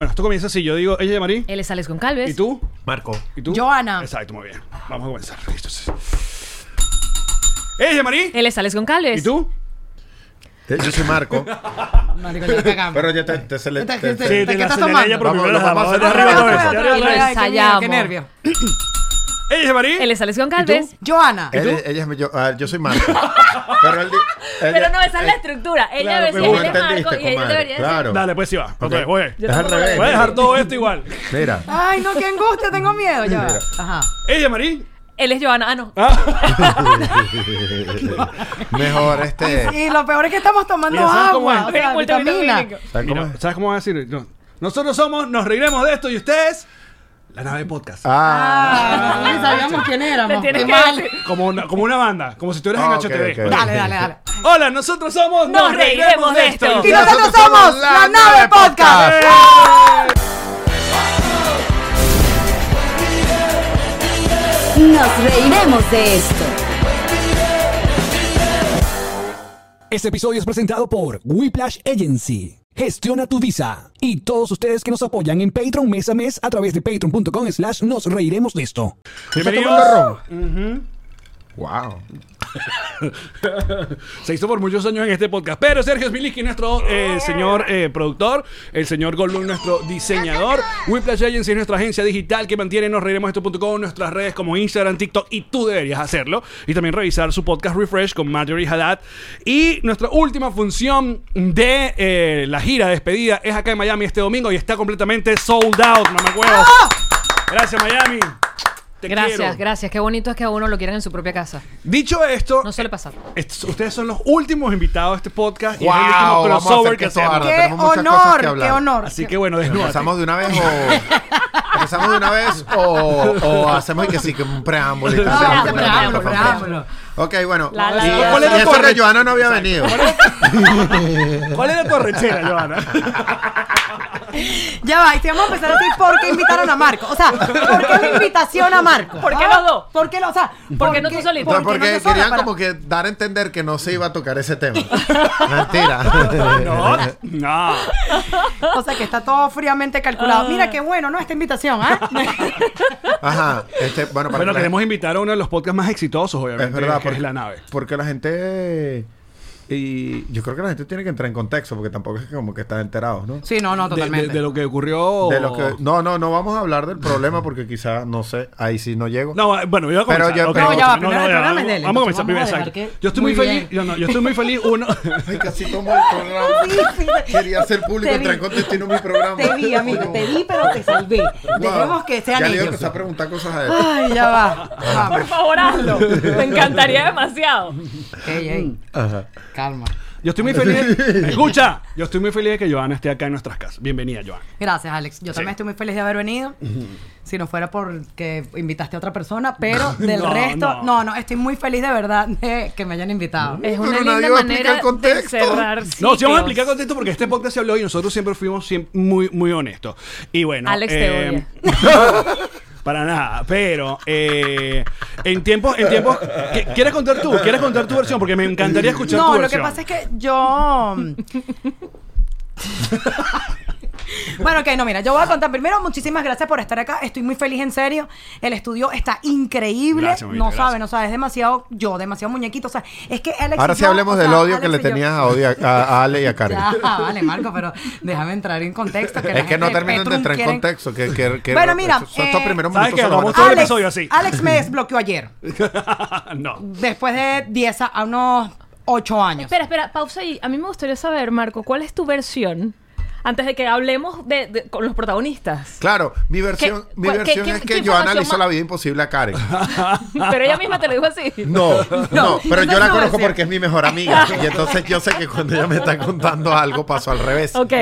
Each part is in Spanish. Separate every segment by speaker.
Speaker 1: Bueno, esto comienza así. Yo digo, ella es Marí.
Speaker 2: Él es Alex Goncalves.
Speaker 1: ¿Y tú?
Speaker 3: Marco.
Speaker 1: ¿Y tú?
Speaker 4: Johanna.
Speaker 1: Exacto, muy bien. Vamos a comenzar. Listo. sí. Ella es Marí.
Speaker 2: Él es Alex Goncalves.
Speaker 1: ¿Y tú?
Speaker 3: Eh, Yo soy Marco.
Speaker 4: Marico, ya te cagamos.
Speaker 3: pero ya te, te se le-
Speaker 4: Te-
Speaker 3: te-
Speaker 4: te-
Speaker 3: te-
Speaker 4: ¿de qué estás
Speaker 1: señalé
Speaker 4: tomando?
Speaker 1: ella por
Speaker 3: Vamos,
Speaker 1: primera vez.
Speaker 3: vamos,
Speaker 1: Vamos,
Speaker 3: vamos,
Speaker 1: de arriba
Speaker 4: Otra vez,
Speaker 1: otra vez.
Speaker 4: otra vez,
Speaker 2: Lo
Speaker 4: ay, qué miedo,
Speaker 2: ensayamos.
Speaker 4: Qué nervio.
Speaker 1: Ella es Marí.
Speaker 2: Él es Alex Goncalves.
Speaker 4: Johanna.
Speaker 3: Él-
Speaker 1: tú?
Speaker 3: ella es mi- yo, ah, yo soy Marco. pero, él di-
Speaker 2: Pero
Speaker 3: ella-
Speaker 2: no, esa es la
Speaker 3: eh,
Speaker 2: estructura. Ella
Speaker 1: claro,
Speaker 2: decía,
Speaker 1: pero
Speaker 2: él es Marco
Speaker 3: entendiste,
Speaker 2: y ella
Speaker 3: comadre,
Speaker 2: debería decir.
Speaker 3: Claro.
Speaker 1: Dale, pues sí va.
Speaker 3: Ok.
Speaker 1: Otra vez, voy.
Speaker 3: Es al revés.
Speaker 1: Voy a dejar todo esto igual.
Speaker 3: Mira.
Speaker 4: Ay, no, qué angustia, tengo miedo ya. Ajá.
Speaker 1: Ella es Marí.
Speaker 2: Él es Joana. Ah, no.
Speaker 3: Mejor este.
Speaker 4: Y lo peor es que estamos tomando
Speaker 1: Mira, ¿sabes
Speaker 4: agua,
Speaker 1: cómo es?
Speaker 4: o sea,
Speaker 2: Multivitamínico.
Speaker 4: vitamina.
Speaker 3: ¿Sabes cómo
Speaker 1: Mira,
Speaker 3: es?
Speaker 1: ¿Sabes cómo van a decir? No. Nosotros somos, nos reiremos de esto y ustedes, la nave podcast.
Speaker 3: Ah.
Speaker 4: Ah, no sabíamos quién
Speaker 2: Te
Speaker 4: éramos.
Speaker 2: tienes
Speaker 4: Qué
Speaker 2: que
Speaker 4: mal.
Speaker 2: decir.
Speaker 1: Como una, como una banda, como si tú eres en
Speaker 3: Ah, ok,
Speaker 1: HTV.
Speaker 3: ok.
Speaker 4: Dale, dale, dale.
Speaker 3: Ah,
Speaker 1: Hola, nosotros somos
Speaker 2: Nos reiremos de esto.
Speaker 4: Y nosotros somos La Nave Podcast.
Speaker 5: Nos reiremos de esto.
Speaker 6: Este episodio es presentado por Whiplash Agency. Gestiona tu visa. Y todos ustedes que nos apoyan en Patreon mes a mes a través de patreon.com slash nos reiremos de esto.
Speaker 1: Bienvenidos.
Speaker 3: Wow.
Speaker 1: Se hizo por muchos años en este podcast. Pero Sergio Smilinski, nuestro eh, señor eh, productor, el señor Goldblum, nuestro diseñador. Whiplash Agency es nuestra agencia digital que mantiene nos reiremos de esto.com, nuestras redes como Instagram, TikTok, y tú deberías hacerlo. Y también revisar su podcast Refresh con Marjorie Haddad. Y nuestra última función de eh, la gira de despedida es acá en Miami este domingo y está completamente sold out, mamacuevos. Gracias, Miami. Te
Speaker 2: Gracias,
Speaker 1: quiero.
Speaker 2: gracias. Qué bonito es que a uno lo quieran en su propia casa.
Speaker 1: Dicho esto,
Speaker 2: No suele pasar.
Speaker 1: Est- Ustedes son los últimos invitados a este podcast y es el último
Speaker 3: Wow. Vamos a
Speaker 1: crossover
Speaker 3: hacer
Speaker 1: que
Speaker 3: que esto
Speaker 1: hacemos.
Speaker 3: arda.
Speaker 4: Qué
Speaker 3: Tenemos muchas cosas que
Speaker 4: honor,
Speaker 3: hablar.
Speaker 4: qué honor.
Speaker 1: Así que bueno, desnúdate.
Speaker 3: ¿Empezamos de una vez o.? ¿Empezamos de una vez o, o hacemos que sí, que un preámbulo y tal?
Speaker 4: No,
Speaker 3: Hacemos un
Speaker 4: preámbulo, preámbulo.
Speaker 3: Ok, bueno.
Speaker 2: La, la,
Speaker 3: y,
Speaker 2: la,
Speaker 1: ¿Cuál
Speaker 3: y
Speaker 1: era tu
Speaker 3: eso que
Speaker 1: arrecho?
Speaker 3: Joana no había venido.
Speaker 1: ¿Cuál era tu arrechera, Joana?
Speaker 4: Ya va, y te vamos a empezar a decir por qué invitaron a Marco. O sea, ¿por qué la invitación a Marco? ¿Ah?
Speaker 2: ¿Por qué los dos?
Speaker 4: ¿Por qué los, o sea,
Speaker 2: ¿Por qué no tú solito?
Speaker 3: Porque,
Speaker 4: no yo sola?
Speaker 3: querían
Speaker 4: Para-
Speaker 3: como que dar a entender que no se iba a tocar ese tema. Mentira.
Speaker 1: No, no.
Speaker 4: O sea, que está todo fríamente calculado.
Speaker 2: Ah.
Speaker 4: Mira qué bueno, ¿no? Esta invitación, ¿ah?
Speaker 3: Ajá. Este, bueno, para
Speaker 1: Bueno,
Speaker 3: que la-
Speaker 1: queremos invitar a uno de los podcasts más exitosos, obviamente.
Speaker 3: Es verdad,
Speaker 1: que es La Nave.
Speaker 3: Porque la gente. Y yo creo que la gente tiene que entrar en contexto, porque tampoco es que como que están enterados, ¿no?
Speaker 4: Sí, no, no,
Speaker 1: De, de-
Speaker 4: totalmente.
Speaker 1: de lo que ocurrió.
Speaker 3: De lo que, no, no, no vamos a hablar del problema porque quizás, no sé, ahí sí no llego.
Speaker 1: No, bueno, yo voy a
Speaker 3: Pero
Speaker 1: comenzar.
Speaker 3: ya-
Speaker 1: Ok,
Speaker 3: pero-
Speaker 4: No, ya va,
Speaker 1: no,
Speaker 4: primero
Speaker 1: no,
Speaker 4: el
Speaker 1: ya,
Speaker 4: programa
Speaker 1: vamos,
Speaker 4: es de él,
Speaker 1: vamos a comenzar primero,
Speaker 4: entonces vamos
Speaker 1: exacto.
Speaker 4: a dejar que-
Speaker 1: Yo estoy muy,
Speaker 4: Muy
Speaker 1: feliz.
Speaker 4: bien.
Speaker 1: Yo, no, yo estoy muy feliz. Uno.
Speaker 3: Ay, casi tomo el programa.
Speaker 4: Sí, sí, te-
Speaker 3: Quería hacer público,
Speaker 4: Te
Speaker 3: entrar en
Speaker 4: vi.
Speaker 3: contexto y no mi programa.
Speaker 4: Te vi, amigo, te vi, pero te salvé.
Speaker 3: Wow.
Speaker 4: Dejemos que sean
Speaker 3: ya le iba a
Speaker 4: ellos. Ah.
Speaker 3: empezar a preguntar cosas a él.
Speaker 4: Ay, ya va.
Speaker 2: Ah, Por
Speaker 4: Vamos.
Speaker 2: favor, hazlo. Me encantaría demasiado.
Speaker 4: Ey, ey. Calma.
Speaker 1: Yo estoy muy feliz. Escucha, yo estoy muy feliz de que Joana esté acá en nuestras casas. Bienvenida, Joana.
Speaker 4: Gracias, Alex. Yo también estoy muy feliz de haber venido. Si no fuera porque invitaste a otra persona, pero del
Speaker 1: No,
Speaker 4: resto,
Speaker 1: no.
Speaker 4: no. no, estoy muy feliz de verdad de que me hayan invitado.
Speaker 2: Es una
Speaker 3: Pero nadie
Speaker 2: linda
Speaker 3: va a explicar
Speaker 2: manera
Speaker 3: el
Speaker 2: de
Speaker 3: contexto.
Speaker 2: cerrar
Speaker 1: No, sí vamos a
Speaker 2: ciclos.
Speaker 1: explicar contexto porque este podcast se habló y nosotros siempre fuimos siem- muy, muy honestos. Y bueno. eh,
Speaker 2: Alex te odia.
Speaker 1: Para nada, pero eh, en tiempos, en tiempos, ¿qué- ¿quieres contar tú? ¿Quieres contar tu versión? Porque me encantaría escuchar
Speaker 4: No,
Speaker 1: tu
Speaker 4: lo que
Speaker 1: versión.
Speaker 4: pasa es que yo. mm. Bueno, ok, no, mira, yo voy a contar. Primero, muchísimas gracias por estar acá. Estoy muy feliz, en serio. El estudio está increíble.
Speaker 1: Gracias, mamita,
Speaker 4: no
Speaker 1: gracias.
Speaker 4: sabe, no sabe. Es demasiado yo, demasiado muñequito. O sea, es que Alex.
Speaker 3: Ahora
Speaker 4: y
Speaker 3: sí
Speaker 4: yo,
Speaker 3: hablemos
Speaker 4: o
Speaker 3: del
Speaker 4: sea,
Speaker 3: odio que
Speaker 4: Alex
Speaker 3: le
Speaker 4: y yo-
Speaker 3: tenías a, odio a, a Ale y a Karen.
Speaker 4: Ya, vale, Marco, pero déjame entrar en contexto. Que la
Speaker 3: es que no
Speaker 4: gente de
Speaker 3: terminan de
Speaker 4: Petrum
Speaker 3: entrar en
Speaker 4: quieren-
Speaker 3: contexto. Que, que, que-
Speaker 4: Bueno, mira,
Speaker 3: Son estos
Speaker 4: eh,
Speaker 3: primeros
Speaker 1: ¿sabes
Speaker 3: minutos.
Speaker 1: qué?
Speaker 3: se los
Speaker 1: Vamos
Speaker 3: van a-
Speaker 1: todo el episodio así.
Speaker 4: Alex me desbloqueó ayer,
Speaker 1: Ah, no.
Speaker 4: después de 10 a, a unos 8 años.
Speaker 2: Espera, espera, pausa ahí. A mí me gustaría saber, Marco, ¿cuál es tu versión antes de que hablemos de, de- con los protagonistas?
Speaker 3: Claro, mi versión,
Speaker 2: ¿Qué-
Speaker 3: mi
Speaker 2: cuál- qué-
Speaker 3: versión
Speaker 2: qué-
Speaker 3: es
Speaker 2: qué
Speaker 3: que Joana le
Speaker 2: información
Speaker 3: hizo
Speaker 2: más-
Speaker 3: la vida imposible a Karen.
Speaker 2: Pero ella misma te lo dijo así.
Speaker 3: No, no, pero yo
Speaker 4: esa es
Speaker 3: la
Speaker 4: tu
Speaker 3: conozco
Speaker 4: versión.
Speaker 3: porque es mi mejor amiga. Y entonces yo sé que cuando ella me está contando algo pasó al revés.
Speaker 2: Ok,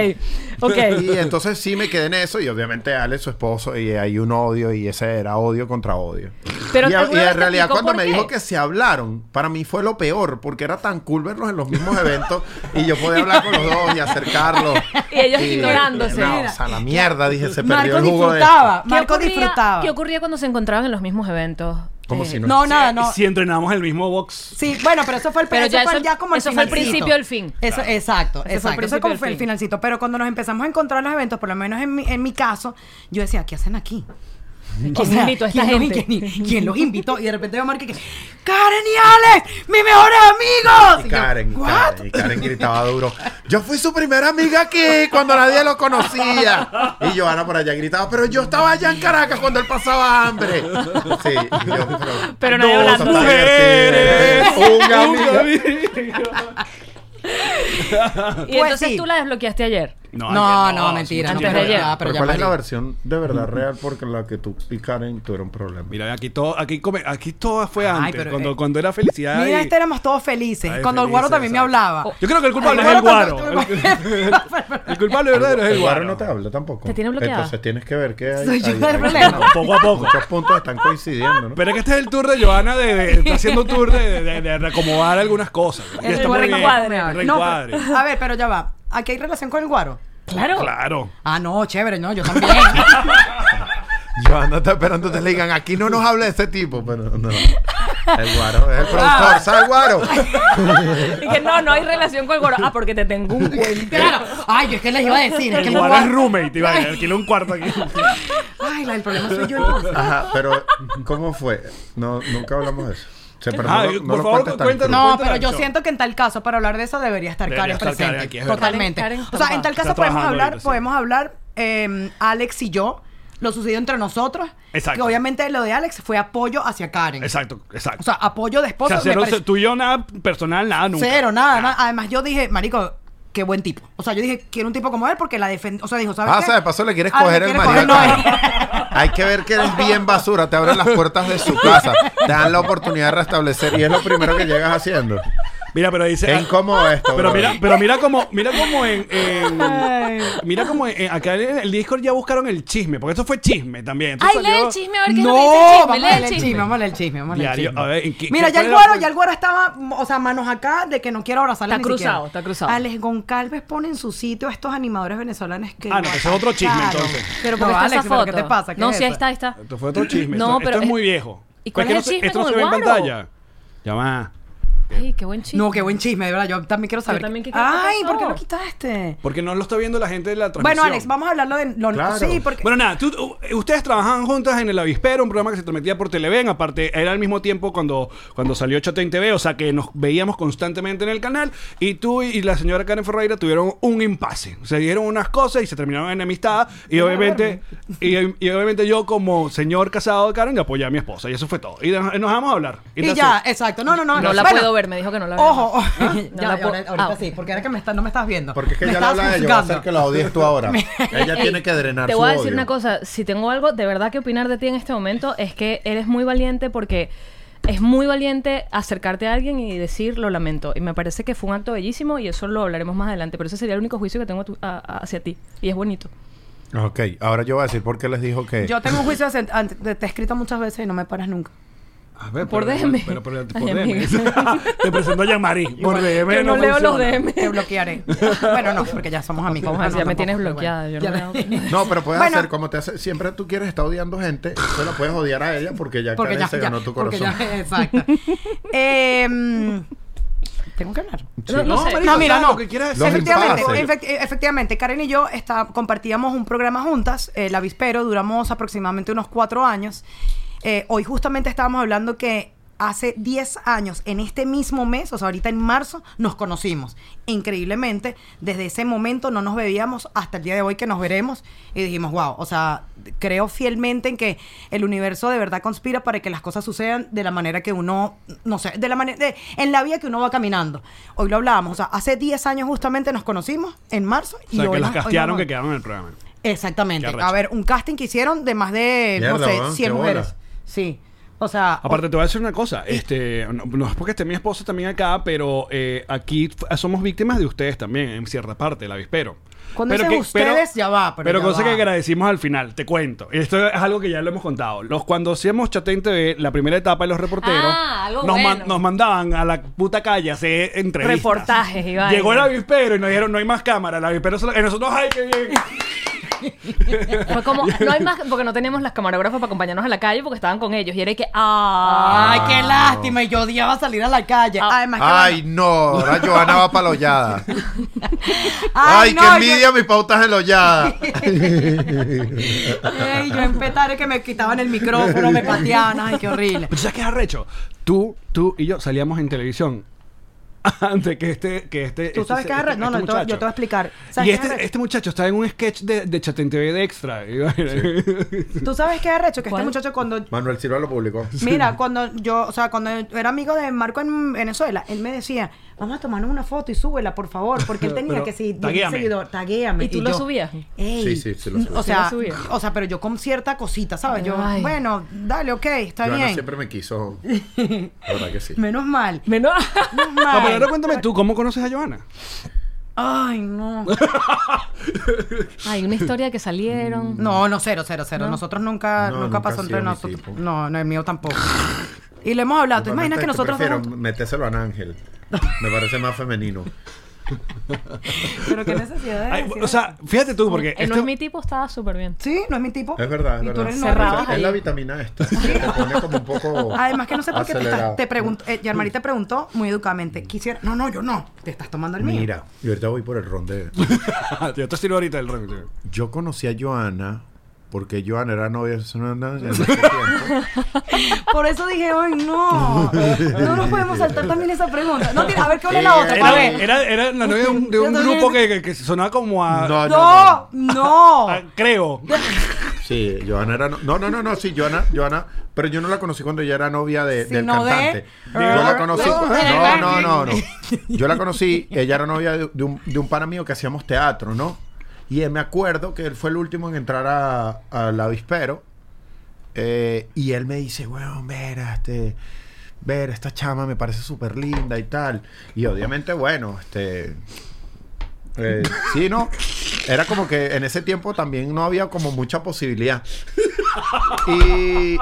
Speaker 2: ok.
Speaker 3: Y entonces sí me quedé en eso y obviamente Ale es su esposo y hay un odio y ese era odio contra odio.
Speaker 2: Pero
Speaker 3: y, a-
Speaker 2: ¿alguna
Speaker 3: y
Speaker 2: vez
Speaker 3: en
Speaker 2: te
Speaker 3: realidad
Speaker 2: explicó
Speaker 3: cuando
Speaker 2: por
Speaker 3: me
Speaker 2: qué?
Speaker 3: dijo que se hablaron, para mí fue lo peor porque era tan cool verlos en los mismos eventos y yo podía hablar con los dos y acercarlos.
Speaker 2: Y ellos ignorándose.
Speaker 3: No, o sea, la mierda, dije, se perdió
Speaker 4: Marco
Speaker 3: el jugo de...
Speaker 4: disfrutaba,
Speaker 2: ¿Qué
Speaker 4: Marco
Speaker 2: ocurría-
Speaker 4: disfrutaba.
Speaker 2: ¿Qué ocurría cuando se encontraban en los mismos eventos? Eh,
Speaker 3: Como si no.
Speaker 4: No, nada, no.
Speaker 1: Si entrenamos el mismo box.
Speaker 4: Sí, bueno, pero eso fue el,
Speaker 2: Pero
Speaker 4: eso
Speaker 2: ya
Speaker 4: fue
Speaker 2: eso,
Speaker 4: el- ya como el
Speaker 2: eso fue el
Speaker 4: finalcito.
Speaker 2: principio del fin.
Speaker 4: Eso, Exacto,
Speaker 2: fue el
Speaker 4: exacto. Eso
Speaker 2: principio
Speaker 4: como
Speaker 2: del
Speaker 4: fue el
Speaker 2: fin.
Speaker 4: finalcito. Pero cuando nos empezamos a encontrar en los eventos, por lo menos en mi, en mi caso, yo decía, ¿qué hacen aquí? O
Speaker 2: ¿Quién
Speaker 4: sea,
Speaker 2: invitó a esta
Speaker 4: ¿quién los-
Speaker 2: gente?
Speaker 4: quién, quién los invitó? Y de repente yo marqué que ¡Karen y Alex! ¡Mis mejores
Speaker 3: Y
Speaker 4: amigos! Y yo,
Speaker 3: Karen, y
Speaker 4: "¿What?".
Speaker 3: Karen, y Karen gritaba duro. Yo fui su primera amiga aquí cuando nadie lo conocía. Y Joana por allá gritaba, pero yo estaba allá en Caracas cuando él pasaba hambre. Sí, y yo,
Speaker 2: Pero nadie
Speaker 3: Dos
Speaker 2: hablando.
Speaker 1: Mujeres.
Speaker 3: divertido. Un amigo.
Speaker 2: Y
Speaker 4: Pues
Speaker 2: entonces
Speaker 4: sí.
Speaker 2: tú la desbloqueaste ayer.
Speaker 1: No,
Speaker 4: No,
Speaker 1: ayer
Speaker 4: no,
Speaker 1: sí,
Speaker 4: mentira.
Speaker 2: antes
Speaker 4: no,
Speaker 2: de ayer.
Speaker 4: ah,
Speaker 3: Pero
Speaker 4: pero ya
Speaker 3: ¿cuál es la
Speaker 4: parió.
Speaker 3: versión de verdad real porque la que tú y Karen tuvieron problemas?
Speaker 1: Mira, aquí todo, aquí come, aquí todo fue
Speaker 4: Ay,
Speaker 1: antes,
Speaker 4: pero,
Speaker 1: cuando,
Speaker 4: eh,
Speaker 1: cuando era felicidad.
Speaker 4: Mira,
Speaker 1: y-
Speaker 4: este éramos todos felices.
Speaker 1: Ay,
Speaker 4: cuando el
Speaker 1: felices,
Speaker 4: guaro también me
Speaker 1: exacto.
Speaker 4: hablaba.
Speaker 3: Oh,
Speaker 1: Yo creo que el culpable es el guaro. El culpable verdadero es el guaro.
Speaker 3: no te habla tampoco.
Speaker 2: Te tiene bloqueada.
Speaker 3: Entonces tienes que ver que hay.
Speaker 4: Soy yo
Speaker 3: hay-
Speaker 4: el
Speaker 3: hay-
Speaker 4: problema.
Speaker 1: Poco a poco.
Speaker 3: Muchos puntos están coincidiendo, ¿no?
Speaker 1: Pero es que este es el tour de Joana de, de- está haciendo un tour de, de- de reacomodar algunas cosas. Y
Speaker 4: El
Speaker 1: está
Speaker 4: buen
Speaker 1: muy bien.
Speaker 2: reencuadre.
Speaker 1: El
Speaker 4: No,
Speaker 1: Reencuadre.
Speaker 4: pero- a ver, pero ya va. ¿Aquí hay relación con el guaro?
Speaker 2: Claro.
Speaker 1: Claro.
Speaker 4: Ah, no, chévere, no, yo también.
Speaker 3: Joana está esperando que te le digan, aquí no nos hable de ese tipo, pero no. El guaro es el productor, ¿sabes el guaro?
Speaker 2: Y que no, no hay relación con el gorro. Ah, porque te tengo un cuento.
Speaker 4: claro. Ay, yo es que les iba a decir. Es que
Speaker 1: El
Speaker 4: el
Speaker 1: guaro es
Speaker 4: guaro...
Speaker 1: roommate, Ibai. Alquiló un cuarto aquí.
Speaker 4: Ay, la, el problema soy yo entonces.
Speaker 3: Ajá, pero ¿cómo fue? No, nunca hablamos de eso. O sea, pero
Speaker 1: Ajá,
Speaker 3: no,
Speaker 1: Ah,
Speaker 3: lo-
Speaker 1: por
Speaker 3: no lo
Speaker 1: favor,
Speaker 3: cuentes tan
Speaker 1: cuéntanos.
Speaker 3: crudo.
Speaker 4: No,
Speaker 1: cuenta
Speaker 4: pero
Speaker 1: la
Speaker 4: yo
Speaker 1: acción.
Speaker 4: siento que en tal caso, para hablar de eso, debería estar
Speaker 1: Debería
Speaker 4: Karen
Speaker 1: estar Karen
Speaker 4: presente.
Speaker 1: aquí, es verdad.
Speaker 4: Totalmente.
Speaker 2: Karen
Speaker 4: o sea,
Speaker 2: está
Speaker 4: en tal caso
Speaker 1: trabajando
Speaker 4: podemos
Speaker 1: ahorita,
Speaker 4: hablar,
Speaker 1: sí.
Speaker 4: podemos hablar eh, Alex y yo, lo sucedido entre nosotros.
Speaker 1: Exacto.
Speaker 4: Que obviamente lo de Alex fue apoyo hacia Karen.
Speaker 1: Exacto, exacto.
Speaker 4: O sea, apoyo
Speaker 1: O
Speaker 4: de
Speaker 1: sea,
Speaker 4: esposa. me
Speaker 1: cero,
Speaker 4: parece-
Speaker 1: tú y yo nada personal, nada, nunca.
Speaker 4: Cero, nada, nada. Además, yo dije, marico, qué buen tipo. O sea, yo dije, quiero un tipo como él porque la defendió. O sea, dijo, ¿sabes
Speaker 3: Ah, o
Speaker 4: qué?
Speaker 3: sea, de paso le quieres
Speaker 4: Ah,
Speaker 3: coger
Speaker 4: me
Speaker 3: el
Speaker 4: quiere
Speaker 3: marido.
Speaker 4: coger, no,
Speaker 3: a Karen.
Speaker 4: eh.
Speaker 3: Hay que ver que eres bien basura, te abren las puertas de su casa, te dan la oportunidad de restablecer y es lo primero que llegas haciendo.
Speaker 1: Mira, pero dice.
Speaker 3: Qué incómodo esto.
Speaker 1: Pero
Speaker 3: brother.
Speaker 1: mira, pero mira como, mira como en, en- mira como en, en- acá en el Discord ya buscaron el chisme, porque eso fue chisme también. Esto
Speaker 2: Ay,
Speaker 1: salió-
Speaker 2: lee el chisme, a ver qué
Speaker 4: No,
Speaker 2: nos dice el chisme.
Speaker 4: vamos a
Speaker 2: Lee
Speaker 4: leer el chisme, vamos a leer el chisme, vamos a leer el
Speaker 1: Diario,
Speaker 4: chisme.
Speaker 1: a ver, ¿en qué-
Speaker 4: Mira,
Speaker 1: qué-
Speaker 4: ya el
Speaker 1: cuál era
Speaker 4: guaro,
Speaker 1: la-
Speaker 4: ya el guaro estaba, o sea, manos acá de que no quiero abrazarle
Speaker 2: Está
Speaker 4: ni
Speaker 2: cruzado,
Speaker 4: siquiera.
Speaker 2: está cruzado.
Speaker 4: Alex Goncalves pone en su sitio a estos animadores venezolanos que
Speaker 1: Ah, no, ese es otro chisme,
Speaker 4: atacaron.
Speaker 1: entonces.
Speaker 2: Pero
Speaker 4: No,
Speaker 2: porque está
Speaker 4: Alex,
Speaker 2: esa
Speaker 4: ¿pero
Speaker 2: foto.
Speaker 4: ¿qué te pasa? ¿Qué
Speaker 2: no,
Speaker 4: es
Speaker 2: sí, ahí
Speaker 4: eso?
Speaker 2: está, ahí está.
Speaker 1: Esto fue otro chisme.
Speaker 2: No,
Speaker 1: esto,
Speaker 2: pero
Speaker 1: esto es
Speaker 2: es-
Speaker 1: muy viejo.
Speaker 2: ¿Y cuál
Speaker 1: Pues
Speaker 2: es el
Speaker 1: que
Speaker 2: chisme
Speaker 1: no se- Esto
Speaker 2: con
Speaker 1: no
Speaker 2: el
Speaker 1: se ve en
Speaker 2: guaro?
Speaker 1: pantalla. Ya va.
Speaker 2: Ay, qué buen chisme.
Speaker 4: No, qué buen chisme, de verdad. Yo también quiero saber.
Speaker 2: también, ¿qué- qué
Speaker 4: Ay,
Speaker 2: pasó?
Speaker 4: ¿por qué lo quitaste?
Speaker 1: Porque no lo está viendo la gente de la transmisión.
Speaker 4: Bueno, Alex, vamos a hablarlo de lo
Speaker 3: Claro.
Speaker 4: sí, porque
Speaker 1: Bueno, nada, tú- u- ustedes trabajaban juntas en el Avispero, un programa que se transmitía por Televen, aparte era al mismo tiempo cuando, cuando salió Chatea en TV, o sea que nos veíamos constantemente en el canal, y tú y la señora Karen Ferreira tuvieron un impasse, se dieron unas cosas y se terminaron en amistad, y obviamente, y, y obviamente yo como señor casado de Karen, apoyé a mi esposa, y eso fue todo, y nos, nos vamos a hablar.
Speaker 4: Y
Speaker 1: that's
Speaker 4: ya,
Speaker 1: it.
Speaker 4: exacto. No, no, no.
Speaker 2: No la
Speaker 4: Bueno,
Speaker 2: puedo ver, me dijo que no la veo. Ah,
Speaker 4: Ojo, ojo.
Speaker 2: No la
Speaker 4: Ya, ahora-
Speaker 2: puedo-
Speaker 4: ahorita
Speaker 2: ah.
Speaker 4: sí, porque ahora que me está- no me estás viendo.
Speaker 3: Porque es que
Speaker 4: Me
Speaker 3: ella le
Speaker 4: estabas
Speaker 3: habla de ello, va a
Speaker 4: juzgando.
Speaker 3: ser que la odies tú ahora. Ella
Speaker 2: Ey,
Speaker 3: tiene que drenar
Speaker 2: Te
Speaker 3: su
Speaker 2: voy a decir
Speaker 3: odio.
Speaker 2: una cosa. Si tengo algo de verdad que opinar de ti en este momento, es que eres muy valiente porque es muy valiente acercarte a alguien y decir lo lamento. Y me parece que fue un acto bellísimo y eso lo hablaremos más adelante. Pero ese sería el único juicio que tengo a tu- a- a- hacia ti. Y es bonito.
Speaker 3: Ok, ahora yo voy a decir por qué les dijo que...
Speaker 4: Yo tengo un juicio ante- ante- te, te he escrito muchas veces y no me paras nunca.
Speaker 1: A ver,
Speaker 2: Por
Speaker 1: pero-
Speaker 2: DM.
Speaker 1: Pero, pero- por
Speaker 2: Ay,
Speaker 1: DM.
Speaker 2: amiga.
Speaker 1: Te presentó a Yamari, por DM
Speaker 2: yo no, leo los
Speaker 1: funciona.
Speaker 2: DM.
Speaker 4: Te bloquearé. bueno, no, porque ya somos amigos.
Speaker 2: Vamos a
Speaker 4: Ah,
Speaker 2: decir,
Speaker 4: no,
Speaker 2: ya me
Speaker 4: tampoco,
Speaker 2: tienes
Speaker 4: pero
Speaker 2: bloqueada, yo no
Speaker 4: Ya-
Speaker 2: veo.
Speaker 3: No, pero puedes
Speaker 4: Bueno.
Speaker 3: hacer como te hace... Siempre tú quieres estar odiando gente, tú la puedes odiar a ella porque ya
Speaker 4: Porque
Speaker 3: Karen
Speaker 4: ya,
Speaker 3: se
Speaker 4: ya,
Speaker 3: ganó tu
Speaker 4: porque
Speaker 3: corazón.
Speaker 4: ya, exacto. Em, tengo que hablar.
Speaker 2: No, no sé.
Speaker 1: marico,
Speaker 4: No, mira,
Speaker 1: sabes
Speaker 4: no.
Speaker 1: lo que quieras
Speaker 3: Los
Speaker 1: decir.
Speaker 4: Efectivamente,
Speaker 3: impases.
Speaker 4: efect- eh, efectivamente, Karen y yo está- compartíamos un programa juntas, el avispero, duramos aproximadamente unos cuatro años. Eh, hoy justamente estábamos hablando que hace 10 años, en este mismo mes, o sea, ahorita en marzo, nos conocimos. Increíblemente, desde ese momento no nos veíamos hasta el día de hoy que nos veremos y dijimos, wow, o sea, creo fielmente en que el universo de verdad conspira para que las cosas sucedan de la manera que uno, no sé, de la manera, de- en la vía que uno va caminando. Hoy lo hablábamos, o sea, hace 10 años justamente nos conocimos, en marzo,
Speaker 1: O sea, que
Speaker 4: hoy
Speaker 1: las
Speaker 4: nos- hoy nos
Speaker 1: castearon que
Speaker 4: vemos.
Speaker 1: quedaron en el programa.
Speaker 4: Exactamente.
Speaker 1: Qué arrecho.
Speaker 4: A ver, un casting que hicieron de más de, no
Speaker 3: Mierda,
Speaker 4: sé,
Speaker 3: weón,
Speaker 4: 100
Speaker 3: qué
Speaker 4: mujeres.
Speaker 3: bola.
Speaker 4: Sí. O sea,
Speaker 1: Aparte, te voy a decir una cosa.
Speaker 4: Eh.
Speaker 1: Este, no, no es porque esté mi esposa también acá, pero eh, aquí f- somos víctimas de ustedes también, en cierta parte, el avispero.
Speaker 4: Cuando dices ustedes, ya va, pero ya
Speaker 1: cosa
Speaker 4: va.
Speaker 1: que agradecimos al final, te cuento. Esto es algo que ya lo hemos contado. Los, cuando hacíamos Chatea en TV, la primera etapa de los reporteros,
Speaker 2: Ah, algo
Speaker 1: nos,
Speaker 2: bueno.
Speaker 1: nos mandaban a la puta calle a hacer entrevistas.
Speaker 2: Reportajes y vaina.
Speaker 1: Llegó el avispero y nos dijeron, no hay más cámara. El avispero solo... Y nosotros, ¡ay, qué bien!
Speaker 2: Fue como, no hay más, porque no teníamos las camarógrafas para acompañarnos a la calle porque estaban con ellos. Y era que, "Ah, ¡ay!
Speaker 4: Ay, qué lástima. Y yo odiaba salir a la calle. Además, que
Speaker 3: Ah. Ay, no, ahora Johanna va para la hollada.
Speaker 4: bueno.
Speaker 3: Ay,
Speaker 4: no,
Speaker 3: qué
Speaker 4: yo-
Speaker 3: envidia mis pautas en la hollada.
Speaker 4: Ey, yo empetaré que me quitaban el micrófono, me pateaban. Ay, qué horrible.
Speaker 1: Pero ¿Sabes qué es arrecho? Tú, tú y yo salíamos en televisión antes que este, que este.
Speaker 4: ¿Tú
Speaker 1: este-
Speaker 4: sabes qué es
Speaker 1: este-
Speaker 4: arrecho? No, no,
Speaker 1: este
Speaker 4: yo te voy- yo
Speaker 1: muchacho.
Speaker 4: te voy a explicar. ¿Sabes
Speaker 1: Y
Speaker 4: qué es
Speaker 1: este,
Speaker 4: arrecho?
Speaker 1: este muchacho está en un sketch de, de Chat en TV de extra. y bueno,
Speaker 4: ¿Tú sabes qué es arrecho? Que
Speaker 2: ¿Cuál?
Speaker 4: este muchacho cuando...
Speaker 3: Manuel Silva lo publicó.
Speaker 4: Mira, cuando yo, o sea, cuando era amigo de Marco en Venezuela, él me decía, vamos a tomarnos una foto y súbela, por favor, porque él tenía
Speaker 1: Pero,
Speaker 4: que si
Speaker 1: taguéame.
Speaker 4: seguidor, taguéame.
Speaker 2: ¿Y tú lo
Speaker 4: yo,
Speaker 2: subías?
Speaker 4: "Ey".
Speaker 3: Sí, sí, sí lo subí.
Speaker 4: O sea,
Speaker 2: Sí lo subía.
Speaker 4: o sea, pero yo con cierta cosita, ¿sabes? Yo,
Speaker 2: Ay.
Speaker 4: bueno, dale, ok, está
Speaker 3: Johanna
Speaker 4: bien.
Speaker 3: siempre me quiso. La verdad que sí.
Speaker 4: Menos mal.
Speaker 2: Menos.
Speaker 4: Menos
Speaker 1: No,
Speaker 4: mal.
Speaker 1: pero ahora cuéntame tú, ¿cómo conoces a Joana?
Speaker 4: Ay, no.
Speaker 2: Hay una historia que
Speaker 3: Mm,
Speaker 2: salieron.
Speaker 4: No, no, cero, cero, cero. Nosotros nunca,
Speaker 3: No,
Speaker 4: nunca,
Speaker 3: nunca
Speaker 4: pasó
Speaker 3: ha
Speaker 4: entre
Speaker 3: sido mi
Speaker 4: nosotros.
Speaker 3: tipo.
Speaker 4: No, no, el mío tampoco. Y le hemos hablado. ¿Te imaginas
Speaker 3: Realmente
Speaker 4: que nosotros
Speaker 3: prefiero
Speaker 4: dos juntos?
Speaker 3: metérselo a Ángel. Me parece más femenino.
Speaker 4: Pero qué necesidad de
Speaker 1: Ay,
Speaker 4: decir
Speaker 1: o sea, fíjate tú, porque. este
Speaker 2: El Eh, no es mi tipo, estaba súper bien.
Speaker 4: Sí, no es mi tipo.
Speaker 3: Es verdad, es
Speaker 4: Y tú
Speaker 3: verdad.
Speaker 4: eres
Speaker 2: Cerrado.
Speaker 4: normal.
Speaker 2: Cerrabas
Speaker 3: es la
Speaker 2: ahí.
Speaker 3: vitamina esta. que te pone como un poco.
Speaker 4: Además que no sé por qué te,
Speaker 3: acelerado.
Speaker 4: estás- te preguntó, eh, Yarmari te preguntó muy educamente, quisiera, no, no, yo no, te estás tomando el mío.
Speaker 3: Mira, yo ahorita voy por el ronde.
Speaker 1: Yo te sirvo ahorita el rango.
Speaker 3: Yo conocí a Joana porque Joana era novia de Sonana en ese tiempo.
Speaker 4: Por eso dije, ay, no, no nos podemos saltar también esa pregunta. No, tira, a ver, ¿qué habla
Speaker 3: Sí,
Speaker 4: la otra?
Speaker 3: era-
Speaker 4: Pa'
Speaker 1: Era,
Speaker 4: ver.
Speaker 1: era, era la novia de un, de un
Speaker 4: Yo también-
Speaker 1: grupo que, que- que sonaba como a.
Speaker 3: No,
Speaker 4: No, no.
Speaker 1: a- creo.
Speaker 3: Sí, Joana era. No, no, no, no, no, sí, Joana, Joana. Pero yo no la conocí cuando ella era novia de, del
Speaker 4: Sino de-
Speaker 3: cantante. Yo la conocí. No, no, no, no. Yo la conocí, ella era novia de, de un, de un pana mío que hacíamos teatro, ¿no? Y él- me acuerdo que él fue el último en entrar a, al avispero. eh, y él me dice, weón, ver, este. Ver, esta chama me parece súper linda y tal. Y obviamente, bueno, este. Eh, sí, no. Era como que en ese tiempo también no había como mucha posibilidad. Y.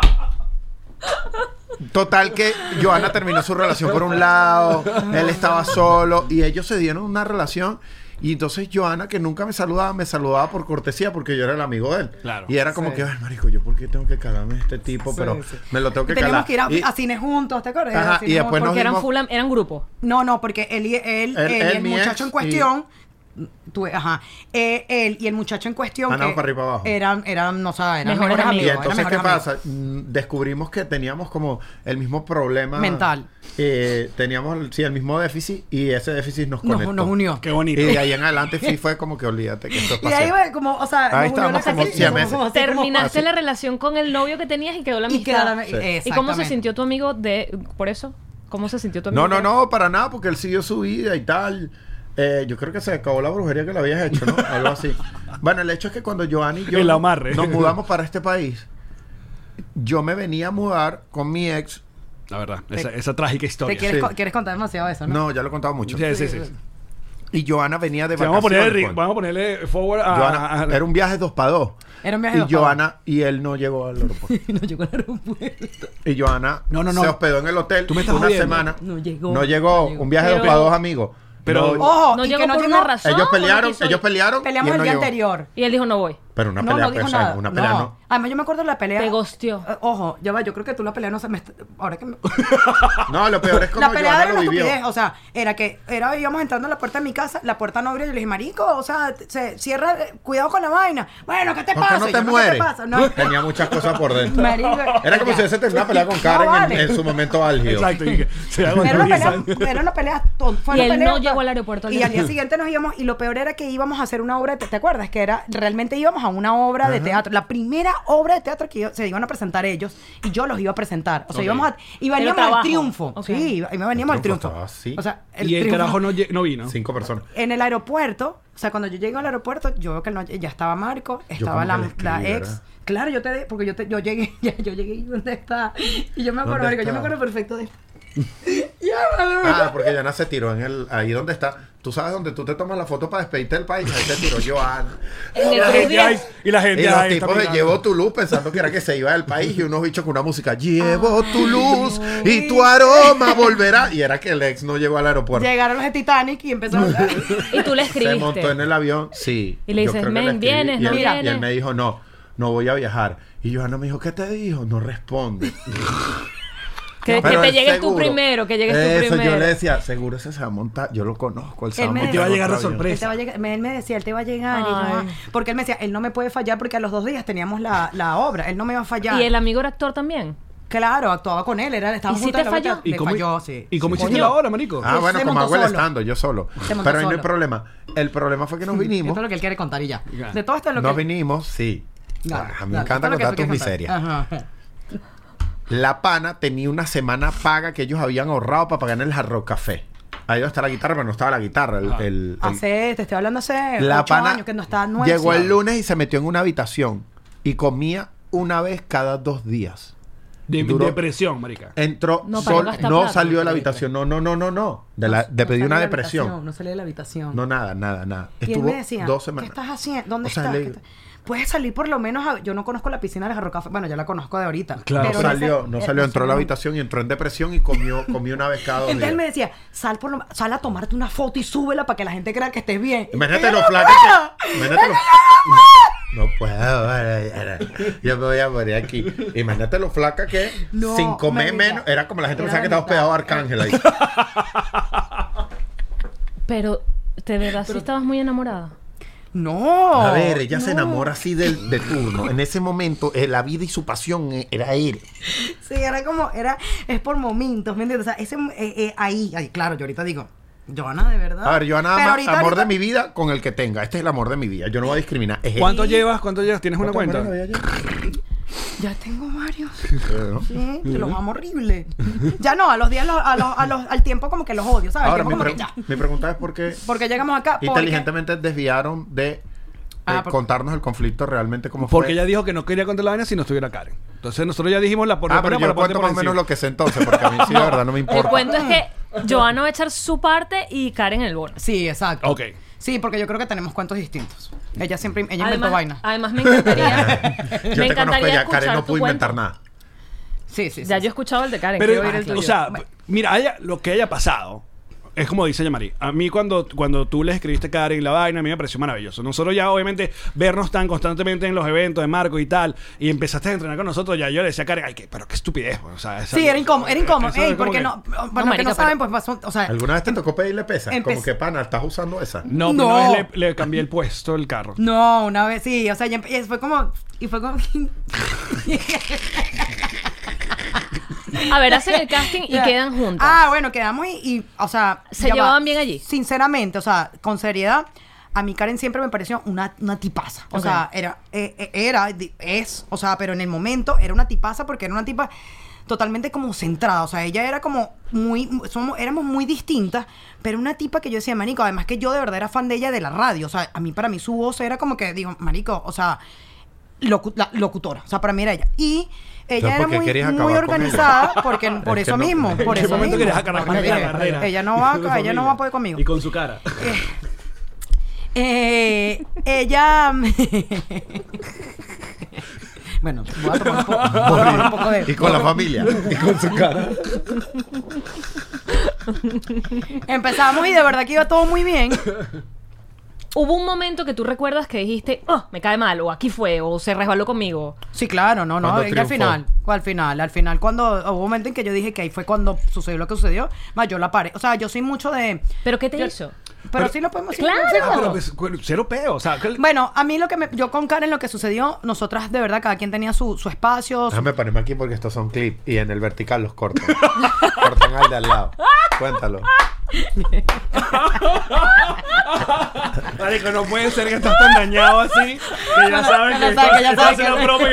Speaker 3: Total que Johanna terminó su relación por un lado, él estaba solo y ellos se dieron una relación. Y entonces Johanna, que nunca me saludaba, me saludaba por cortesía porque yo era el amigo de él.
Speaker 1: Claro.
Speaker 3: Y era como que, ay, marico, ¿yo por qué tengo que calarme a este tipo? Pero me lo tengo que
Speaker 4: Teníamos
Speaker 3: calar.
Speaker 4: que ir a,
Speaker 3: Y-
Speaker 4: a cine juntos, ¿te acuerdas?
Speaker 3: Ajá,
Speaker 4: A cine
Speaker 3: y después
Speaker 4: juntos.
Speaker 3: nos
Speaker 2: Porque eran
Speaker 3: vimos-
Speaker 2: full, eran grupo.
Speaker 4: No, no, porque él y él,
Speaker 3: Él-
Speaker 4: él y
Speaker 3: él,
Speaker 4: el
Speaker 3: mi ex,
Speaker 4: muchacho en
Speaker 3: y-
Speaker 4: cuestión. Tú, ajá. eh, él y el muchacho en cuestión.
Speaker 3: Andaban
Speaker 4: que
Speaker 3: Ah, para arriba y para abajo.
Speaker 4: Eran, eran, no sé, eran
Speaker 2: Mejores amigos,
Speaker 4: mejores, amigos.
Speaker 3: Y
Speaker 4: eran
Speaker 3: entonces, ¿qué
Speaker 4: mejores
Speaker 3: pasa?
Speaker 4: amigos.
Speaker 3: Mm, Descubrimos que teníamos como el mismo problema
Speaker 4: Mental.
Speaker 3: Eh, teníamos, sí, el mismo déficit y ese déficit nos
Speaker 4: Nos-
Speaker 3: conectó.
Speaker 4: nos unió.
Speaker 1: Qué
Speaker 3: Y
Speaker 1: bonito.
Speaker 3: de ahí en adelante sí fue como que olvídate que esto es
Speaker 4: Y de ahí,
Speaker 3: pasión.
Speaker 4: bueno, como, o sea,
Speaker 3: Ahí
Speaker 4: nos unió la
Speaker 3: estábamos como
Speaker 4: casa y-
Speaker 3: siameses.
Speaker 4: como así, como-
Speaker 2: Terminaste
Speaker 3: así.
Speaker 2: la relación con el novio que tenías y quedó la
Speaker 4: Y
Speaker 2: amistad.
Speaker 4: quedó la- Sí.
Speaker 2: ¿Y cómo se
Speaker 4: Exactamente.
Speaker 2: sintió tu amigo de por eso? ¿Cómo se sintió tu amigo?
Speaker 3: No, no,
Speaker 2: por-
Speaker 3: no, para nada, porque él siguió su vida y tal. Eh, yo creo que se acabó la brujería que le habías hecho, ¿no? Algo así. Bueno, el hecho es que cuando Joan y yo
Speaker 1: El amarre.
Speaker 3: nos mudamos para este país, yo me venía a mudar con mi ex.
Speaker 1: La verdad, esa, esa trágica
Speaker 4: Te
Speaker 1: historia.
Speaker 4: quieres,
Speaker 3: Sí.
Speaker 4: co- quieres contar demasiado eso, ¿no?
Speaker 3: No, ya lo he contado mucho.
Speaker 1: Sí, sí, sí. sí.
Speaker 3: Y Joana venía de
Speaker 1: Sí, vamos, a
Speaker 3: vacaciones.
Speaker 1: ponerle,
Speaker 3: pues.
Speaker 1: vamos a ponerle forward a.
Speaker 3: Johanna-
Speaker 1: a- a-
Speaker 3: era un viaje dos para dos.
Speaker 4: Era un viaje
Speaker 3: y
Speaker 4: dos pa' dos.
Speaker 3: Johanna- y él no llegó al aeropuerto.
Speaker 4: No llegó al aeropuerto.
Speaker 3: Y Joana
Speaker 1: No, no, no.
Speaker 3: se hospedó en el hotel
Speaker 1: Tú me estás
Speaker 3: una
Speaker 1: jodiendo.
Speaker 3: semana.
Speaker 4: No llegó.
Speaker 3: No llegó.
Speaker 4: No llegó.
Speaker 3: Un viaje dos
Speaker 2: Pero-
Speaker 3: para dos amigos.
Speaker 1: Pero-
Speaker 3: No,
Speaker 4: Ojo,
Speaker 2: No
Speaker 4: y
Speaker 2: llegó
Speaker 4: que no
Speaker 2: por
Speaker 4: llegó.
Speaker 2: una razón.
Speaker 3: ellos
Speaker 2: o no
Speaker 3: pelearon,
Speaker 2: quiso ir?
Speaker 3: ellos pelearon. y
Speaker 4: Peleamos
Speaker 3: él
Speaker 4: el
Speaker 3: no
Speaker 4: día
Speaker 3: llegó.
Speaker 4: anterior.
Speaker 2: Y él dijo, no voy.
Speaker 3: Pero una
Speaker 4: no,
Speaker 3: pelea,
Speaker 4: no dijo
Speaker 3: pues, o sea,
Speaker 4: nada.
Speaker 3: una pelea no.
Speaker 4: Además, yo me acuerdo de la pelea.
Speaker 2: Te gosteó.
Speaker 4: Eh, ojo, ya va, yo creo que tú la pelea no se me. está- Ahora que me-
Speaker 3: No, lo peor es como
Speaker 4: la pelea
Speaker 3: Joana
Speaker 4: era
Speaker 3: lo
Speaker 4: una
Speaker 3: vivió.
Speaker 4: estupidez. O sea, era que era, íbamos entrando a la puerta de mi casa, la puerta no abrió. Yo le dije, Marico, o sea, se cierra, eh, cuidado con la vaina. Bueno, ¿qué te
Speaker 3: ¿Por
Speaker 4: pasa?
Speaker 3: qué no
Speaker 4: Y
Speaker 3: te
Speaker 4: yo,
Speaker 3: mueres?
Speaker 4: pasa? No.
Speaker 3: Tenía muchas cosas por dentro.
Speaker 4: Marico,
Speaker 3: Era como
Speaker 4: ya.
Speaker 3: si hubiese tenido una pelea con
Speaker 4: No,
Speaker 3: Karen en-
Speaker 4: vale.
Speaker 3: en, su momento álgido.
Speaker 1: Exacto. y que se haga
Speaker 4: Era una
Speaker 1: diez
Speaker 4: pelea,
Speaker 1: años.
Speaker 4: era una pelea ton- fue
Speaker 2: Y
Speaker 4: una
Speaker 2: él
Speaker 4: pelea
Speaker 2: no
Speaker 4: ton-
Speaker 2: llegó al aeropuerto al
Speaker 4: Y
Speaker 2: día
Speaker 4: al día siguiente nos íbamos, y lo peor era que íbamos a hacer una obra, de te- ¿te acuerdas? Que era, realmente íbamos a una obra de teatro, la primera obra de teatro que yo- se iban a presentar ellos, y yo los iba a presentar. O sea,
Speaker 1: Ok.
Speaker 4: íbamos a, y veníamos
Speaker 2: trabajo.
Speaker 4: al triunfo.
Speaker 2: Ok.
Speaker 4: Sí, iba- y veníamos
Speaker 3: El triunfo
Speaker 4: al triunfo.
Speaker 3: estaba así.
Speaker 4: O sea,
Speaker 1: y el
Speaker 4: triunfo-
Speaker 1: carajo no, lle- no vino.
Speaker 3: Cinco personas.
Speaker 4: En el aeropuerto, o sea, cuando yo llego al aeropuerto, yo veo que no- ya estaba Marco, estaba
Speaker 3: como
Speaker 4: la,
Speaker 3: que le
Speaker 4: la
Speaker 3: escribí,
Speaker 4: ex.
Speaker 3: ¿verdad?
Speaker 4: Claro, yo te de- porque yo te, yo llegué, ya, yo llegué y dónde está. Y yo me acuerdo,
Speaker 3: ¿Dónde
Speaker 4: Marico, yo me
Speaker 3: está?
Speaker 4: acuerdo perfecto de. yo
Speaker 3: Ah, porque Yana se tiró en el. Ahí donde está. Tú sabes donde tú te tomas la foto para despedirte del país. Ahí se tiró Joana.
Speaker 2: En
Speaker 1: La
Speaker 2: el
Speaker 1: gente ahí-
Speaker 2: día.
Speaker 1: y la gente
Speaker 3: Y los
Speaker 1: ahí está
Speaker 3: tipos de
Speaker 1: mirando.
Speaker 3: llevo tu luz pensando que era que se iba del país y unos bichos con una música. Llevo tu luz y tu aroma volverá. Y era que el ex no llegó al aeropuerto.
Speaker 4: Llegaron los de Titanic y empezaron a...
Speaker 2: Y tú le
Speaker 3: Se montó en
Speaker 2: escribiste.
Speaker 3: el avión, sí.
Speaker 2: Y le
Speaker 3: yo
Speaker 2: dices,
Speaker 3: creo que
Speaker 2: "Men,
Speaker 3: escribí".
Speaker 2: ¿vienes?
Speaker 3: Y
Speaker 2: ¿No
Speaker 3: él- Y él
Speaker 2: vienes?
Speaker 3: me dijo, no, no voy a viajar. Y Johanna me dijo, ¿qué te dijo? No responde.
Speaker 2: Que, que
Speaker 3: Pero
Speaker 2: te
Speaker 3: él
Speaker 2: llegues tú
Speaker 3: seguro-
Speaker 2: primero, que llegues tú
Speaker 3: Eso, yo le
Speaker 2: primero.
Speaker 3: decía, seguro ese se va a montar. Yo lo conozco, él se
Speaker 4: Él
Speaker 3: va a
Speaker 4: me
Speaker 3: montar.
Speaker 1: Te va a
Speaker 3: en
Speaker 1: llegar de
Speaker 3: otro avión".
Speaker 4: Él, te
Speaker 1: sorpresa.
Speaker 4: va a llegar- me- él me decía, él te va a llegar. y yo,
Speaker 2: Ay.
Speaker 4: ah, porque él me decía, él no me puede fallar porque a los dos días teníamos la, la obra. Él no me va a fallar.
Speaker 2: Y el amigo era actor también.
Speaker 4: Claro, actuaba con él. Era,
Speaker 2: ¿Y
Speaker 4: estábamos
Speaker 2: si
Speaker 4: juntos
Speaker 2: te
Speaker 4: en la
Speaker 2: falló?
Speaker 4: vuelta.
Speaker 1: ¿Y
Speaker 4: Le
Speaker 1: cómo,
Speaker 4: falló, sí.
Speaker 1: ¿Y cómo
Speaker 4: Sí.
Speaker 1: hiciste la hora, marico?
Speaker 3: Ah,
Speaker 4: Él
Speaker 3: bueno,
Speaker 4: se
Speaker 3: como
Speaker 4: montó
Speaker 3: hago el
Speaker 4: solo.
Speaker 3: estando, yo solo.
Speaker 4: Se montó
Speaker 3: Pero ahí no hay
Speaker 4: solo.
Speaker 3: problema. El problema fue que nos
Speaker 4: Esto
Speaker 3: vinimos.
Speaker 4: es lo que él quiere contar y ya. De todo esto es lo
Speaker 3: Nos
Speaker 4: que...
Speaker 3: vinimos, sí.
Speaker 4: Claro,
Speaker 3: Ah, me
Speaker 4: claro,
Speaker 3: encanta
Speaker 4: esto es lo
Speaker 3: contar
Speaker 4: que tú
Speaker 3: tus
Speaker 4: quieres
Speaker 3: miserias.
Speaker 4: contar. Ajá.
Speaker 3: La pana tenía una semana paga que ellos habían ahorrado para pagar en el Jarro Café. Ahí está la guitarra, pero no estaba la guitarra. El, el- el-
Speaker 4: Hace, te estoy hablando hace
Speaker 3: la
Speaker 4: ocho
Speaker 3: pana
Speaker 4: años que no está nueve.
Speaker 3: llegó el lunes y se metió en una habitación y comía una vez cada dos días.
Speaker 1: De-
Speaker 3: Duró-
Speaker 1: Depresión, marica.
Speaker 3: Entró,
Speaker 2: No, para
Speaker 3: sol,
Speaker 2: no gastar
Speaker 3: no
Speaker 2: plata,
Speaker 3: salió de la
Speaker 2: marica.
Speaker 3: habitación. No, no, no, no, no. De, la, de pedir una depresión.
Speaker 4: No salí de la habitación.
Speaker 3: No, nada, nada, nada.
Speaker 4: Ah. y él
Speaker 3: Estuvo
Speaker 4: me decía,
Speaker 3: dos semanas.
Speaker 4: ¿qué estás haciendo? ¿Dónde
Speaker 3: O sea,
Speaker 4: estás?
Speaker 3: le-
Speaker 4: ¿Qué te- Puedes salir por lo menos a... Yo no conozco la piscina del Jarro Café. Bueno, yo la conozco de ahorita.
Speaker 1: Claro.
Speaker 3: no
Speaker 4: en ese-
Speaker 3: salió, no
Speaker 4: eh,
Speaker 3: salió, entró a la
Speaker 4: salió.
Speaker 3: habitación y entró en depresión y comió, comió una vez cada dos
Speaker 4: Entonces
Speaker 3: días.
Speaker 4: él me decía, sal, por lo- sal a tomarte una foto y súbela para que la gente crea que estés bien.
Speaker 3: Imagínate los flacos que. Imagínate los. No puedo. eh, eh, eh, Yo me voy a morir aquí. Imagínate lo flaca que
Speaker 4: No,
Speaker 3: sin comer
Speaker 4: marica.
Speaker 3: menos. Era como la gente
Speaker 4: Era
Speaker 3: pensaba que estaba hospedado
Speaker 4: bonita.
Speaker 3: a Arcángel ahí.
Speaker 2: Pero, ¿de verdad sí estabas muy enamorada?
Speaker 4: No.
Speaker 3: A ver, ella se enamora así del de turno. En ese momento, eh, la vida y su pasión eh, era él.
Speaker 4: Sí, era como, era, es por momentos, ¿me entiendes? O sea, ese, eh, eh, ahí, ahí, claro, yo ahorita digo, Joana, de verdad.
Speaker 3: A ver, yo nada
Speaker 4: Pero
Speaker 3: más
Speaker 4: ahorita,
Speaker 3: amor
Speaker 4: ahorita-
Speaker 3: de mi vida con el que tenga. Este es el amor de mi vida. Yo no voy a discriminar. Es él.
Speaker 1: ¿Cuánto llevas? ¿Cuánto llevas? ¿Tienes una
Speaker 3: ¿Cuántos
Speaker 1: cuenta?
Speaker 3: amores había
Speaker 4: Ya tengo varios.
Speaker 3: yo? Eh, ¿no?
Speaker 4: Sí, yo los amo horrible. Ya no, a los días, los- a los, a los- al tiempo como que los odio, ¿sabes?
Speaker 3: Ahora,
Speaker 4: Al tiempo
Speaker 3: mi,
Speaker 4: como
Speaker 3: pre-
Speaker 4: que ya.
Speaker 3: mi pregunta es por qué
Speaker 4: Ah, Porque llegamos acá. porque-
Speaker 3: inteligentemente desviaron de eh,
Speaker 4: Ah, porque-
Speaker 3: contarnos el conflicto realmente como
Speaker 1: Porque
Speaker 3: fue.
Speaker 1: ella dijo que no quería contar la vaina si no estuviera Karen. Entonces nosotros ya dijimos la por
Speaker 3: Ah,
Speaker 1: la
Speaker 3: pero
Speaker 1: ponemos,
Speaker 3: yo
Speaker 1: la ponemos
Speaker 3: cuento más o
Speaker 1: por
Speaker 3: menos lo
Speaker 1: encima.
Speaker 3: que sé entonces, porque a mí sí, de verdad, no me
Speaker 2: El
Speaker 3: importa.
Speaker 2: cuento es que Joana va a echar su parte y Karen el bono.
Speaker 4: Sí, exacto.
Speaker 1: Ok.
Speaker 4: Sí, porque yo creo que tenemos cuentos distintos. Ella siempre, ella
Speaker 2: Además,
Speaker 4: inventó
Speaker 2: ah,
Speaker 4: vaina.
Speaker 2: además me encantaría,
Speaker 3: Yo
Speaker 2: me
Speaker 3: te conozco
Speaker 2: encantaría
Speaker 3: ya,
Speaker 2: escuchar
Speaker 3: Karen, no
Speaker 2: tu
Speaker 3: pude inventar
Speaker 2: cuento.
Speaker 3: nada.
Speaker 4: Sí, sí, sí.
Speaker 2: Ya
Speaker 4: sí.
Speaker 2: yo he escuchado el de Karen.
Speaker 1: Pero, Ah,
Speaker 2: quiero
Speaker 4: ah,
Speaker 2: oír el
Speaker 1: o
Speaker 2: tuyo.
Speaker 1: sea,
Speaker 2: Bueno,
Speaker 1: mira, haya- lo que haya pasado. Es como dice Yamari. A mí cuando, cuando tú le escribiste a Karen la vaina, a mí me pareció maravilloso. Nosotros ya, obviamente, vernos tan constantemente en los eventos de Marco y tal, y empezaste a entrenar con nosotros, ya yo le decía a Karen, ay, qué, pero qué estupidez. güey", O sea, esa-
Speaker 4: Sí, era incómodo, era incómodo.
Speaker 1: Eso es
Speaker 4: Ey,
Speaker 1: como
Speaker 4: porque
Speaker 1: que-
Speaker 4: no, para los que
Speaker 2: marica,
Speaker 4: no saben,
Speaker 2: pero-
Speaker 4: pues pasó, o sea,
Speaker 3: ¿Alguna vez te tocó pedirle pesa?
Speaker 4: Empecé-
Speaker 3: Como que, pana, ¿estás usando esa?
Speaker 1: No,
Speaker 4: No.
Speaker 1: una vez le, le cambié el puesto del carro.
Speaker 4: no, una vez sí, o sea, ya empe- y fue como, y fue como,
Speaker 2: a ver, hacen el casting y quedan juntas.
Speaker 4: Ah, bueno, quedamos y, y, o sea...
Speaker 2: ¿Se
Speaker 4: ya va.
Speaker 2: llevaban bien allí?
Speaker 4: Sinceramente, o sea, con seriedad, a mí Karen siempre me pareció una, una tipaza. O
Speaker 2: Ok.
Speaker 4: sea, era, eh, eh, era, di- es, o sea, pero en el momento era una tipaza porque era una tipa totalmente como centrada. O sea, ella era como muy, somos, éramos muy distintas, pero una tipa que yo decía, marico, además que yo de verdad era fan de ella de la radio. O sea, a mí, para mí su voz era como que, digo, marico, o sea... locu- la- locutora, o sea, para mí era ella. Y
Speaker 3: Entonces,
Speaker 4: ella era
Speaker 3: ¿por qué
Speaker 4: muy,
Speaker 3: querías
Speaker 4: muy
Speaker 3: acabar con ella?
Speaker 4: organizada, porque por
Speaker 3: Es que
Speaker 4: eso
Speaker 3: no-
Speaker 4: mismo,
Speaker 3: ¿en
Speaker 4: por
Speaker 1: ¿En
Speaker 4: eso
Speaker 1: qué momento
Speaker 4: mismo.
Speaker 1: querías acabar con
Speaker 4: Porque
Speaker 1: ella,
Speaker 4: ella-
Speaker 1: carrera?
Speaker 4: ella no va,
Speaker 1: Y su
Speaker 4: a- ella
Speaker 1: familia.
Speaker 4: no va a poder conmigo.
Speaker 1: Y con su cara.
Speaker 4: Eh, ella. bueno, voy a tomar un, po- voy a tomar un poco de.
Speaker 3: Y con la familia. Y con su cara.
Speaker 4: Empezamos y de verdad que iba todo muy bien.
Speaker 2: Hubo un momento que tú recuerdas que dijiste, oh, me cae mal, o aquí fue, o se resbaló conmigo.
Speaker 4: Sí, claro, no, no.
Speaker 3: Cuando
Speaker 4: es que al
Speaker 3: triunfó.
Speaker 4: final, al final, al final, cuando hubo un momento en que yo dije que ahí fue cuando sucedió lo que sucedió, más yo la paré. O sea, yo soy mucho de.
Speaker 2: ¿Pero qué te
Speaker 4: Yo-
Speaker 2: hizo?
Speaker 4: Pero,
Speaker 1: Pero-
Speaker 4: sí lo podemos
Speaker 2: Claro.
Speaker 4: sí lo
Speaker 1: Ah,
Speaker 4: podemos-
Speaker 1: pero pues, cu- cero peo. O sea, que-
Speaker 4: Bueno, a mí lo que me. Yo con Karen lo que sucedió, nosotras de verdad, cada quien tenía su, su espacio, su
Speaker 3: Déjame ponerme aquí porque estos son clips y en el vertical los cortan. cortan al de al lado. Cuéntalo.
Speaker 1: Marico, no puede ser que estás tan dañado así. Que ya sabes que
Speaker 4: ya sabe, que ya
Speaker 1: estás
Speaker 4: sabe que-
Speaker 1: haciendo broma.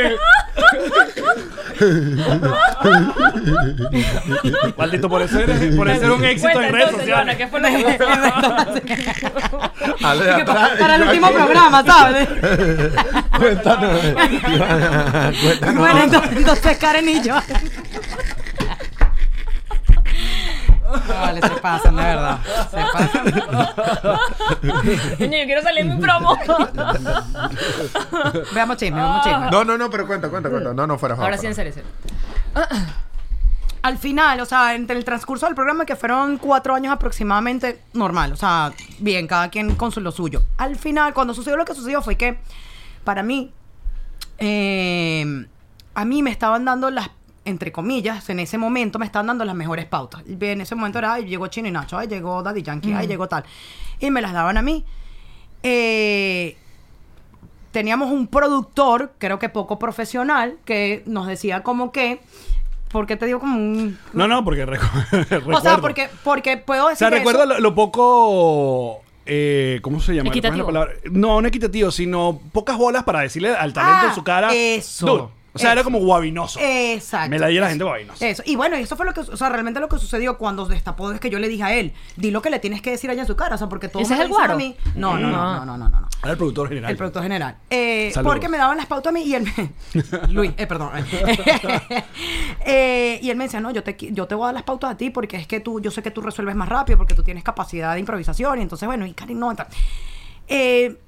Speaker 1: que- Maldito, por eso eres, por eso eres un éxito en redes sociales.
Speaker 2: ¿qué fue lo que pasó?
Speaker 3: Ale,
Speaker 4: Que pa-
Speaker 3: atrás,
Speaker 4: para el
Speaker 3: yo
Speaker 4: último
Speaker 3: aquí.
Speaker 4: programa, ¿sabes?
Speaker 3: Cuéntanos. Ivana, cuéntanos.
Speaker 4: bueno, entonces, entonces Karen y yo.
Speaker 7: vale, se pasan, de verdad. Se pasan.
Speaker 2: Coño, yo quiero salir en mi promo.
Speaker 7: Veamos chisme, veamos chisme.
Speaker 3: No, no, no, pero cuenta, cuenta, cuenta. No, no, fuera joda,
Speaker 2: Ahora sí,
Speaker 3: fuera.
Speaker 2: en serio. en serio.
Speaker 4: al final, o sea, entre el transcurso del programa, que fueron cuatro años aproximadamente, normal, o sea, bien, cada quien con su- lo suyo. Al final, cuando sucedió lo que sucedió fue que, para mí, eh, a mí me estaban dando las, entre comillas, en ese momento me estaban dando las mejores pautas. Y En ese momento era, ay, llegó Chino y Nacho, ay, llegó Daddy Yankee,
Speaker 1: Mm.
Speaker 4: ay, llegó tal. Y me las daban a mí. Eh, teníamos un productor, creo que poco profesional, que nos decía como que, ¿por qué te digo como un...
Speaker 1: No, no, porque recuerdo.
Speaker 4: O sea, porque, porque puedo
Speaker 1: O
Speaker 4: decir
Speaker 1: sea, recuerda
Speaker 4: eso.
Speaker 1: lo, lo poco. eh, ¿Cómo se llama? ¿Cuál es la
Speaker 2: Equitativo.
Speaker 1: palabra? No, no equitativo, sino pocas bolas para decirle al talento
Speaker 4: Ah,
Speaker 1: en su cara.
Speaker 4: eso.
Speaker 1: "Dude". O sea, era
Speaker 4: Eso.
Speaker 1: como guabinoso.
Speaker 4: Exacto.
Speaker 1: Me la di a la gente guabinoso.
Speaker 4: Eso. Y bueno, y eso fue lo que, o sea, realmente lo que sucedió cuando destapó es que yo le dije a él, di lo que le tienes que decir allá en su cara, o sea, porque todo
Speaker 2: ¿Ese es el guaro? Mm.
Speaker 4: a mí. No, no, no, no, no, no, no. no.
Speaker 1: Era el productor general.
Speaker 4: El productor general. Eh,
Speaker 1: Saludos.
Speaker 4: porque me daban las pautas a mí y él me... Luis, eh, perdón. Eh, y él me decía, no, yo te, qui- yo te voy a dar las pautas a ti porque es que tú, yo sé que tú resuelves más rápido porque tú tienes capacidad de improvisación y entonces, bueno, y Karen no. entra. Eh,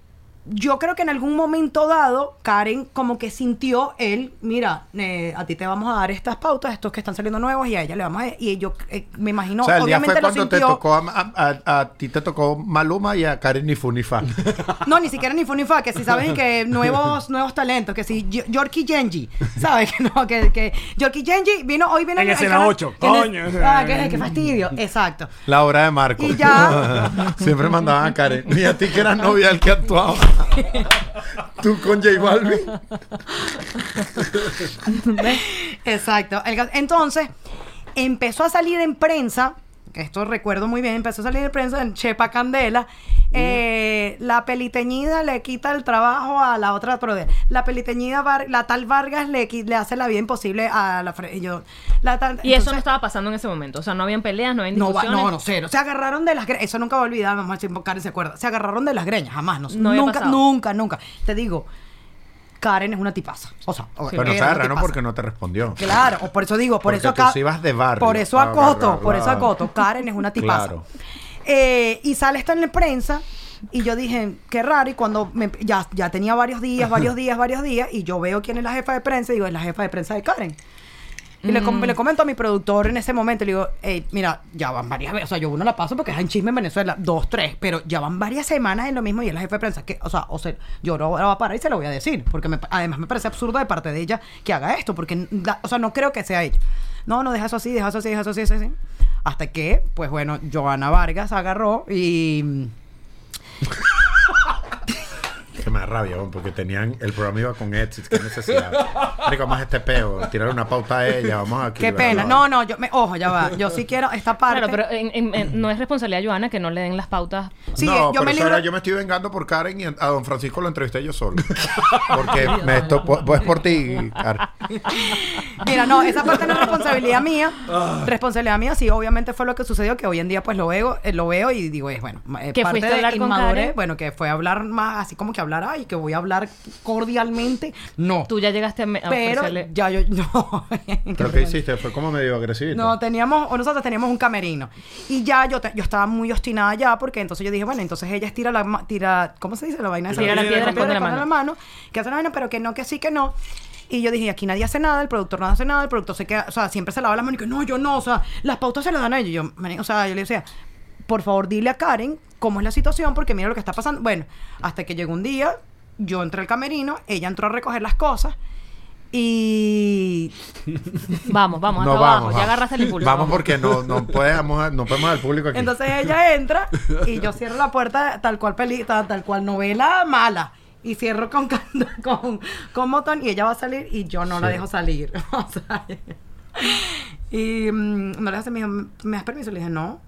Speaker 4: yo creo que en algún momento dado, Karen como que sintió él, mira, eh, a ti te vamos a dar estas pautas, estos que están saliendo nuevos y a ella le vamos a... Y yo eh, me imagino,
Speaker 3: o sea, el día
Speaker 4: obviamente
Speaker 3: fue
Speaker 4: lo
Speaker 3: cuando te
Speaker 4: sintió...
Speaker 3: tocó a, a- a- a ti te tocó Maluma y a Karen ni Funifa.
Speaker 4: No, ni siquiera ni Funifa, que si sabes que nuevos nuevos talentos, que si Yo- Yorkie Genji, ¿sabes? Que no, que, que Yorkie Genji vino, hoy viene
Speaker 1: En
Speaker 4: al- al
Speaker 1: escena
Speaker 4: canal-
Speaker 1: ocho,
Speaker 4: en es-
Speaker 1: coño.
Speaker 4: Ah, qué, qué fastidio, exacto.
Speaker 3: La obra de Marco.
Speaker 4: Y ya.
Speaker 3: Siempre mandaban a Karen. Ni a ti que eras novia del que actuaba. Tú con J Balvin.
Speaker 4: Exacto. El ca- Entonces, empezó a salir en prensa, que esto recuerdo muy bien, empezó a salir en prensa en Chepa Candela.
Speaker 1: Mm.
Speaker 4: eh, la peliteñida le quita el trabajo a la otra prode- La peliteñida, Var- la tal Vargas le, qui- le hace la vida imposible a la... fre- y yo- la tal-
Speaker 2: Y eso no
Speaker 4: entonces-
Speaker 2: estaba pasando en ese momento. O sea, no habían peleas, no habían
Speaker 4: No, va-
Speaker 2: discusiones.
Speaker 4: no, no, cero. Se agarraron de las greñas. Eso nunca voy a olvidar, mamá, si Karen se acuerda. Se agarraron de las greñas, jamás. No,
Speaker 2: No había
Speaker 4: nunca,
Speaker 2: pasado.
Speaker 4: nunca, nunca. Te digo, Karen es una tipaza. O sea, o-
Speaker 3: Pero no
Speaker 4: era
Speaker 3: se
Speaker 4: una
Speaker 3: agarraron
Speaker 4: tipaza.
Speaker 3: porque no te respondió.
Speaker 4: Claro, o por eso digo, por
Speaker 3: Porque
Speaker 4: eso
Speaker 3: tú
Speaker 4: acá.
Speaker 3: sí ibas de barrio.
Speaker 4: Por eso
Speaker 3: Ah,
Speaker 4: acoto,
Speaker 3: claro,
Speaker 4: por eso
Speaker 3: claro.
Speaker 4: acoto. Karen es una tipaza.
Speaker 3: Claro.
Speaker 4: Eh, y sale esto en la prensa. Y yo dije, qué raro. Y cuando me- ya, ya tenía varios días, varios días, varios días. Y yo veo quién es la jefa de prensa. Y digo, es la jefa de prensa de Karen. Y le,
Speaker 2: Mm.
Speaker 4: com- le comento a mi productor en ese momento, le digo, "Ey, mira, ya van varias veces, o sea, yo uno la paso porque es en chisme en Venezuela, dos, tres, pero ya van varias semanas en lo mismo y es la jefa de prensa, que, o sea, o sea, yo no la voy a parar y se lo voy a decir, porque me pa- además me parece absurdo de parte de ella que haga esto, porque, la- o sea, no creo que sea ella. No, no, deja eso así, deja eso así, deja eso así, deja eso así. Hasta que, pues bueno, Joana Vargas agarró y... mm,
Speaker 3: Que me da rabia, weón, porque tenían el programa iba con éxito. Qué necesidad. Rico, más este peo. Tirar una pauta a ella. Vamos aquí.
Speaker 4: Qué pena. No, no, yo me, ojo, ya va. Yo sí quiero esta parte.
Speaker 2: Claro, pero en- en- en- no es responsabilidad de Joana que no le den las pautas.
Speaker 4: Sí,
Speaker 3: no,
Speaker 4: eh, yo
Speaker 3: pero
Speaker 4: me
Speaker 3: eso
Speaker 4: libro-
Speaker 3: era, yo me estoy vengando por Karen y a don Francisco lo entrevisté yo solo. Porque me esto, po- pues por ti, Karen.
Speaker 4: Mira, no, esa parte no es responsabilidad mía. Responsabilidad mía, sí, obviamente fue lo que sucedió, que hoy en día pues lo veo, eh, lo veo y digo, es bueno, eh,
Speaker 2: ¿Que
Speaker 4: parte
Speaker 2: fuiste a
Speaker 4: de
Speaker 2: hablar con
Speaker 4: inmadurez,
Speaker 2: Karen?
Speaker 4: bueno, que fue a hablar más, así como que hablar, ay, que voy a hablar cordialmente. No.
Speaker 2: Tú pues, ya llegaste a, me- a
Speaker 4: pero
Speaker 2: ofrecerle-
Speaker 4: ya yo no.
Speaker 3: Pero ¿qué hiciste? Fue como medio agresivo.
Speaker 4: No, teníamos, o nosotros teníamos un camerino. Y ya yo, te- yo estaba muy obstinada ya, porque entonces yo dije, bueno, entonces ella estira la ma- tira, ¿cómo se dice? La vaina esa.
Speaker 2: Tira la piedra con la
Speaker 4: con la mano. Que hace la vaina, pero que no, que sí, que no. Y yo dije, aquí nadie hace nada, el productor no hace nada, el productor se queda, o sea, siempre se lava las manos y que no, yo no, o sea, las pautas se las dan a ellos. Yo, "Mani", o sea, yo le decía, por favor, dile a Karen cómo es la situación, porque mira lo que está pasando. Bueno, hasta que llegó un día, yo entré al camerino, ella entró a recoger las cosas y
Speaker 2: Vamos, vamos,
Speaker 3: No
Speaker 2: hasta
Speaker 3: vamos.
Speaker 2: abajo.
Speaker 3: vamos.
Speaker 2: Ya agarraste el impulso.
Speaker 3: Vamos porque no, no, podemos, no podemos al público aquí.
Speaker 4: Entonces ella entra y yo cierro la puerta tal cual pelita, tal cual novela mala. Y cierro con, can- con, con motón y ella va a salir y yo no la dejo salir. O sea, y mm, no le hace, me dijo, ¿me das permiso? Le dije, no.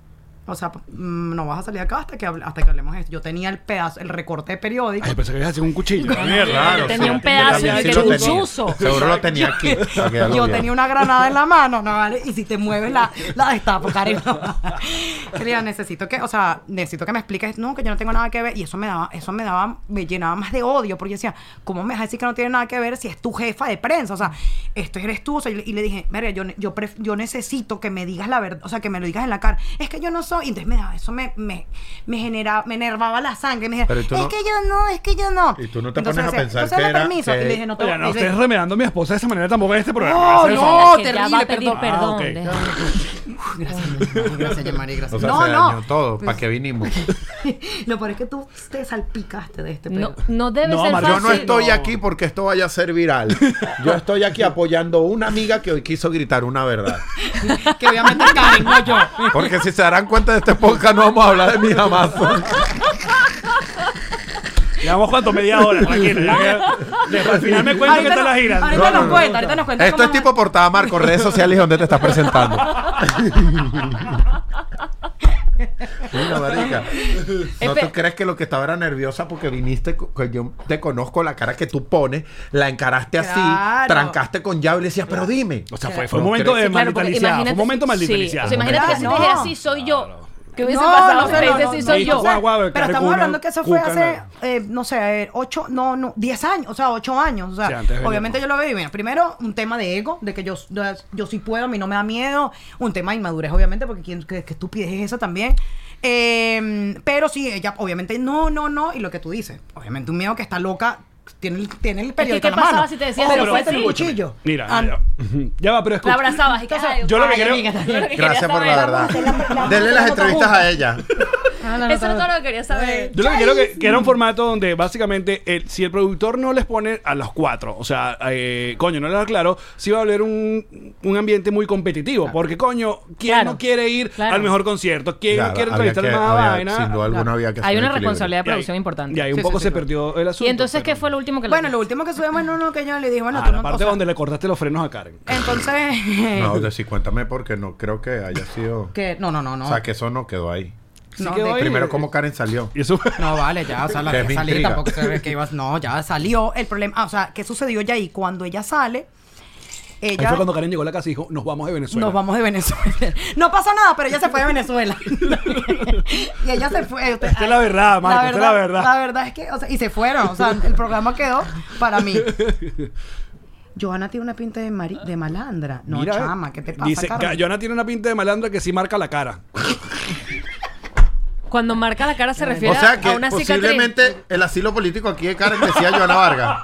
Speaker 4: O sea, mm, no vas a salir acá hasta que, hable- hasta que hablemos esto. Yo tenía el pedazo, el recorte de periódico.
Speaker 1: Ay, pensé que ibas a hacer un cuchillo.
Speaker 3: Claro,
Speaker 2: Yo tenía
Speaker 3: sí,
Speaker 2: un pedazo
Speaker 3: también
Speaker 2: de
Speaker 3: sí
Speaker 2: que
Speaker 3: lo
Speaker 2: era un
Speaker 3: tenía.
Speaker 2: chuzo.
Speaker 3: Seguro lo tenía aquí. para que ya lo
Speaker 4: Yo
Speaker 3: viera.
Speaker 4: tenía una granada en la mano, no vale. Y si te mueves la, la destapo, Karen. Querida, necesito que, o sea, necesito que me expliques, no, que yo no tengo nada que ver. Y eso me daba, eso me daba, me llenaba más de odio, porque yo decía, ¿cómo me vas a decir que no tiene nada que ver si es tu jefa de prensa? O sea, esto eres tú. O sea, y, le- y le dije, María, yo, ne- yo, pref- yo necesito que me digas la verdad, o sea, que me lo digas en la cara. Es que yo no soy. Y entonces me daba, eso me, me, me generaba, me enervaba la sangre. Me decía,
Speaker 3: Pero y
Speaker 4: es
Speaker 3: tú no-
Speaker 4: que yo no, es que yo no.
Speaker 3: Y tú no te
Speaker 4: Entonces
Speaker 3: pones a
Speaker 4: decía,
Speaker 3: pensar
Speaker 4: entonces
Speaker 3: que
Speaker 4: no
Speaker 3: era-
Speaker 4: permiso.
Speaker 3: que-
Speaker 4: Y le dije, no te
Speaker 1: Oye, no
Speaker 4: dice-
Speaker 1: estés remedando a mi esposa de esa manera tampoco en este programa.
Speaker 4: No,
Speaker 1: Hazle el
Speaker 4: no.
Speaker 1: favor.
Speaker 2: que ya va a
Speaker 4: terrible,
Speaker 2: pedir
Speaker 4: perdón.
Speaker 2: perdón.
Speaker 1: Ah, ok.
Speaker 2: de-
Speaker 4: Gracias, Yamari, gracias.
Speaker 3: O sea,
Speaker 4: no,
Speaker 3: se
Speaker 4: no. Pues,
Speaker 3: dañó todo. ¿Para qué vinimos?
Speaker 4: Lo peor es que tú te salpicaste de este
Speaker 2: No,
Speaker 4: pedo.
Speaker 2: no debe
Speaker 1: No,
Speaker 2: ser
Speaker 1: Mar-
Speaker 2: fácil.
Speaker 3: Ah, Yo no estoy
Speaker 1: no.
Speaker 3: aquí porque esto vaya a ser viral. Yo estoy aquí apoyando a una amiga que hoy quiso gritar una verdad.
Speaker 4: Que obviamente Karen, no yo.
Speaker 3: Porque si se darán cuenta de este podcast, no vamos a hablar de mi jamás.
Speaker 1: Llevamos cuánto, media hora, tranquilo. ya que- de- Al final me cuentan que está
Speaker 4: no-
Speaker 1: la gira.
Speaker 4: ahorita nos cuenta, ahorita nos cuenta.
Speaker 3: Esto es
Speaker 4: cómo-
Speaker 3: tipo portada, Marco. Redes sociales donde te estás presentando. Mira, marica. ¿No
Speaker 2: Espe-
Speaker 3: tú crees que lo que estaba era nerviosa porque viniste, co- que yo te conozco la cara que tú pones, la encaraste así,
Speaker 4: Claro.
Speaker 3: trancaste con llave y le decías, pero dime.
Speaker 1: O sea, fue,
Speaker 3: ¿No
Speaker 1: fue un momento
Speaker 3: crees?
Speaker 1: de
Speaker 2: Sí, claro, porque
Speaker 1: maldita Fue
Speaker 2: imagínate
Speaker 1: un momento
Speaker 2: si-
Speaker 1: maldita
Speaker 2: sí, o sea, imagínate que si
Speaker 4: No.
Speaker 2: te dije así soy yo. ¿Qué hubiese
Speaker 4: No,
Speaker 2: pasado
Speaker 4: no,
Speaker 2: si
Speaker 4: no,
Speaker 2: te
Speaker 4: no,
Speaker 2: así
Speaker 4: no,
Speaker 2: soy
Speaker 1: no,
Speaker 2: yo?
Speaker 1: no, no, Guau, guau,
Speaker 4: Pero estamos
Speaker 1: Caracuna,
Speaker 4: hablando que eso fue
Speaker 1: Cuca,
Speaker 4: hace,
Speaker 1: nada.
Speaker 4: eh, no sé, eh, ocho, no, no, diez años, o sea, ocho años. O sea,
Speaker 1: Sí, antes venía,
Speaker 4: obviamente
Speaker 1: ¿no?
Speaker 4: yo lo veo y mira, primero un tema de ego, de que yo, yo, yo sí puedo, a mí no me da miedo. Un tema de inmadurez, obviamente, porque quién, qué, qué estupidez es esa también. Eh, pero sí, ella, obviamente, no, no, no. Y lo que tú dices, obviamente un miedo que está loca, tiene, el- tiene el periódico
Speaker 2: ¿qué
Speaker 4: en la mano.
Speaker 2: pasaba si te decía,
Speaker 4: pero
Speaker 2: "Sí,
Speaker 4: fue
Speaker 2: sí"?
Speaker 4: el cuchillo.
Speaker 1: Mira,
Speaker 4: Ah,
Speaker 1: ya, ya va, pero
Speaker 2: La
Speaker 1: escucha.
Speaker 2: abrazabas y que, ay,
Speaker 1: yo lo que
Speaker 2: ay,
Speaker 1: quiero-
Speaker 2: amiga, yo lo que quería
Speaker 3: Gracias por
Speaker 2: saber
Speaker 3: la
Speaker 2: era
Speaker 3: verdad.
Speaker 2: cómo se la- la-
Speaker 3: Denle las
Speaker 2: cómo
Speaker 3: entrevistas a ella.
Speaker 2: Eso es todo lo que quería saber.
Speaker 1: Yo lo que quiero que, que era un formato donde básicamente el, si el productor no les pone a los cuatro, o sea, eh, coño, no les da claro, sí va a haber un, un ambiente muy competitivo. Porque, coño, ¿quién
Speaker 2: Claro.
Speaker 1: no quiere ir
Speaker 2: Claro.
Speaker 1: al mejor concierto? ¿Quién
Speaker 3: Claro,
Speaker 1: no quiere
Speaker 3: había
Speaker 1: entrevistar
Speaker 3: que-
Speaker 1: más
Speaker 3: había-
Speaker 1: vaina?
Speaker 3: Sin duda alguna
Speaker 4: Claro.
Speaker 3: había que
Speaker 2: Hay
Speaker 3: hacer
Speaker 2: una
Speaker 3: equilibrio.
Speaker 2: responsabilidad de
Speaker 1: Y ahí-
Speaker 2: producción importante.
Speaker 1: Y ahí un
Speaker 4: Sí,
Speaker 1: poco
Speaker 4: sí,
Speaker 1: se
Speaker 4: sí, claro.
Speaker 1: perdió el asunto.
Speaker 2: Y entonces,
Speaker 1: pero-
Speaker 2: ¿qué fue lo último que le
Speaker 4: Bueno,
Speaker 2: dijiste?
Speaker 4: lo último que subimos en uno que yo le dije, bueno,
Speaker 1: Ah,
Speaker 4: tú
Speaker 1: la
Speaker 4: no-
Speaker 1: parte
Speaker 4: o sea,
Speaker 1: donde le cortaste los frenos a Karen.
Speaker 4: Entonces,
Speaker 3: No, o sea, sí, cuéntame porque no creo que haya sido.
Speaker 4: que no, no, no, no.
Speaker 3: O sea, que eso no quedó ahí.
Speaker 1: Sí
Speaker 4: No,
Speaker 1: quedó
Speaker 4: de-
Speaker 1: ahí.
Speaker 3: Primero, ¿cómo Karen salió?
Speaker 1: Y eso
Speaker 7: No, vale, ya, o sea, la
Speaker 3: Que
Speaker 7: que
Speaker 3: me
Speaker 7: salí
Speaker 3: intriga.
Speaker 7: tampoco se ve que ibas. No, ya salí.
Speaker 4: salió el problema, ah, o sea, ¿qué sucedió ya ahí? Cuando ella sale,
Speaker 1: Ahí
Speaker 4: ella
Speaker 1: fue cuando Karen llegó a la casa y dijo, nos vamos de Venezuela.
Speaker 4: nos vamos de Venezuela. No pasó nada, pero ella se fue de Venezuela. y ella se fue. usted-
Speaker 1: Esta es la verdad, Marco, esta es la verdad.
Speaker 4: La verdad es que, o sea, y se fueron, o sea, el programa quedó para mí. Johanna tiene una pinta de, mari- de malandra. No,
Speaker 1: Mira, eh.
Speaker 4: chama, ¿qué te pasa,
Speaker 1: Dice,
Speaker 4: Carmen?
Speaker 1: Joana tiene una pinta de malandra que sí marca la cara.
Speaker 2: Cuando marca la cara se
Speaker 3: O
Speaker 2: refiere
Speaker 3: sea,
Speaker 2: a
Speaker 3: que
Speaker 2: una cicatriz.
Speaker 3: posiblemente el asilo político aquí de Karen decía Joana Vargas.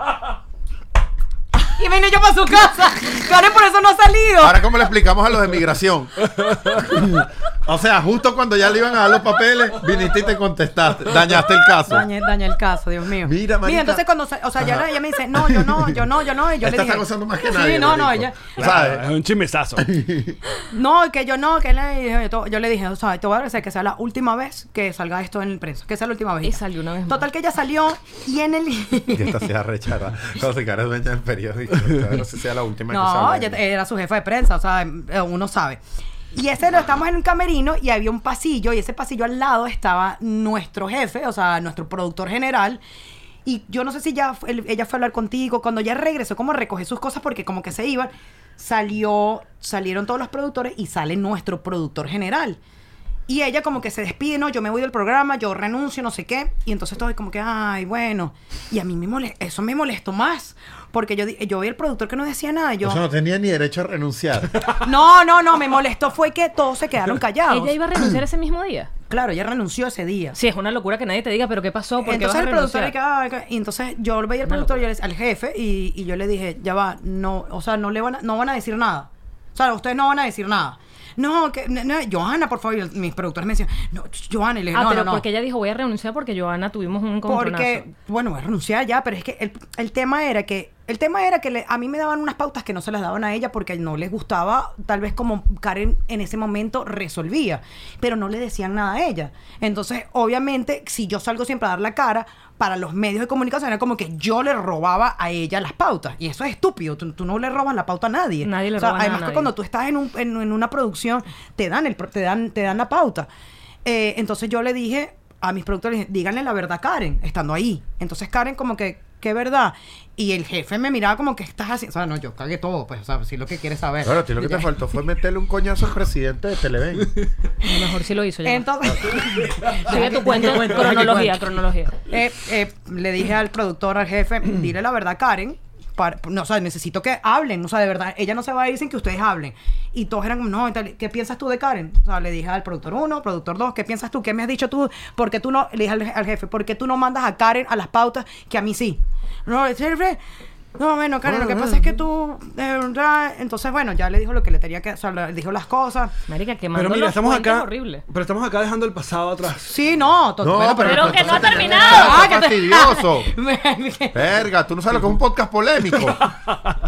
Speaker 4: Y vine yo para su casa. Karen, por eso no ha salido.
Speaker 3: Ahora, ¿cómo le explicamos a los de migración? o sea, justo cuando ya le iban a dar los papeles, viniste y te contestaste. Dañaste el caso.
Speaker 4: Daña, daña el caso, Dios mío.
Speaker 3: Mira, marica.
Speaker 4: entonces cuando, sa- o sea, ya la- ella me dice, no, yo no, yo no, yo no, y yo
Speaker 3: Esta
Speaker 4: le dije.
Speaker 3: está gozando más que nadie.
Speaker 4: Sí, no, no,
Speaker 3: marico.
Speaker 4: ella.
Speaker 1: Claro,
Speaker 3: ¿Sabes?
Speaker 1: Es un chimesazo.
Speaker 4: No, que yo no, que le, yo, to- yo le dije, o sea, te voy a agradecer que sea la última vez que salga esto en el prensa, que sea la última vez.
Speaker 2: Y salió una vez más.
Speaker 4: Total que ella salió y en el...
Speaker 3: Y esta sea rechada. Cuando se cara dueña del periódico. No sé si sea la última que
Speaker 4: No, eh,
Speaker 3: salga.
Speaker 4: ella era su jefa de prensa, o sea, eh, uno sabe. Y ese lo estamos en un camerino y había un pasillo y ese pasillo al lado estaba nuestro jefe, o sea, nuestro productor general. Y yo no sé si ya fu- él- ella fue a hablar contigo, cuando ya regresó como recoger sus cosas porque como que se iban, salió, salieron todos los productores y sale nuestro productor general. Y ella como que se despide, no, yo me voy del programa, yo renuncio, no sé qué. Y entonces todo es como que, ay, bueno. Y a mí me mole- eso me molestó más. Porque yo, di- yo vi al productor que no decía nada. Yo,
Speaker 3: O sea, no tenía ni derecho a renunciar.
Speaker 4: no, no, no, me molestó fue que todos se quedaron callados.
Speaker 2: Ella iba a renunciar ese mismo día.
Speaker 4: Claro, ella renunció ese día.
Speaker 2: Sí, es una locura que nadie te diga, pero ¿qué pasó? ¿Por qué vas a
Speaker 4: entonces el productor,
Speaker 2: renunciar?
Speaker 4: y que, "Ay, que-". Y entonces yo veía al
Speaker 2: Una
Speaker 4: productor,
Speaker 2: locura.
Speaker 4: yo le- al jefe, y, y yo le dije, ya va, no, o sea, no le van a, no van a decir nada. O sea, ustedes no van a decir nada. No, que, no, no, Johanna, por favor, y el- mis productores me decían, no, ch- Johanna, y le dije,
Speaker 2: Ah,
Speaker 4: no,
Speaker 2: pero
Speaker 4: no, no.
Speaker 2: porque ella dijo voy a renunciar porque Joana tuvimos un encontronazo.
Speaker 4: Porque, bueno, voy a renunciar ya, pero es que el, el tema era que, el tema era que le- a mí me daban unas pautas que no se las daban a ella porque no les gustaba, tal vez como Karen en ese momento resolvía, pero no le decían nada a ella. Entonces, obviamente, si yo salgo siempre a dar la cara, para los medios de comunicación era como que yo le robaba a ella las pautas. Y eso es estúpido, tú, tú no le robas la pauta a nadie.
Speaker 2: Nadie le
Speaker 4: O sea,
Speaker 2: roba nada a
Speaker 4: Además que
Speaker 2: nadie.
Speaker 4: cuando tú estás en, un- en- en una producción, te dan, el, pro- te, dan, te dan la pauta. Eh, entonces yo le dije a mis productores, dije, díganle la verdad a Karen, estando ahí. Entonces Karen como que, ¿qué verdad? Y el jefe me miraba como, ¿qué estás haciendo?
Speaker 7: O sea, no, yo cagué todo, pues, o sea, si es lo que quieres saber.
Speaker 3: Claro, a ti lo que te faltó fue meterle un coñazo al presidente de Televen.
Speaker 2: A lo mejor sí lo hizo. ya.
Speaker 4: Entonces...
Speaker 2: Sigue tu cuento, cronología, cronología.
Speaker 4: Eh, eh, le dije al productor, al jefe, dile la verdad, Karen. para- no, o sea, necesito que hablen. O sea, de verdad, ella no se va a ir sin que ustedes hablen. Y todos eran como, no, y tal, ¿qué piensas tú de Karen? O sea, le dije al productor uno, productor dos, ¿qué piensas tú? ¿Qué me has dicho tú? ¿Por qué tú no? Le dije al, al jefe, ¿por qué tú no mandas a Karen a las pautas que a mí sí? No, el jefe. No, bueno, Karen, lo que pasa es que tú. eh, ra- entonces, bueno, ya le dijo lo que le tenía que. O sea, le dijo las cosas.
Speaker 2: Marica, que
Speaker 1: Pero mira, estamos acá.
Speaker 2: horrible.
Speaker 1: Pero estamos acá dejando el pasado atrás.
Speaker 4: Sí, no, to-
Speaker 3: No,
Speaker 4: bueno,
Speaker 3: pero-
Speaker 2: Pero que no ha
Speaker 3: entonces-
Speaker 2: terminado.
Speaker 3: Ah, qué fastidioso.
Speaker 4: Me-
Speaker 3: Verga, tú no sabes lo que es un podcast polémico.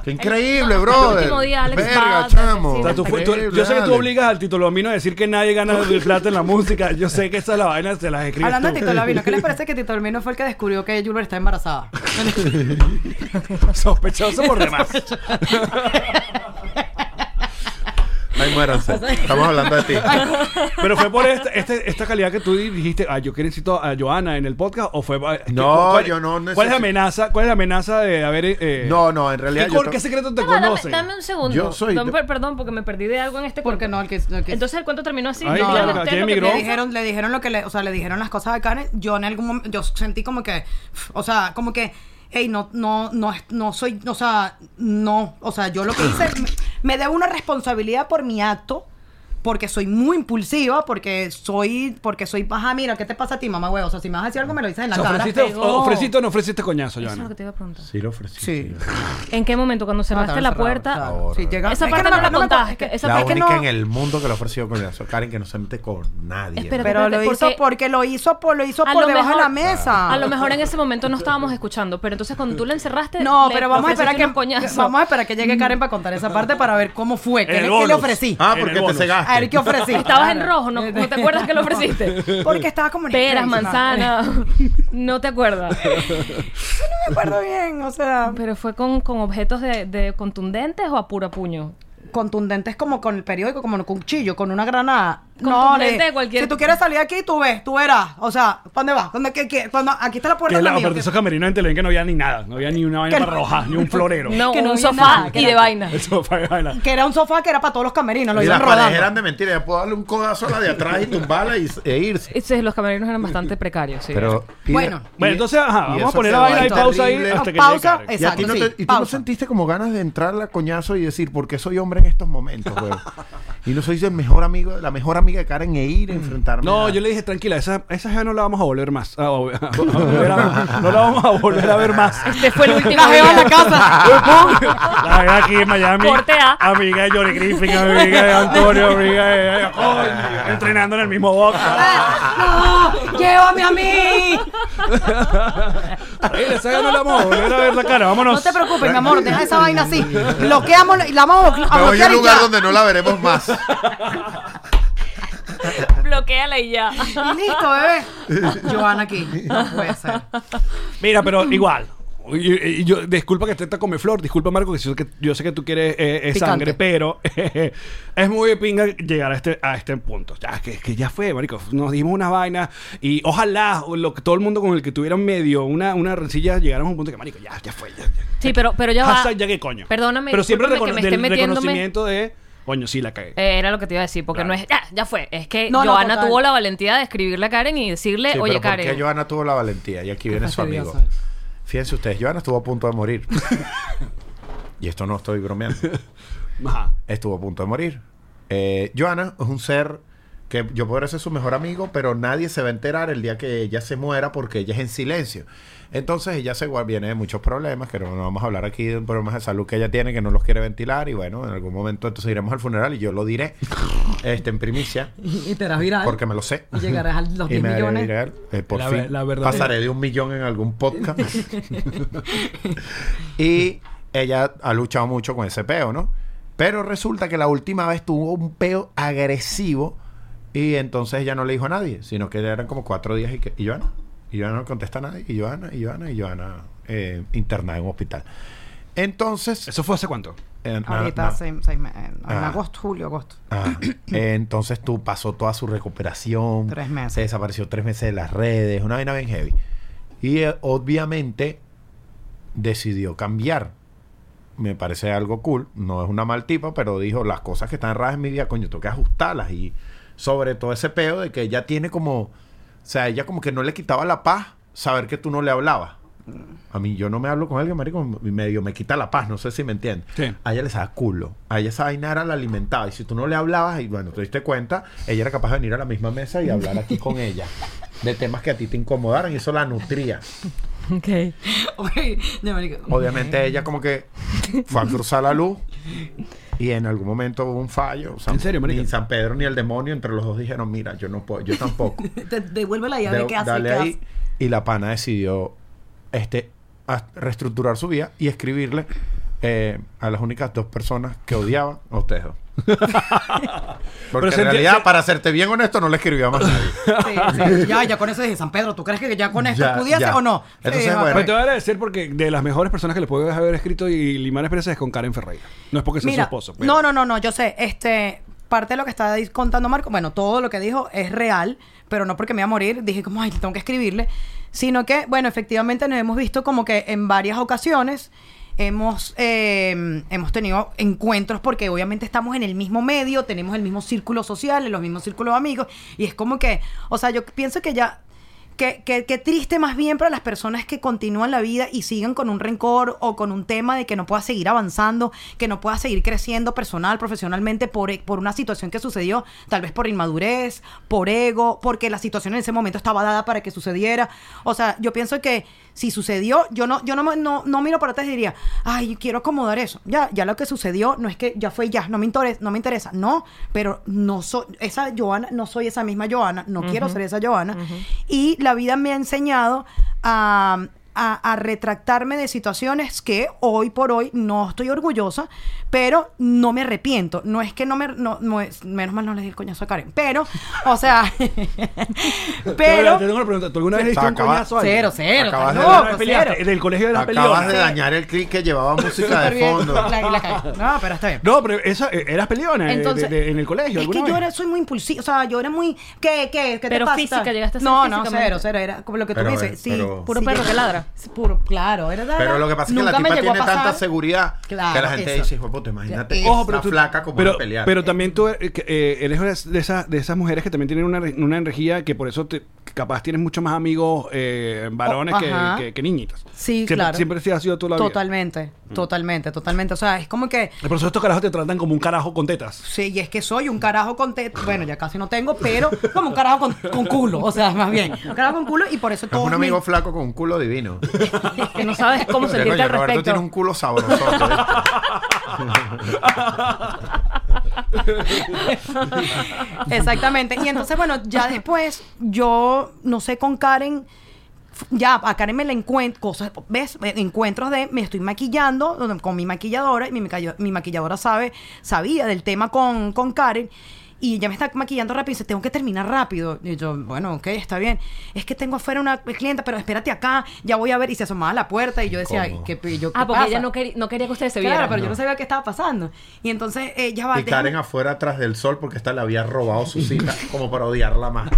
Speaker 3: Qué increíble, brother.
Speaker 2: último día, Alex
Speaker 3: Verga,
Speaker 2: Paz,
Speaker 3: chamo.
Speaker 2: sí,
Speaker 1: O sea, tú fu- tú-
Speaker 3: Increíble,
Speaker 1: yo sé que tú
Speaker 3: Alex.
Speaker 1: obligas al Tito Bambino a decir que nadie gana el plata en la música. Yo sé que esa es la vaina, se las escribes
Speaker 4: Hablando de
Speaker 1: tú.
Speaker 4: Tito Lavino, ¿qué les parece que Tito Lavino fue el que descubrió que Julber está embarazada?
Speaker 1: Sospechoso por demás.
Speaker 3: Ay, muéranse. Estamos hablando de ti.
Speaker 1: Pero fue por esta, este- esta calidad que tú dijiste, ah, yo que necesito a Joana en el podcast, o fue. ah,
Speaker 3: No,
Speaker 1: ¿cu- cuál-
Speaker 3: yo no
Speaker 1: ¿Cuál es
Speaker 3: necesito-
Speaker 1: la amenaza? ¿Cuál es la amenaza de haber. eh,
Speaker 3: No, no, en realidad.
Speaker 1: ¿Qué,
Speaker 3: yo
Speaker 1: cor-
Speaker 3: to-
Speaker 1: qué secreto te
Speaker 2: No, dame,
Speaker 1: conocen?
Speaker 2: dame un segundo.
Speaker 3: Yo soy-
Speaker 2: Dame per- perdón, porque me perdí de algo en este
Speaker 4: Porque no, el que, el que-
Speaker 2: Entonces el cuento terminó así.
Speaker 1: Ay,
Speaker 2: Díganme
Speaker 4: claro,
Speaker 2: ustedes
Speaker 1: ¿quién
Speaker 2: lo que
Speaker 1: emigró?
Speaker 4: le
Speaker 1: ¿no?
Speaker 4: dijeron, le dijeron lo que le, o sea, le dijeron las cosas a Karen. Yo en algún momento, yo sentí como que, o sea, como que, hey, no, no, no, es- no soy, o sea, no, o sea, yo lo que hice, me, me debo una responsabilidad por mi acto. Porque soy muy impulsiva, porque soy, porque soy, ajá, mira, ¿qué te pasa a ti, mamá, huevo? O sea, si me vas a decir algo, me lo dices en
Speaker 1: O
Speaker 4: la
Speaker 1: sea,
Speaker 4: cara.
Speaker 1: ofreciste,
Speaker 2: pegó.
Speaker 1: ofreciste o no ofreciste este coñazo,
Speaker 2: Eso es lo
Speaker 1: Joana.
Speaker 2: que te iba a preguntar.
Speaker 3: Sí, lo ofrecí.
Speaker 4: Sí.
Speaker 2: ¿En qué momento? Cuando cerraste la puerta.
Speaker 3: claro.
Speaker 4: Sí, llega-
Speaker 2: Esa
Speaker 4: es que
Speaker 2: parte
Speaker 4: me-
Speaker 2: no la
Speaker 4: me-
Speaker 2: contás,
Speaker 4: es que-
Speaker 2: que esa
Speaker 3: La
Speaker 2: parte
Speaker 4: que
Speaker 3: única
Speaker 4: no-
Speaker 3: en el mundo que lo ofreció con eso. Karen, que no se mete con nadie.
Speaker 2: Espera,
Speaker 4: Pero lo
Speaker 2: Porque-
Speaker 4: hizo porque lo hizo por lo hizo
Speaker 2: A
Speaker 4: por
Speaker 2: lo
Speaker 4: debajo de la
Speaker 2: mejor-
Speaker 4: mesa.
Speaker 2: A lo mejor en ese momento no estábamos escuchando, pero entonces cuando tú la encerraste.
Speaker 4: No,
Speaker 2: le
Speaker 4: pero vamos a esperar
Speaker 2: ofreciste
Speaker 4: que
Speaker 2: un coñazo.
Speaker 4: vamos a esperar que llegue Karen para contar esa parte para ver cómo fue, qué,
Speaker 1: El
Speaker 4: le- qué le
Speaker 1: bonus.
Speaker 4: ofrecí.
Speaker 3: Ah,
Speaker 1: En el
Speaker 3: porque te
Speaker 1: bonus.
Speaker 4: A ver
Speaker 3: cegaste.
Speaker 4: qué ofrecí.
Speaker 2: Estabas en rojo, ¿no? ¿No te acuerdas que lo ofreciste?
Speaker 4: Porque estaba como en
Speaker 2: Peras,
Speaker 4: estrés,
Speaker 2: manzanas. No te acuerdas.
Speaker 4: No me acuerdo bien, o sea,
Speaker 2: Pero fue con, con objetos de, de contundentes o a puro puño.
Speaker 4: contundentes como con el periódico, como con un cuchillo, con una granada.
Speaker 2: Contundente
Speaker 4: le-
Speaker 2: de cualquier-
Speaker 4: Si tú quieres salir aquí, tú ves, tú verás. O sea, ¿dónde vas? ¿Dónde qué, qué? Cuando- aquí está la puerta
Speaker 1: Que
Speaker 4: del
Speaker 1: la
Speaker 4: amigo,
Speaker 1: aparte
Speaker 4: que-
Speaker 1: esos camerinos en Televen que no había ni nada, no había ni una vaina
Speaker 4: Que
Speaker 1: para
Speaker 4: no-
Speaker 1: rojar, ni un florero.
Speaker 2: No,
Speaker 4: Que no
Speaker 2: un
Speaker 4: había
Speaker 2: sofá
Speaker 4: nada, que
Speaker 2: y
Speaker 4: era-
Speaker 2: de vaina.
Speaker 1: Eso fue vaina.
Speaker 4: que era un sofá que era para todos los camerinos, lo
Speaker 3: Y las
Speaker 4: iban
Speaker 3: paredes eran
Speaker 4: rodando.
Speaker 3: de mentira. Ya puedo darle un codazo a la de atrás y tumbarla y, e irse.
Speaker 2: Y sí, Este, los camerinos eran bastante precarios, sí.
Speaker 3: Pero. y-
Speaker 4: Bueno.
Speaker 1: Bueno,
Speaker 3: y-
Speaker 1: entonces,
Speaker 3: y
Speaker 1: ajá, vamos
Speaker 3: eso
Speaker 1: a poner
Speaker 3: se
Speaker 1: la vaina
Speaker 3: va
Speaker 1: y pausa ahí
Speaker 3: terrible.
Speaker 1: hasta que
Speaker 4: Pausa,
Speaker 1: llegue Karen.
Speaker 4: es-
Speaker 3: Y a ti
Speaker 4: Exacto,
Speaker 3: no
Speaker 4: sí,
Speaker 3: te- y tú no
Speaker 4: pausa.
Speaker 3: sentiste como ganas de entrar a coñazo y decir, porque soy hombre en estos momentos, güey. y no soy el mejor amigo, la mejor amiga de Karen e ir a enfrentarme.
Speaker 1: No,
Speaker 3: a-
Speaker 1: yo le dije, tranquila, esa, esa jeva no la vamos a volver más. Ah, a vol- a volver a- no la vamos a volver a ver más.
Speaker 2: Este fue el último.
Speaker 4: La jeva en
Speaker 2: día.
Speaker 4: la casa.
Speaker 1: La verdad aquí en Miami.
Speaker 2: Corte A.
Speaker 1: Amiga de Johnny Griffin, amiga de Antonio, amiga de. coño, entrenando en el mismo box. Ah,
Speaker 4: ¡No! ¡Llévame a mí!
Speaker 1: Mira, esa jeva no la vamos a volver a ver la cara. Vámonos.
Speaker 4: No te preocupes, mi amor, deja esa vaina así. Bloqueamos y la vamos a blo- a Eh,
Speaker 3: Me voy a
Speaker 4: bloquear
Speaker 3: un
Speaker 4: y
Speaker 3: lugar
Speaker 4: ya.
Speaker 3: donde no la veremos más.
Speaker 2: Bloquéala y ya.
Speaker 4: Y Listo, bebé. Joana aquí. No puede ser.
Speaker 1: Mira, pero igual. Mm. Y- y- y yo- disculpa que esté esta come flor, disculpa Marco, que yo, que yo sé que tú quieres eh, eh,
Speaker 4: Picante.
Speaker 1: sangre, pero es muy de pinga llegar a este, a este punto. Ya, que, que ya fue, Marico, nos dimos una vaina y ojalá lo que- todo el mundo con el que tuviera medio una, una rencilla llegáramos a un punto que, Marico, ya, ya fue. Ya, ya.
Speaker 2: Sí, pero, pero ya va.
Speaker 1: Hashtag ya que coño.
Speaker 2: Perdóname,
Speaker 1: Pero siempre
Speaker 2: discúlpame
Speaker 1: recono-
Speaker 2: que me
Speaker 1: del
Speaker 2: esté metiéndome.
Speaker 1: reconocimiento de, coño, sí la cagué.
Speaker 2: Eh, era lo que te iba a decir, porque no es. Ya, ya fue. Es que
Speaker 4: No, no,
Speaker 2: Joana
Speaker 4: total.
Speaker 2: tuvo la valentía de escribirle a Karen y decirle,
Speaker 3: Sí,
Speaker 2: oye,
Speaker 3: pero ¿por qué
Speaker 2: Karen.
Speaker 3: Joana tuvo la valentía y aquí viene su amigo.
Speaker 7: fastidiosa.
Speaker 3: Fíjense ustedes, Joana estuvo a punto de morir. y esto no estoy bromeando.
Speaker 2: Eh.
Speaker 1: Ajá.
Speaker 3: Estuvo a punto de morir. Eh, Joana es un ser que yo podría ser su mejor amigo, pero nadie se va a enterar el día que ella se muera porque ella es en silencio. Entonces ella se gua- viene de muchos problemas, que no, no vamos a hablar aquí de problemas de salud que ella tiene, que no los quiere ventilar y bueno, en algún momento entonces iremos al funeral y yo lo diré este, en primicia,
Speaker 7: Y te harás viral.
Speaker 3: porque me lo sé.
Speaker 7: Y llegarás a los
Speaker 3: Y
Speaker 7: 10
Speaker 3: me haré
Speaker 7: millones.
Speaker 3: viral, eh, por
Speaker 1: La ve-
Speaker 3: fin
Speaker 1: la verdadera.
Speaker 3: pasaré de un millón en algún podcast. y ella ha luchado mucho con ese peo, ¿no? Pero resulta que la última vez tuvo un peo agresivo y entonces ella no le dijo a nadie, sino que eran como cuatro días y que y Joana, y Joana no contesta a nadie, y Joana, y Joana, y Joana eh, internada en un hospital. Entonces,
Speaker 1: ¿Eso fue hace cuánto?
Speaker 3: En- na-
Speaker 4: Ahorita,
Speaker 3: na-
Speaker 4: seis- seis me- en, en
Speaker 3: Ah.
Speaker 4: agosto, julio, agosto.
Speaker 3: Ah, eh, entonces tú pasó toda su recuperación.
Speaker 4: Tres meses.
Speaker 3: Se desapareció tres meses de las redes, una vaina bien heavy. Y eh, obviamente decidió cambiar. Me parece algo cool. No es una mal tipa, pero dijo las cosas que están erradas en mi vida, coño, tengo que ajustarlas. Y sobre todo ese peo de que ella tiene como. O sea, ella como que no le quitaba la paz saber que tú no le hablabas. A mí, yo no me hablo con alguien, marico, y medio me quita la paz, no sé si me entiendes.
Speaker 1: Sí.
Speaker 3: A ella le daba culo. A ella esa vaina era la alimentaba. Y si tú no le hablabas, y bueno, te diste cuenta, ella era capaz de venir a la misma mesa y hablar aquí con ella. De temas que a ti te incomodaran y eso la nutría.
Speaker 2: Ok.
Speaker 7: Ok, de marico.
Speaker 3: Obviamente ella como que fue a cruzar la luz y en algún momento hubo un fallo. San-
Speaker 1: ¿En serio, marico?
Speaker 3: Ni San Pedro ni el demonio entre los dos dijeron, mira, yo no puedo, yo tampoco.
Speaker 7: Te- Devuelve la llave,
Speaker 3: Deo-
Speaker 7: ¿qué hace?
Speaker 3: dale
Speaker 7: ¿Qué
Speaker 3: ahí.
Speaker 7: hace?
Speaker 3: Y la pana decidió este, a- reestructurar su vida y escribirle eh, a las únicas dos personas que odiaba a ustedes dos. Porque
Speaker 1: se
Speaker 3: en
Speaker 1: enti-
Speaker 3: realidad,
Speaker 1: se-
Speaker 3: para serte bien honesto, no le escribió a más nadie.
Speaker 7: Sí, sí. Ya, ya con eso dije, San Pedro, ¿tú crees que ya con esto
Speaker 3: Ya,
Speaker 7: pudiese
Speaker 3: ya.
Speaker 7: o no?
Speaker 3: Entonces,
Speaker 7: Sí, pues,
Speaker 3: bueno.
Speaker 1: Pero te
Speaker 7: ok.
Speaker 1: voy a agradecer porque de las mejores personas que le puedes haber escrito y limar experiencias es con Karen Ferreira. No es porque sea su esposo. pero-
Speaker 4: No, no, no, no, yo sé. Este, parte de lo que está dis- contando Marco, bueno, todo lo que dijo es real, pero no porque me iba a morir. Dije como, ay, tengo que escribirle. Sino que, bueno, efectivamente nos hemos visto como que en varias ocasiones hemos, eh, hemos tenido encuentros porque obviamente estamos en el mismo medio, tenemos el mismo círculo social, los mismos círculos de amigos. Y es como que, o sea, yo pienso que ya Qué, qué- qué triste más bien para las personas que continúan la vida y sigan con un rencor o con un tema de que no puedas seguir avanzando, que no puedas seguir creciendo personal, profesionalmente por, por una situación que sucedió, tal vez por inmadurez, por ego, porque la situación en ese momento estaba dada para que sucediera. O sea, yo pienso que si sucedió, yo no, yo no, me- no, no miro para atrás y diría, ay, quiero acomodar eso. Ya, ya lo que sucedió no es que ya fue ya, no me interesa, no me interesa. No, pero no soy esa Joana, no soy esa misma Joana, no quiero ser esa Joana. Y la vida me ha enseñado a, a- a retractarme de situaciones que hoy por hoy no estoy orgullosa, pero no me arrepiento. No es que no me, no, no es- menos mal no le di el coñazo a Karen, pero, o sea,
Speaker 1: Pero.
Speaker 4: pero
Speaker 1: Te tengo una pregunta. ¿Tú alguna vez le diste un
Speaker 3: Acaba-
Speaker 1: coñazo a alguien?
Speaker 7: Cero, cero. estás
Speaker 3: Acabas de
Speaker 7: loco,
Speaker 1: ¿Alguna vez
Speaker 4: pues,
Speaker 7: cero.
Speaker 1: peleaste? En el colegio de las
Speaker 3: Acabas
Speaker 1: peleonas.
Speaker 3: de dañar el clic que llevaba música de
Speaker 7: Súper bien.
Speaker 3: fondo.
Speaker 7: La- y la cagué.
Speaker 4: no, pero está bien.
Speaker 1: No, pero esa, eh, eras peleona eh,
Speaker 4: Entonces,
Speaker 1: de- de- en el colegio.
Speaker 4: Es que
Speaker 1: alguna
Speaker 4: yo
Speaker 1: vez.
Speaker 4: era, soy muy impulsiva, o sea, yo era muy... ¿Qué, qué, qué te
Speaker 2: Pero
Speaker 4: pasa?
Speaker 2: física, llegaste a ser
Speaker 4: No, no,
Speaker 2: físicamente.
Speaker 4: cero, cero, era como lo que tú
Speaker 3: Pero, eh,
Speaker 4: dices, sí.
Speaker 3: pero-
Speaker 2: Puro perro que ladra.
Speaker 4: Sí, Puro, claro, era
Speaker 3: Pero lo que pasa es que la
Speaker 4: Nunca me
Speaker 3: tipa
Speaker 4: llegó a
Speaker 3: tiene tanta
Speaker 4: pasar.
Speaker 3: seguridad que
Speaker 7: Claro,
Speaker 3: la gente
Speaker 7: eso.
Speaker 3: dice, hijo de puta, imagínate,
Speaker 7: Ya,
Speaker 3: Ojo,
Speaker 1: Ojo, pero tú-
Speaker 3: flaca como
Speaker 1: pero,
Speaker 3: a pelear.
Speaker 1: pero también tú eh, que, eh, eres una de esas, de esas mujeres que también tienen una, re- una energía que por eso te, capaz tienes muchos más amigos eh, varones
Speaker 4: Oh,
Speaker 1: que,
Speaker 4: ajá.
Speaker 1: que- que niñitas.
Speaker 4: Sí,
Speaker 1: Siempre-
Speaker 4: claro.
Speaker 1: Siempre sí has sido tú la vida. Eh,
Speaker 4: Totalmente,
Speaker 3: Mm.
Speaker 4: totalmente, totalmente. O sea, es como que...
Speaker 1: Por eso estos carajos te tratan como un carajo con tetas.
Speaker 4: Sí, y es que soy un carajo con te- Bueno, ya casi no tengo, pero como un carajo con, con culo. O sea, más bien. Un carajo con culo y por eso
Speaker 3: Es
Speaker 4: todo.
Speaker 3: un amigo flaco con un culo divino.
Speaker 2: Que no sabes cómo
Speaker 3: Pero,
Speaker 2: sentirte
Speaker 3: coño,
Speaker 2: al
Speaker 3: Roberto
Speaker 2: respecto.
Speaker 3: tiene un culo ¿eh? sabroso. ¿viste?
Speaker 4: Exactamente. Y entonces, bueno, ya después, yo no sé con Karen. f- Ya, a Karen me la encuentro, cosas, ¿ves? Eh, Encuentros de, me estoy maquillando donde- con mi maquilladora, y mi, maquilla- mi maquilladora sabe, sabía del tema con, con Karen, y ella me está maquillando rápido, y dice, tengo que terminar rápido. Y yo, bueno, ok, está bien. Es que tengo afuera una clienta, pero espérate acá, ya voy a ver, y se asomaba a la puerta, y yo decía,
Speaker 3: ¿Cómo?
Speaker 4: "Ay, ¿qué, p- yo,
Speaker 2: Ah,
Speaker 4: ¿qué
Speaker 2: porque ella
Speaker 4: pasa?".
Speaker 2: no, queri- no quería que ustedes se vieran.
Speaker 4: Claro, pero yo no sabía qué estaba pasando. Y entonces ella va
Speaker 3: y Karen
Speaker 4: déjame-
Speaker 3: afuera atrás del sol porque esta le había robado su cita como para odiarla más.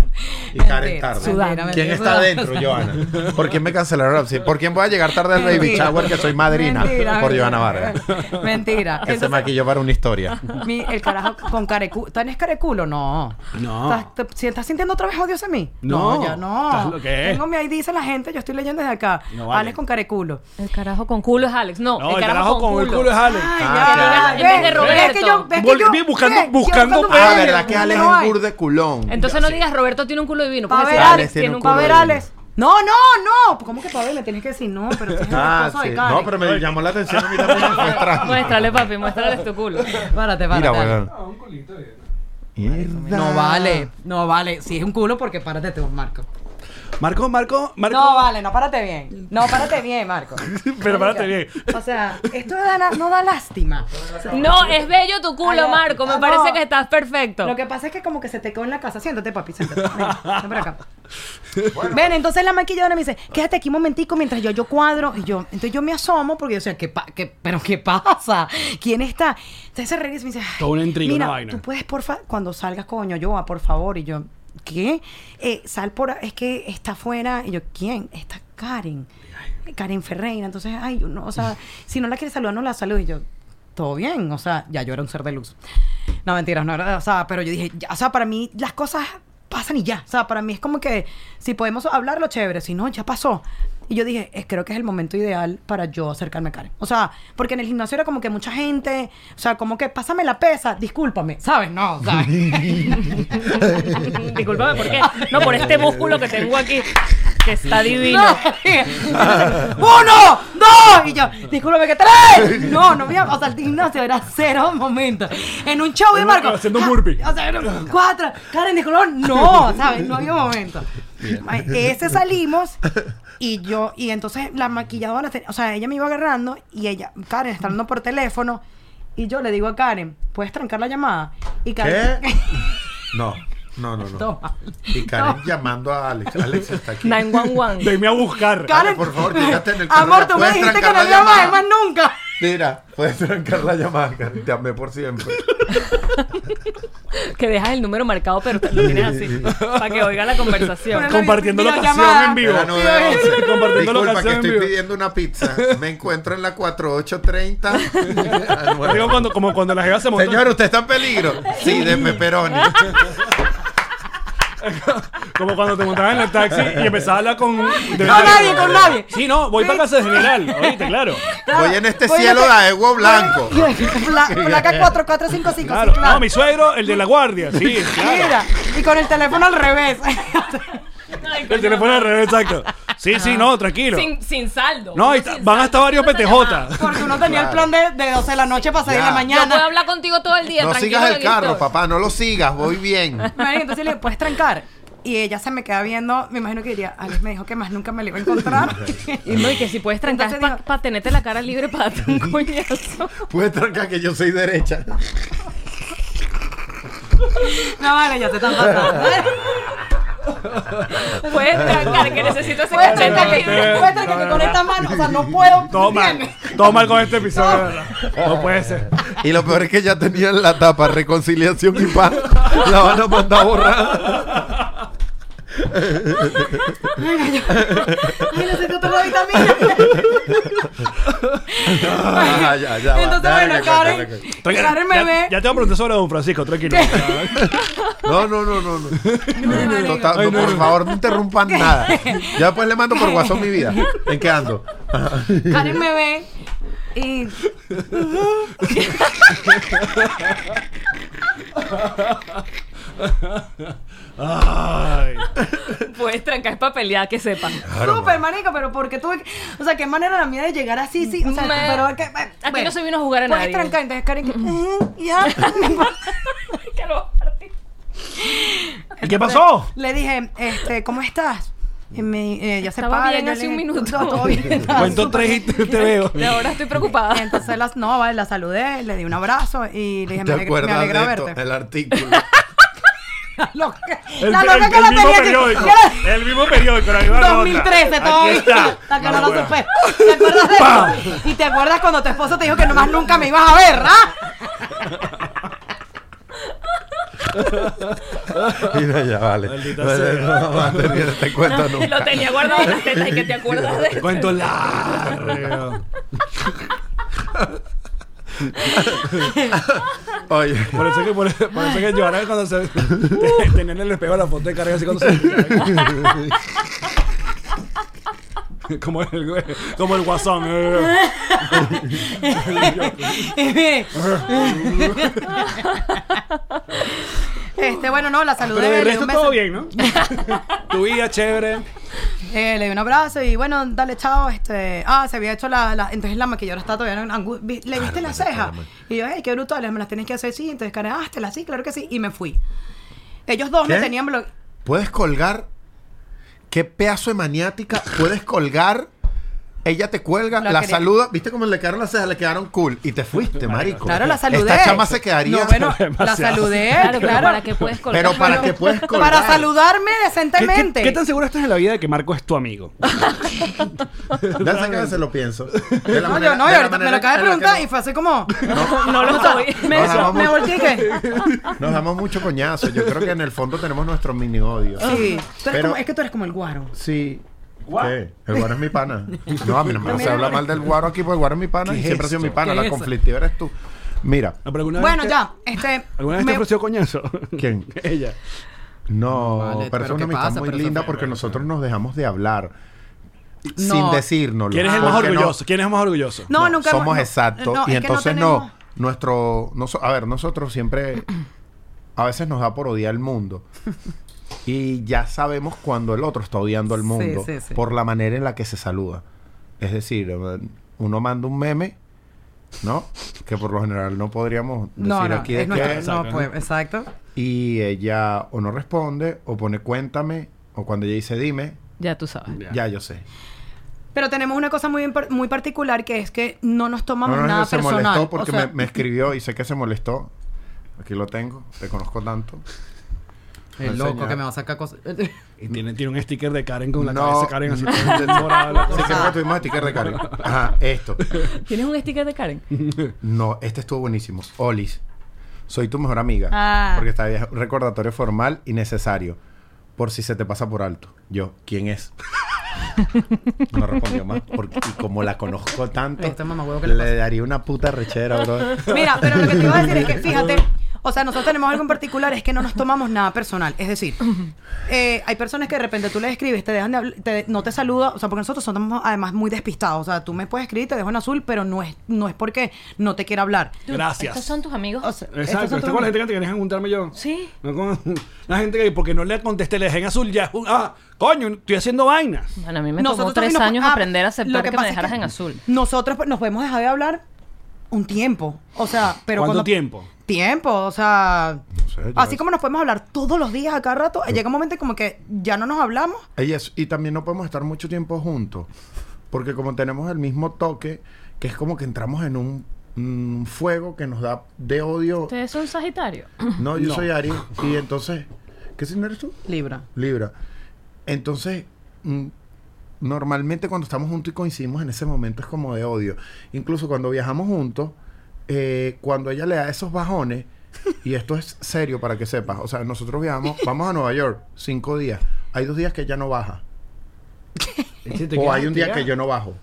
Speaker 3: Y Karen
Speaker 4: Mentira,
Speaker 3: tarde.
Speaker 4: sudando,
Speaker 3: ¿Quién
Speaker 4: mentira,
Speaker 3: está
Speaker 4: sudando.
Speaker 3: adentro, Joana? ¿Por quién me cancelaron? la cita? ¿Por quién voy a llegar tarde al baby
Speaker 4: Mentira.
Speaker 3: shower que soy madrina?
Speaker 4: Mentira,
Speaker 3: por
Speaker 4: mentira.
Speaker 3: Joana Vargas.
Speaker 4: Mentira.
Speaker 3: Que se
Speaker 4: Entonces,
Speaker 3: maquilló para una historia.
Speaker 4: mi- el carajo con careculo. ¿Tienes careculo? No.
Speaker 1: No.
Speaker 4: ¿Estás, te- si estás sintiendo otra vez odios a mí?
Speaker 1: No.
Speaker 4: ya
Speaker 1: ¿Estás
Speaker 4: no.
Speaker 1: lo que es?
Speaker 4: Tengo mi ID, dice la gente, yo estoy leyendo desde acá.
Speaker 1: No vale.
Speaker 4: Alex con careculo.
Speaker 2: El carajo con culo es Alex. No,
Speaker 1: No, el carajo con el culo es Alex.
Speaker 3: Ah,
Speaker 2: ya, en vez de Roberto.
Speaker 4: ¿Ves que yo, ves que
Speaker 1: Volví
Speaker 4: yo-
Speaker 1: buscando-
Speaker 4: ¿ves?
Speaker 1: buscando
Speaker 4: Yo
Speaker 1: pedo.
Speaker 3: Ah,
Speaker 1: Ay,
Speaker 3: ¿verdad que
Speaker 4: ¿dónde
Speaker 3: Alex es
Speaker 4: no
Speaker 3: un
Speaker 4: hay?
Speaker 3: bur de culón?
Speaker 2: Entonces no digas Roberto tiene un culo divino.
Speaker 4: Pa'
Speaker 2: Porque
Speaker 4: ver,
Speaker 2: si Alex,
Speaker 4: Alex
Speaker 3: tiene
Speaker 2: tiene
Speaker 3: un
Speaker 2: un
Speaker 4: Pa'
Speaker 3: culo
Speaker 2: culo
Speaker 4: ver,
Speaker 3: divino.
Speaker 4: Alex. No, no, no. ¿Cómo que pa' ver? Me tienes que decir no, pero esto es
Speaker 3: Ah,
Speaker 4: una cosa
Speaker 3: sí.
Speaker 4: de Karen.
Speaker 3: No, pero me llamó la atención a mí también. fue extraño.
Speaker 2: Muéstrale, papi, muéstrale tu culo.
Speaker 7: Párate, párate.
Speaker 3: Mira,
Speaker 7: dale.
Speaker 3: weón. Mierda.
Speaker 7: No vale, no vale. Si es un culo, porque párate, te Marco.
Speaker 1: Marco, Marco, Marco.
Speaker 7: No, vale, no, párate bien. No, párate bien, Marco.
Speaker 1: Pero párate bien.
Speaker 4: O sea, esto da la- no da lástima.
Speaker 2: No, es bello tu culo,
Speaker 4: Ay,
Speaker 2: Marco. Me
Speaker 4: no.
Speaker 2: parece que estás perfecto.
Speaker 4: Lo que pasa es que como que se te quedó en la casa. Siéntate, papi, siéntate. Ven, ven por acá. Ven, entonces la maquilladora me dice, quédate aquí un momentico mientras yo, yo cuadro. Y yo, entonces yo me asomo porque yo decía, ¿qué pa- qué- ¿pero qué pasa? ¿Quién está? Entonces se regresa y me dice, ay,
Speaker 1: Toda una intriga,
Speaker 4: mira,
Speaker 1: una vaina.
Speaker 4: tú puedes, porfa, cuando salgas, coño, yo, por favor. Y yo, ¿qué? Eh, sal por, a- es que está afuera. Y yo, ¿quién? Está Karen. Karen Ferreira. Entonces, ay, yo no, o sea, si no la quieres saludar, no la saludo. Y yo, todo bien. O sea, ya yo era un ser de luz. No, mentiras, no era, o sea, pero yo dije, ya, o sea, para mí las cosas pasan y ya. O sea, para mí es como que si podemos hablarlo, chévere, si no, ya pasó. Y yo dije, "Eh, creo que es el momento ideal para yo acercarme a Karen. O sea, porque en el gimnasio era como que mucha gente, o sea, como que pásame la pesa, discúlpame, ¿sabes? No, o sea,
Speaker 2: Disculpame, ¿por qué? No, por este músculo que tengo aquí, que está divino.
Speaker 4: ¡Uno! ¡Dos! ¡Oh, Y yo, discúlpame que tres. No, no me iba- O sea, el gimnasio era cero momento. En un show de
Speaker 1: Era
Speaker 4: Marco.
Speaker 1: haciendo
Speaker 4: ah,
Speaker 1: burpee.
Speaker 4: O sea, era cuatro. Karen de color, no, ¿sabes? No había momento. Ma- Ese salimos y yo, y entonces la maquilladora, te- o sea, ella me iba agarrando y ella, Karen, está hablando por teléfono. Y yo le digo a Karen, ¿puedes trancar la llamada? Y Karen.
Speaker 3: ¿Qué? No, no, no, no.
Speaker 4: Toma.
Speaker 3: Y Karen llamando a Alex. Alex está aquí.
Speaker 2: 911.
Speaker 1: Venme a buscar.
Speaker 3: Karen, por favor, quédate en el carro.
Speaker 4: Amor, tú me
Speaker 3: Puedes
Speaker 4: dijiste que
Speaker 3: trancar la
Speaker 4: no había más,
Speaker 3: llamada.
Speaker 4: más nunca.
Speaker 3: Mira, puedes trancar la llamada, Karen. Te amé por siempre.
Speaker 2: Que dejas el número marcado, pero te lo tienes así. Para que oiga la conversación.
Speaker 1: Compartiendo la canción
Speaker 4: Videollamada.
Speaker 1: en vivo.
Speaker 3: Era nueve once.
Speaker 1: Compartiendo la
Speaker 3: Disculpa que
Speaker 1: canción en
Speaker 3: estoy
Speaker 1: vivo.
Speaker 3: pidiendo una pizza. Me encuentro en la 4830. Ah, bueno.
Speaker 1: Digo, cuando, como cuando la jeva se montó.
Speaker 3: Señor, ¿usted está en peligro? Sí, de pepperoni.
Speaker 1: Como cuando te montabas en el taxi y empezabas a hablar con. de-
Speaker 4: Con nadie, con nadie.
Speaker 1: Sí, no, voy para casa de general. Oíste, claro.
Speaker 4: Claro,
Speaker 3: Voy en este
Speaker 4: voy en
Speaker 3: cielo
Speaker 4: este-
Speaker 3: de huevo blanco.
Speaker 4: Y bueno, pla- Placa 4455.
Speaker 1: Claro.
Speaker 4: sí, claro.
Speaker 1: No, mi suegro, el de la guardia. Sí, claro.
Speaker 4: Mira, y con el teléfono al revés.
Speaker 1: El teléfono al revés, exacto. Sí, sí, no, tranquilo.
Speaker 2: Sin, sin saldo.
Speaker 1: No, ahí
Speaker 2: Uno
Speaker 1: está-
Speaker 2: sin
Speaker 1: van
Speaker 2: saldo.
Speaker 1: hasta varios
Speaker 2: Uno se llama.
Speaker 1: PTJ.
Speaker 4: Porque uno tenía el plan de, de 12 de la noche para 6 de
Speaker 3: Ya.
Speaker 4: la
Speaker 2: Yo puedo
Speaker 4: mañana.
Speaker 2: hablar contigo todo el día.
Speaker 3: No
Speaker 2: tranquilo,
Speaker 3: sigas el
Speaker 2: Víctor.
Speaker 3: carro, papá. No lo sigas. Voy bien.
Speaker 4: Marica, entonces le digo, ¿puedes trancar? Y ella se me queda viendo, me imagino que diría, Alex me dijo que más nunca me le iba a encontrar.
Speaker 2: Y no, y que si puedes trancar
Speaker 4: Entonces
Speaker 2: para
Speaker 4: digo-
Speaker 2: tenerte la cara libre para darte un coñazo.
Speaker 3: Puedes trancar que yo soy derecha.
Speaker 4: no, vale, ya te están pasando.
Speaker 2: Puedes trancar, que necesito ese
Speaker 4: Puedes
Speaker 2: cachete
Speaker 4: trancar que,
Speaker 2: libre.
Speaker 4: puedes trancar que con esta mano, o sea, no puedo.
Speaker 1: Todo mal.
Speaker 4: ¿entiendes?
Speaker 1: Todo mal con este episodio, de verdad. No puede ser.
Speaker 3: Y lo peor es que ya tenían la tapa Reconciliación y Paz. La van a mandar a borrar.
Speaker 4: Ay, necesito tomar vitamina.
Speaker 3: Ah, ya, ya, va.
Speaker 4: Entonces,
Speaker 3: Dale, que cuente,
Speaker 4: bueno,
Speaker 3: dale,
Speaker 4: Karen,
Speaker 3: que cuente.
Speaker 1: Tranquila.
Speaker 4: Karen me
Speaker 1: Ya,
Speaker 4: ve.
Speaker 1: ya te voy a preguntar sobre Don Francisco, tranquilo.
Speaker 3: No, no, no, no. no. Total,
Speaker 1: Ay,
Speaker 3: no,
Speaker 1: no,
Speaker 3: por
Speaker 1: no.
Speaker 3: favor, no interrumpan nada. Ya después le mando por WhatsApp mi vida. ¿En qué ando?
Speaker 4: Karen me ve y.
Speaker 1: Ay.
Speaker 2: Puedes trancar es para pelear, que sepan.
Speaker 4: Súper, marico, pero porque tuve que- O sea, qué manera la mía de llegar así, sí. O sea,
Speaker 2: Me-
Speaker 4: pero es que. eh,
Speaker 2: Aquí
Speaker 4: bueno.
Speaker 2: no se vino a jugar a
Speaker 4: Pues
Speaker 2: nadie.
Speaker 4: tranca, entonces Karen que. "Ujú, ya.
Speaker 2: Que lo vas a partir.
Speaker 1: ¿Y qué pasó?
Speaker 4: Le dije, este, ¿cómo estás? Y me, eh, ya se
Speaker 2: Estaba
Speaker 4: para,
Speaker 2: bien
Speaker 4: yo
Speaker 2: hace
Speaker 4: le
Speaker 2: un
Speaker 4: dije,
Speaker 2: minuto.
Speaker 4: "No, todo bien, estaba
Speaker 1: Cuento
Speaker 4: súper
Speaker 1: tres y
Speaker 4: bien".
Speaker 1: te, te veo.
Speaker 2: De ahora estoy preocupada.
Speaker 4: Entonces las, no, vale, la saludé, le di un abrazo y le dije,
Speaker 3: ¿Te
Speaker 4: me alegra, me
Speaker 3: acuerdas
Speaker 4: alegra
Speaker 3: de esto?
Speaker 4: verte.
Speaker 3: El artículo.
Speaker 4: Loca-
Speaker 1: El,
Speaker 4: la loca
Speaker 1: el-
Speaker 4: que
Speaker 1: el
Speaker 4: la
Speaker 1: mismo
Speaker 4: tenía que-
Speaker 1: periódico.
Speaker 4: que la-
Speaker 1: El mismo periódico. La misma nota.
Speaker 4: 2013 todavía.
Speaker 1: Aquí está.
Speaker 4: La que
Speaker 1: No,
Speaker 4: no la
Speaker 1: bueno.
Speaker 4: supe. ¿Te acuerdas de eso? Y te acuerdas cuando tu esposo te dijo que nomás nunca me ibas a ver, ¿ah?
Speaker 3: Mira, ya vale.
Speaker 1: Maldita
Speaker 3: Vale,
Speaker 1: sea.
Speaker 3: No vas a tener este cuento
Speaker 2: Lo
Speaker 3: nunca.
Speaker 2: tenía guardado en las tetas y que te acuerdas de
Speaker 1: Cuento largo.
Speaker 3: Oye.
Speaker 1: Por eso que, por, por eso que Johanna cuando se te- tenía en el espejo la foto de Karen así cuando se como el güey- como el guasón. eh.
Speaker 4: Y mire. Este, bueno, no, la saludé.
Speaker 1: Ah, Pero de
Speaker 4: le di
Speaker 1: resto
Speaker 4: un beso.
Speaker 1: todo bien, ¿no? tu vida chévere.
Speaker 4: Eh, le di un abrazo y bueno, dale, chao. Este, ah, se había hecho la, la- entonces la maquilladora está todavía en angu- vi- ¿Le viste
Speaker 1: pues,
Speaker 4: la ceja? Y yo, hey, qué brutal, me las tienes que hacer, sí. Entonces, Karen, ah, te las sí, claro que sí. Y me fui. Ellos dos
Speaker 3: ¿Qué?
Speaker 4: me tenían bloqueado.
Speaker 3: ¿Puedes colgar? ¿Qué pedazo de maniática puedes colgar? Ella te cuelga,
Speaker 4: La
Speaker 3: la
Speaker 4: quería-
Speaker 3: saluda. ¿Viste cómo le quedaron las cejas? Le quedaron cool. Y te fuiste, marico.
Speaker 4: Claro, la saludé.
Speaker 3: Esta chama se quedaría...
Speaker 4: No, bueno, la
Speaker 1: Demasiado.
Speaker 4: saludé,
Speaker 2: Claro,
Speaker 4: claro.
Speaker 2: pero para que puedes colgar.
Speaker 3: Pero para que puedes colgar.
Speaker 4: Para saludarme
Speaker 1: ¿Qué, qué-
Speaker 4: decentemente.
Speaker 1: qué tan seguro estás en la vida de que Marco es tu amigo?
Speaker 3: Ya sé que a veces lo pienso. De la
Speaker 4: No,
Speaker 3: manera-
Speaker 4: yo
Speaker 3: de
Speaker 4: no, y
Speaker 3: la
Speaker 4: ahorita me
Speaker 3: manera
Speaker 4: lo acabas de
Speaker 3: en la que
Speaker 4: preguntar
Speaker 3: no-
Speaker 4: y fue así como.
Speaker 2: No lo soy.
Speaker 4: Me,
Speaker 3: Nos amamos.
Speaker 4: me volteé y que.
Speaker 3: Nos damos mucho coñazo. Yo creo que en el fondo tenemos nuestro mini odio.
Speaker 4: Sí. Tú eres
Speaker 3: Pero-
Speaker 4: como- es que tú eres como el guaro.
Speaker 3: Sí. ¿Qué? El guaro es mi pana. No, a mí no me se habla mal del guaro aquí porque el guaro es mi pana y
Speaker 1: es
Speaker 3: siempre ha sido mi pana.
Speaker 7: ¿Qué
Speaker 3: La
Speaker 7: es eso?
Speaker 3: conflictiva eres tú. Mira,
Speaker 1: No, pero alguna vez
Speaker 4: Bueno,
Speaker 1: te-
Speaker 4: ya. Este.
Speaker 1: ¿Alguna vez
Speaker 4: me-
Speaker 1: te ofreció coñazo?
Speaker 3: ¿quién?
Speaker 1: Ella.
Speaker 3: No,
Speaker 7: Vale,
Speaker 3: pero es
Speaker 7: pero
Speaker 3: una
Speaker 7: ¿qué
Speaker 3: amistad
Speaker 7: pasa?
Speaker 3: muy
Speaker 7: Pero eso
Speaker 3: linda
Speaker 7: fue-
Speaker 3: porque nosotros nos dejamos de hablar sin
Speaker 7: No.
Speaker 3: decírnoslo.
Speaker 1: ¿Quién es el más
Speaker 3: Porque no-
Speaker 1: orgulloso? ¿Quién es el más orgulloso?
Speaker 4: no, nunca hemos-
Speaker 3: somos
Speaker 4: no,
Speaker 3: exactos.
Speaker 4: no, es
Speaker 3: y
Speaker 4: que
Speaker 3: entonces no,
Speaker 4: tenemos-
Speaker 3: nuestro, noso- a ver, nosotros siempre, a veces nos da por odiar al mundo. Y ya sabemos cuando el otro está odiando al
Speaker 7: Sí,
Speaker 3: mundo
Speaker 7: sí, sí.
Speaker 3: por la manera en la que se saluda. Es decir, eh, uno manda un meme, ¿no? Que por lo general no podríamos decir
Speaker 7: No, no,
Speaker 3: aquí de
Speaker 7: es nuestra- no,
Speaker 3: qué.
Speaker 7: pues, exacto.
Speaker 3: Y ella o no responde, o pone cuéntame, o cuando ella dice dime,
Speaker 2: Ya tú sabes.
Speaker 1: Ya.
Speaker 3: ya yo sé.
Speaker 4: Pero tenemos una cosa muy, en par- muy particular que es que no nos tomamos
Speaker 3: No, no,
Speaker 4: nada
Speaker 3: se
Speaker 4: personal.
Speaker 3: molestó porque
Speaker 4: o sea,
Speaker 3: me, me escribió y sé que se molestó. Aquí lo tengo, te conozco tanto.
Speaker 7: El
Speaker 3: Enseña.
Speaker 7: loco que me va a sacar cosas.
Speaker 1: Y tiene, tiene un sticker de Karen con la
Speaker 3: No.
Speaker 1: cabeza de Karen así. toda morada, la
Speaker 3: Sí,
Speaker 1: cosa.
Speaker 3: creo que tuvimos sticker de Karen. Ajá, esto.
Speaker 2: ¿Tienes un sticker de Karen?
Speaker 3: No, este estuvo buenísimo. Olis, soy tu mejor amiga.
Speaker 2: Ah.
Speaker 3: Porque está bien. Recordatorio formal y necesario. Por si se te pasa por alto. Yo, ¿quién es? No respondió más. Porque, y como la conozco tanto,
Speaker 7: Este mamahuevo que le
Speaker 3: le,
Speaker 7: pasa.
Speaker 3: daría una puta rechera, bro.
Speaker 4: Mira, pero lo que te iba a decir es que, fíjate, o sea, nosotros tenemos algo en particular, es que no nos tomamos nada personal. Es decir, eh, hay personas que de repente tú les escribes, te dejan de habl- te- no te saluda, o sea, porque nosotros somos además muy despistados. O sea, tú me puedes escribir, te dejo en azul, pero no es, no es porque no te quiera hablar.
Speaker 1: Gracias.
Speaker 2: ¿Estos son tus amigos?
Speaker 4: O sea, estos
Speaker 1: Exacto,
Speaker 4: son
Speaker 1: está
Speaker 4: todos-
Speaker 1: con la gente que te querían juntarme yo.
Speaker 2: Sí.
Speaker 1: No con la gente que porque no le contesté, le dejé en azul, ya es un- ah, coño, estoy haciendo vainas.
Speaker 2: Bueno, a mí me
Speaker 4: Nosotros
Speaker 2: tomó tres
Speaker 4: también nos-
Speaker 2: años
Speaker 4: ah,
Speaker 2: aprender a
Speaker 4: lo
Speaker 2: aceptar que, me
Speaker 4: pasa es
Speaker 2: dejaras en azul.
Speaker 4: Nosotros pues, nos podemos dejar de hablar un tiempo. O sea, pero
Speaker 1: ¿Cuánto
Speaker 4: cuando-
Speaker 1: tiempo?
Speaker 4: Tiempo, o sea.
Speaker 3: sé, yo-
Speaker 4: así como nos podemos hablar todos los días a cada rato, llega un momento como que ya no nos hablamos.
Speaker 3: Y, eso- y también no podemos estar mucho tiempo juntos. Porque como tenemos el mismo toque, que es como que entramos en un, un fuego que nos da de odio.
Speaker 2: ¿Ustedes son Sagitario?
Speaker 3: No, yo
Speaker 1: No.
Speaker 3: soy Aries. Y entonces, ¿qué signo eres tú?
Speaker 7: Libra.
Speaker 3: Libra. Entonces, mm, normalmente cuando estamos juntos y coincidimos en ese momento es como de odio. Incluso cuando viajamos juntos, eh, cuando ella le da esos bajones, y esto es serio para que sepas, o sea, nosotros viajamos, vamos a Nueva York, cinco días. Hay dos días que ella no baja. O hay un día que yo no bajo.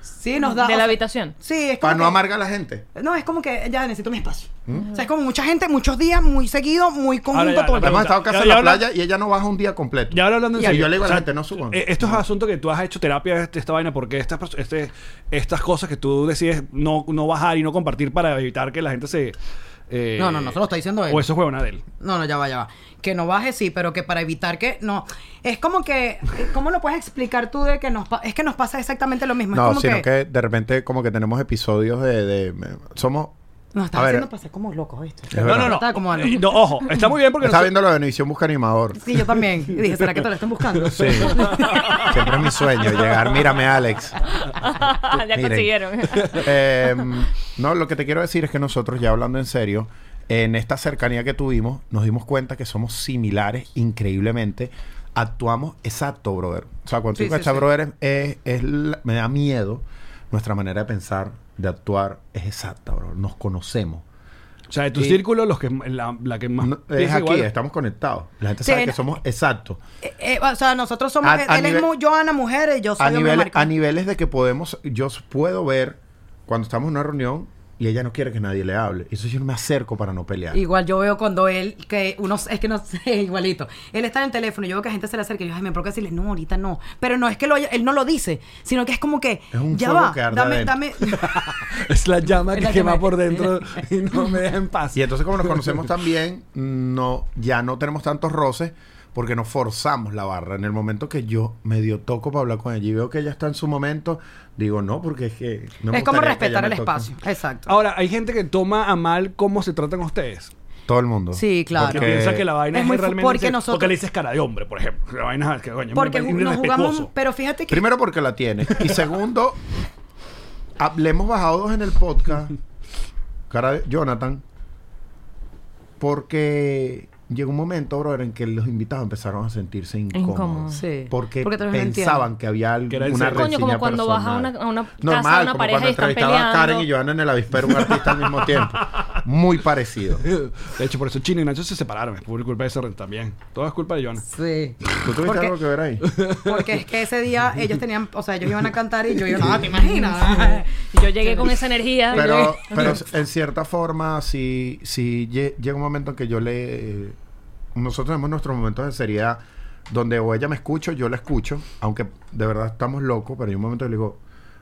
Speaker 4: Sí, nos da.
Speaker 2: ¿De
Speaker 4: o
Speaker 2: la
Speaker 4: sea,
Speaker 2: habitación?
Speaker 4: Sí, es como.
Speaker 3: Para no ¿Mm?
Speaker 4: que-
Speaker 3: amargar a la gente.
Speaker 4: No, es como que ya necesito mi espacio. O sea, es como mucha gente, muchos días, muy seguido, muy
Speaker 1: Ahora
Speaker 4: conjunto
Speaker 1: ya,
Speaker 4: todo el
Speaker 1: la
Speaker 4: tiempo.
Speaker 3: Además, estaba
Speaker 1: Ya,
Speaker 3: casi en
Speaker 1: ya
Speaker 3: la
Speaker 1: habla-
Speaker 3: playa y ella no baja un día completo.
Speaker 1: Y ahora hablando en
Speaker 3: Y
Speaker 1: serio.
Speaker 3: yo le digo a la gente, no suban.
Speaker 1: eh, Esto es asunto que tú has hecho terapia, este- esta vaina, porque estas, perso- este, estas cosas que tú decides no, no bajar y no compartir para evitar que la gente se. eh,
Speaker 7: No, no, no, se lo está diciendo él.
Speaker 1: O eso es huevona de él.
Speaker 7: No, no, ya va, ya va.
Speaker 4: Que no baje, sí, pero que para evitar que. No. Es como que. ¿Cómo lo puedes explicar tú de que nos pa- Es que nos pasa exactamente lo mismo. es
Speaker 3: No,
Speaker 4: como
Speaker 3: sino que...
Speaker 4: que,
Speaker 3: de repente como que tenemos episodios de... de- me- somos...
Speaker 4: Nos estás
Speaker 3: A ver, eh,
Speaker 4: haciendo pasar como locos esto.
Speaker 3: Es
Speaker 1: No,
Speaker 3: verdad.
Speaker 1: no, no.
Speaker 4: Está como algo.
Speaker 1: Eh, no, ojo, está muy bien porque.
Speaker 3: Está
Speaker 1: no-
Speaker 3: viendo lo de Univisión Busca Animador.
Speaker 4: Sí, yo también. Y dije, ¿será que te lo están buscando?
Speaker 3: Sí. Siempre es mi sueño llegar, mírame Alex.
Speaker 2: ya
Speaker 3: Miren.
Speaker 2: consiguieron.
Speaker 3: Em, no, lo que te quiero decir es que nosotros, ya hablando en serio, en esta cercanía que tuvimos, nos dimos cuenta que somos similares increíblemente. Actuamos exacto, brother. O sea, cuando
Speaker 7: Sí,
Speaker 3: tú digo
Speaker 7: sí,
Speaker 3: exacto,
Speaker 7: sí.
Speaker 3: brother, es, es la- me da miedo. Nuestra manera de pensar, de actuar, es exacta, brother. Nos conocemos.
Speaker 1: o sea, de tu
Speaker 3: Sí.
Speaker 1: círculo, los que, la, la que más.
Speaker 3: No- es
Speaker 1: piensa
Speaker 3: aquí,
Speaker 1: igual.
Speaker 3: estamos conectados. La gente
Speaker 4: Sí,
Speaker 3: sabe que
Speaker 4: no.
Speaker 3: somos exactos.
Speaker 4: Eh, eh, o sea, nosotros somos.
Speaker 3: A- a
Speaker 4: él es
Speaker 3: nivel-
Speaker 4: muy Joana, mujer, y yo soy
Speaker 3: a,
Speaker 4: hombre,
Speaker 3: nivel-
Speaker 4: Marco.
Speaker 3: a niveles de que podemos, yo s- puedo ver cuando estamos en una reunión y ella no quiere que nadie le hable. Eso yo me acerco para no pelear.
Speaker 7: Igual yo veo cuando él, que uno, es que no sé, igualito. Él está en el teléfono, y yo veo que la gente se le acerca y yo, ay, me provoca decirle, no, ahorita no.
Speaker 4: Pero no es que lo haya- él no lo dice, sino que es como que.
Speaker 3: Es un
Speaker 4: ya
Speaker 3: fuego
Speaker 4: va.
Speaker 3: que arde
Speaker 4: dame, dame.
Speaker 3: adentro.
Speaker 1: Es la llama
Speaker 7: Es
Speaker 1: que
Speaker 7: la
Speaker 1: quema
Speaker 7: llama.
Speaker 1: por dentro y no me deja en paz.
Speaker 3: Y entonces como nos conocemos también, no, ya no tenemos tantos roces porque nos forzamos la barra. En el momento que yo medio toco para hablar con ella y veo que ella está en su momento, digo no, porque es que... no me
Speaker 4: es como
Speaker 3: gustaría que ella
Speaker 4: respetar
Speaker 3: me
Speaker 4: el
Speaker 3: toque".
Speaker 4: espacio. Exacto.
Speaker 1: Ahora, hay gente que toma a mal cómo se tratan ustedes.
Speaker 3: Todo el mundo.
Speaker 4: Sí, claro.
Speaker 1: Que
Speaker 3: Porque-
Speaker 1: piensa que la vaina
Speaker 4: Es
Speaker 1: es,
Speaker 4: muy fu-
Speaker 1: realmente.
Speaker 4: porque
Speaker 1: se-
Speaker 4: nosotros-
Speaker 1: porque le dices cara de hombre, por ejemplo. La vaina es que, coño, me
Speaker 4: Porque
Speaker 1: parece
Speaker 4: nos jugamos,
Speaker 1: irrespetuoso.
Speaker 4: pero fíjate que
Speaker 3: Primero porque la tiene. Y segundo, ah, le hemos bajado dos en el podcast. Cara de Jonathan. Porque llegó un momento, brother, en que los invitados empezaron a sentirse incómodos.
Speaker 4: Sí.
Speaker 3: Porque,
Speaker 4: Porque te los
Speaker 3: pensaban
Speaker 4: entienden.
Speaker 3: que había algo-
Speaker 1: Que era el
Speaker 3: una
Speaker 1: ser-
Speaker 2: Coño, como
Speaker 3: reseña
Speaker 2: cuando vas a
Speaker 3: personal.
Speaker 2: una- a una casa,
Speaker 3: Normal,
Speaker 2: a una
Speaker 3: como
Speaker 2: pareja
Speaker 3: cuando
Speaker 2: y están
Speaker 3: entrevistaba a Karen y
Speaker 2: peleando.
Speaker 3: Joana en el avispero, un artista al mismo tiempo. Muy parecido.
Speaker 1: De hecho, por eso Chino y Nacho se separaron. Es por culpa de Serren también. Todo es culpa de Joana.
Speaker 7: Sí.
Speaker 3: ¿Tú tuviste
Speaker 7: Porque-
Speaker 3: algo que ver ahí?
Speaker 7: Porque es que ese día ellos tenían, o sea, ellos iban a cantar y yo iba, no, te imaginas.
Speaker 2: Yo llegué con esa energía.
Speaker 3: Pero, pero en cierta forma, si, si lle- llega un momento en que yo le... eh, Nosotros tenemos nuestros momentos de seriedad donde o ella me escucha, o yo la escucho, aunque de verdad estamos locos, pero hay un momento que le digo,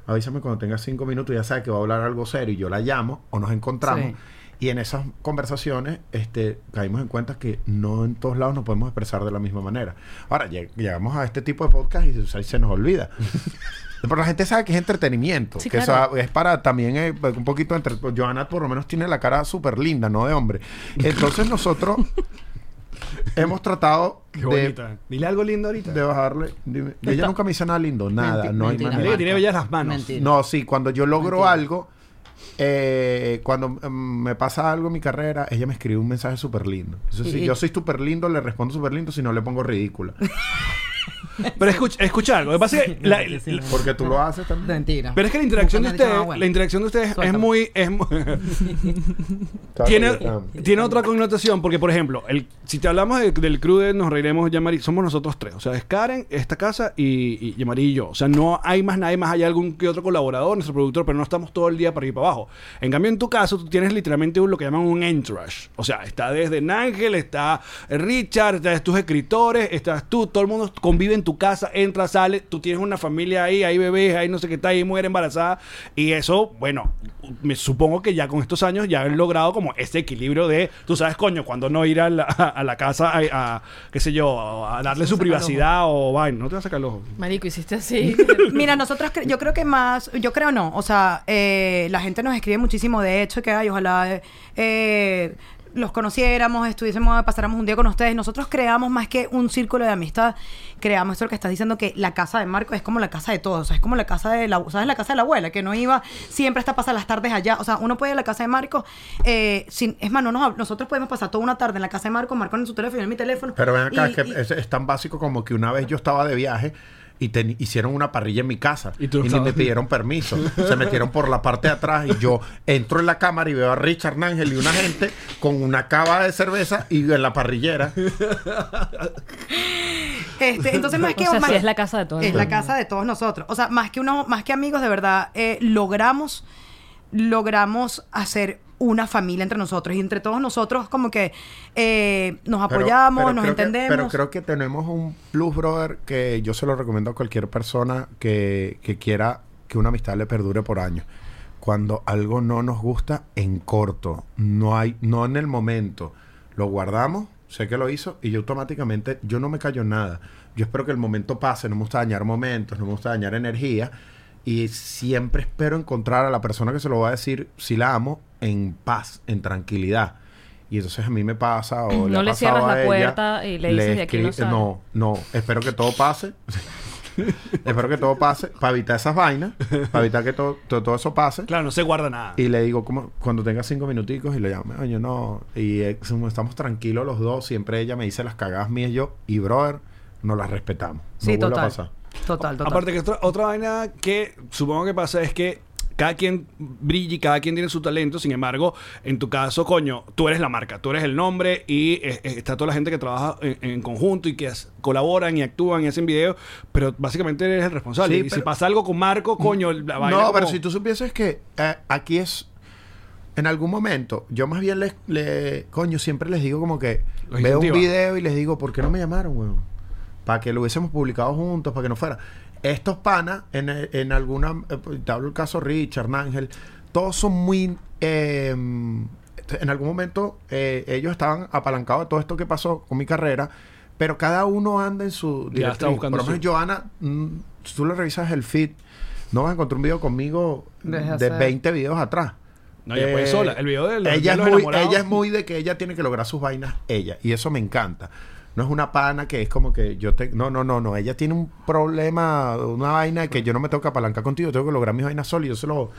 Speaker 3: avísame cuando tengas cinco minutos, ya sabes que va a hablar algo serio, y yo la llamo o nos encontramos.
Speaker 7: Sí.
Speaker 3: Y en esas conversaciones este, caímos en cuenta que no en todos lados nos podemos expresar de la misma manera. Ahora, lleg- llegamos a este tipo de podcast y se, se nos olvida. Pero la gente sabe que es entretenimiento.
Speaker 2: Sí,
Speaker 3: que
Speaker 2: claro.
Speaker 3: eso es para también eh, un poquito entre... Johanna por lo menos tiene la cara súper linda, no de hombre. Entonces nosotros hemos tratado
Speaker 1: Qué
Speaker 3: de,
Speaker 1: bonita. Dile algo lindo ahorita.
Speaker 3: de bajarle... dime- ella nunca me dice nada lindo, nada.
Speaker 7: Menti-
Speaker 3: no hay
Speaker 7: mentira,
Speaker 3: manera.
Speaker 1: Dile que tiene bellas las manos.
Speaker 7: Mentira.
Speaker 3: No, sí, cuando yo logro
Speaker 7: Mentira.
Speaker 3: algo, eh, cuando mm, me pasa algo en mi carrera, ella me escribe un mensaje súper lindo. Eso sí,
Speaker 7: Y-
Speaker 3: yo soy súper lindo, le respondo súper lindo, si no le pongo ridícula.
Speaker 1: Pero escucha, escucha algo. Lo que pasa es que la-
Speaker 7: Sí,
Speaker 1: la-
Speaker 7: no.
Speaker 3: Porque tú lo haces también.
Speaker 7: Mentira.
Speaker 1: pero es que la interacción de
Speaker 7: Nunca me han dicho
Speaker 1: ustedes,
Speaker 7: nada bueno.
Speaker 1: la interacción de ustedes es
Speaker 7: Suéltame.
Speaker 1: muy, es mu-
Speaker 3: Claro,
Speaker 1: tiene,
Speaker 3: yo, ah,
Speaker 1: tiene otra connotación, porque por ejemplo, el, si te hablamos de- del crew de Nos Reiremos, Yamari, somos nosotros tres. O sea, es Karen, esta casa y, y Yamari y yo. O sea, no hay más nadie más. Hay algún que otro colaborador, nuestro productor, pero no estamos todo el día para ir para abajo. En cambio, en tu caso, tú tienes literalmente un- lo que llaman un entourage. O sea, está desde Nángel, está Richard, estás tus escritores, estás tú, todo el mundo convive en tu casa, entra, sale, tú tienes una familia ahí, hay bebés, ahí no sé qué está, ahí mujer embarazada. Y eso, bueno, me supongo que ya con estos años ya han logrado como ese equilibrio de, tú sabes, coño, cuando no ir a la, a la casa a, a, qué sé yo, a darle su privacidad o vaina, no te vas a sacar el ojo.
Speaker 2: Marico, hiciste así.
Speaker 4: Mira, nosotros, cre- yo creo que más, yo creo no, o sea, eh, la gente nos escribe muchísimo, de hecho, que ay, ojalá eh, eh, los conociéramos, estuviésemos, pasáramos un día con ustedes. Nosotros creamos más que un círculo de amistad, creamos esto que estás diciendo, que la casa de Marco es como la casa de todos, o sea, es como la casa de la, ¿sabes? La casa de la abuela, que no iba, siempre está pasar las tardes allá, o sea, uno puede ir a la casa de Marco, eh, sin, es más, no nos hab- nosotros podemos pasar toda una tarde en la casa de Marco, Marco en su teléfono, en mi teléfono.
Speaker 3: Pero ven acá,
Speaker 4: y-
Speaker 3: es que
Speaker 4: y-
Speaker 3: es, es tan básico como que una vez yo estaba de viaje y ten- hicieron una parrilla en mi casa
Speaker 1: Y
Speaker 3: y,
Speaker 1: tú
Speaker 3: ni
Speaker 1: estabas-
Speaker 3: me pidieron permiso. Se metieron por la parte de atrás y yo entro en la cámara y veo a Richard Nángel y una gente con una cava de cerveza y en la parrillera.
Speaker 4: este, entonces más que
Speaker 2: O sea,
Speaker 4: más-
Speaker 2: sí, es la casa de todos.
Speaker 4: Es la casa de todos nosotros. O sea, más que uno, más que amigos, de verdad, eh, logramos, logramos hacer una familia entre nosotros. Y entre todos nosotros, como que eh, nos
Speaker 3: Pero-
Speaker 4: apoyamos,
Speaker 3: pero
Speaker 4: nos
Speaker 3: creo que-
Speaker 4: entendemos.
Speaker 3: pero creo que tenemos un plus, brother, que yo se lo recomiendo a cualquier persona que, que quiera que una amistad le perdure por años. Cuando algo no nos gusta, en corto. No hay, no en el momento. Lo guardamos, sé que lo hizo, y yo automáticamente, yo no me callo nada. Yo espero que el momento pase, no me gusta dañar momentos, no me gusta dañar energía. Y siempre espero encontrar a la persona que se lo va a decir, si la amo, en paz, en tranquilidad. Y entonces a mí me pasa, o
Speaker 2: No
Speaker 3: ha
Speaker 2: le
Speaker 3: pasado
Speaker 2: cierras
Speaker 3: a
Speaker 2: la
Speaker 3: ella,
Speaker 2: puerta y le dices, "De aquí no
Speaker 3: escri-
Speaker 2: sales".
Speaker 3: No, no, espero que todo pase. espero que todo pase para evitar esas vainas, para evitar que todo, todo, todo eso pase.
Speaker 1: Claro, no se guarda nada.
Speaker 3: Y le digo, como, cuando tenga cinco minuticos, y le llamo, oye, no. Y eh, como estamos tranquilos los dos, siempre ella me dice las cagadas mías, yo y brother, no las respetamos.
Speaker 4: sí,
Speaker 3: no vuelve a
Speaker 4: total.
Speaker 3: pasar.
Speaker 4: Total, total.
Speaker 1: Aparte que otra, otra vaina que supongo que pasa es que cada quien brilla y cada quien tiene su talento, sin embargo, en tu caso, coño, tú eres la marca, tú eres el nombre y eh, eh, está toda la gente que trabaja en, en conjunto y que as- colaboran y actúan y hacen videos, pero básicamente eres el responsable.
Speaker 3: Sí,
Speaker 1: y si
Speaker 3: pero-
Speaker 1: pasa algo con Marco, coño, la vaina
Speaker 3: No, pero
Speaker 1: como-
Speaker 3: si tú supieses que eh, aquí es. En algún momento, yo más bien les, le- Coño, siempre les digo como que.
Speaker 1: Los
Speaker 3: veo un
Speaker 1: incentiva.
Speaker 3: video y les digo, ¿por qué no me llamaron, weón? Para que lo hubiésemos publicado juntos, para que no fuera. Estos panas, en, en alguna. eh, te hablo el caso Richard, Ángel. Todos son muy. eh, en algún momento, eh, ellos estaban apalancados de todo esto que pasó con mi carrera. Pero cada uno anda en su.
Speaker 1: Ya está
Speaker 3: directriz.
Speaker 1: buscando
Speaker 3: Por lo menos
Speaker 1: su-
Speaker 3: Joana, mm, si tú le revisas el feed, no vas a encontrar un video conmigo
Speaker 7: Desde
Speaker 3: de
Speaker 7: hace-
Speaker 3: 20 videos atrás.
Speaker 1: No, ella puede
Speaker 3: Eh,
Speaker 1: sola. El video de los-
Speaker 3: ella,
Speaker 1: de
Speaker 3: es
Speaker 1: los
Speaker 3: muy,
Speaker 1: enamorados.
Speaker 3: ella es muy de que ella tiene que lograr sus vainas ella. Y eso me encanta. No es una pana que es como que yo te... No, no, no, no. Ella tiene un problema, una vaina que yo no me tengo que apalancar contigo. Tengo que lograr mis vainas sola y yo se lo,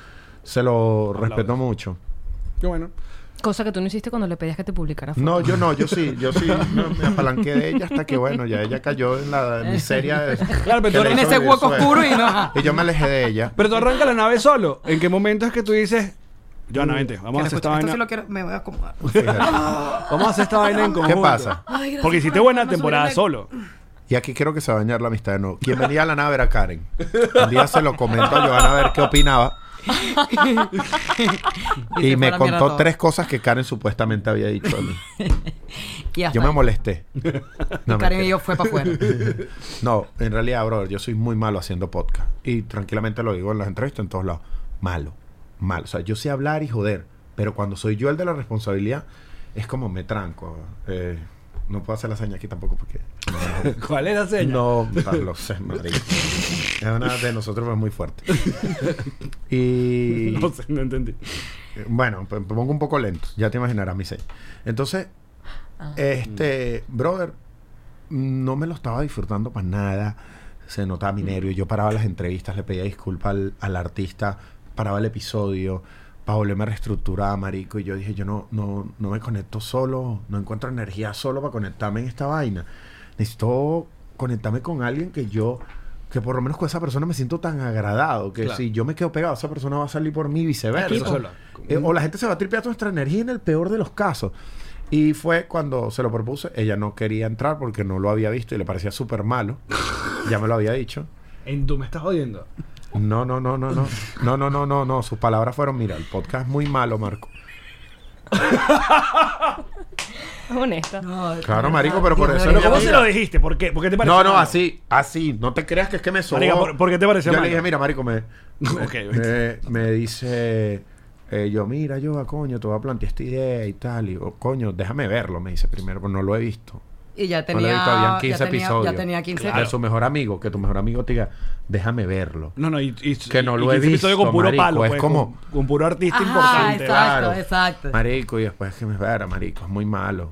Speaker 3: se lo respeto mucho.
Speaker 1: Qué bueno.
Speaker 2: Cosa que tú no hiciste cuando le pedías que te publicara fotos.
Speaker 3: No, yo no, yo sí, yo sí me, me apalanqué de ella hasta que, bueno, ya ella cayó en la miseria de...
Speaker 1: Claro, pero
Speaker 3: que
Speaker 1: tú-
Speaker 3: le
Speaker 1: en
Speaker 3: hizo
Speaker 7: ese
Speaker 3: vivir
Speaker 7: hueco
Speaker 3: su ex.
Speaker 7: oscuro y no.
Speaker 3: Y yo me alejé de ella.
Speaker 1: Pero tú arrancas la nave solo. ¿En qué momento es que tú dices, Joana, vente, vamos a
Speaker 7: Quiero
Speaker 3: este
Speaker 7: escuchar- Esto
Speaker 1: hacer esta vaina?
Speaker 7: sí lo quiero, me voy a acomodar.
Speaker 3: Fíjate.
Speaker 1: Vamos a hacer esta vaina en conjunto.
Speaker 3: pasa?
Speaker 1: Porque hiciste buena temporada solo.
Speaker 3: Y aquí quiero que se va a dañar la amistad de nuevo. Quien venía a la nave era Karen. Un día se lo comentó a Joana a ver qué opinaba.
Speaker 7: se fue
Speaker 3: y
Speaker 7: a
Speaker 3: me
Speaker 7: la mierda
Speaker 3: contó
Speaker 7: todo.
Speaker 3: tres cosas que Karen supuestamente había dicho a mí.
Speaker 7: Y hasta
Speaker 3: Yo me
Speaker 7: ahí.
Speaker 3: molesté. No,
Speaker 7: Karen y
Speaker 3: mentira.
Speaker 7: yo fue para afuera.
Speaker 3: No, en realidad, brother, yo soy muy malo haciendo podcast. Y tranquilamente lo digo en las entrevistas, en todos lados. Malo, malo. O sea, yo sé hablar y joder. Pero cuando soy yo el de la responsabilidad, es como me tranco. Eh, no puedo hacer la seña aquí tampoco porque...
Speaker 1: ¿Cuál es la seña?
Speaker 3: No, lo sé, Madrid. Es una de nosotros pues, muy fuerte. Y
Speaker 1: No sé, no entendí.
Speaker 3: eh, bueno, pues, me pongo un poco lento, ya te imaginarás mi seña. Entonces, este, brother, no me lo estaba disfrutando para nada. Se notaba mi nervio. Yo paraba las entrevistas, le pedía disculpas al, al artista, paraba el episodio. Para volverme a reestructurar, marico. Y yo dije, yo no, no, no me conecto solo. No encuentro energía solo para conectarme en esta vaina. Necesito conectarme con alguien que yo... Que por lo menos con esa persona me siento tan agradado. Que
Speaker 1: Claro.
Speaker 3: si yo me quedo pegado, esa persona va a salir por mí y viceversa.
Speaker 1: Equipo. Sola.
Speaker 3: Eh, o la gente se va a tripear nuestra energía en el peor de los casos. Y fue cuando se lo propuse. Ella no quería entrar porque no lo había visto y le parecía súper malo. ya me lo había dicho.
Speaker 1: En tú me estás jodiendo.
Speaker 3: No, no, no, no, no. No, no, no, no, no. Sus palabras fueron, mira, el podcast es muy malo, Marco.
Speaker 2: Es honesta.
Speaker 3: Claro,
Speaker 1: Ah,
Speaker 3: marico, pero por eso...
Speaker 1: Pero
Speaker 3: es mi
Speaker 1: ¿cómo se
Speaker 3: amiga.
Speaker 1: lo dijiste? ¿Por qué? ¿Por qué te pareció?
Speaker 3: No, no,
Speaker 1: malo?
Speaker 3: así, así. No te creas que es que me sobó.
Speaker 1: Marica, ¿por- por qué te pareció
Speaker 3: Yo
Speaker 1: malo?
Speaker 3: le dije, mira, marico, me...
Speaker 1: Ok,
Speaker 3: me, me dice... eh, yo, mira, yo, ah, coño, te voy a plantear esta idea y tal. Y yo, coño, déjame verlo, me dice primero, pues no lo he visto.
Speaker 7: Y ya
Speaker 3: No lo he
Speaker 7: tenía.
Speaker 3: visto, habían 15
Speaker 7: ya, tenía
Speaker 3: episodios.
Speaker 7: ya tenía 15
Speaker 3: De su mejor amigo, que tu mejor amigo te diga, déjame verlo.
Speaker 1: No, no, y, y-
Speaker 3: Que no
Speaker 1: y-
Speaker 3: lo
Speaker 1: y
Speaker 3: he
Speaker 1: ese
Speaker 3: visto,
Speaker 1: episodio con puro
Speaker 3: marico,
Speaker 1: palo.
Speaker 3: es
Speaker 1: pues,
Speaker 3: como-
Speaker 1: Con, con puro artista
Speaker 7: Ajá,
Speaker 1: importante.
Speaker 7: exacto.
Speaker 1: ¿verdad?
Speaker 7: exacto.
Speaker 3: Marico, y después que me verá, marico, es muy malo.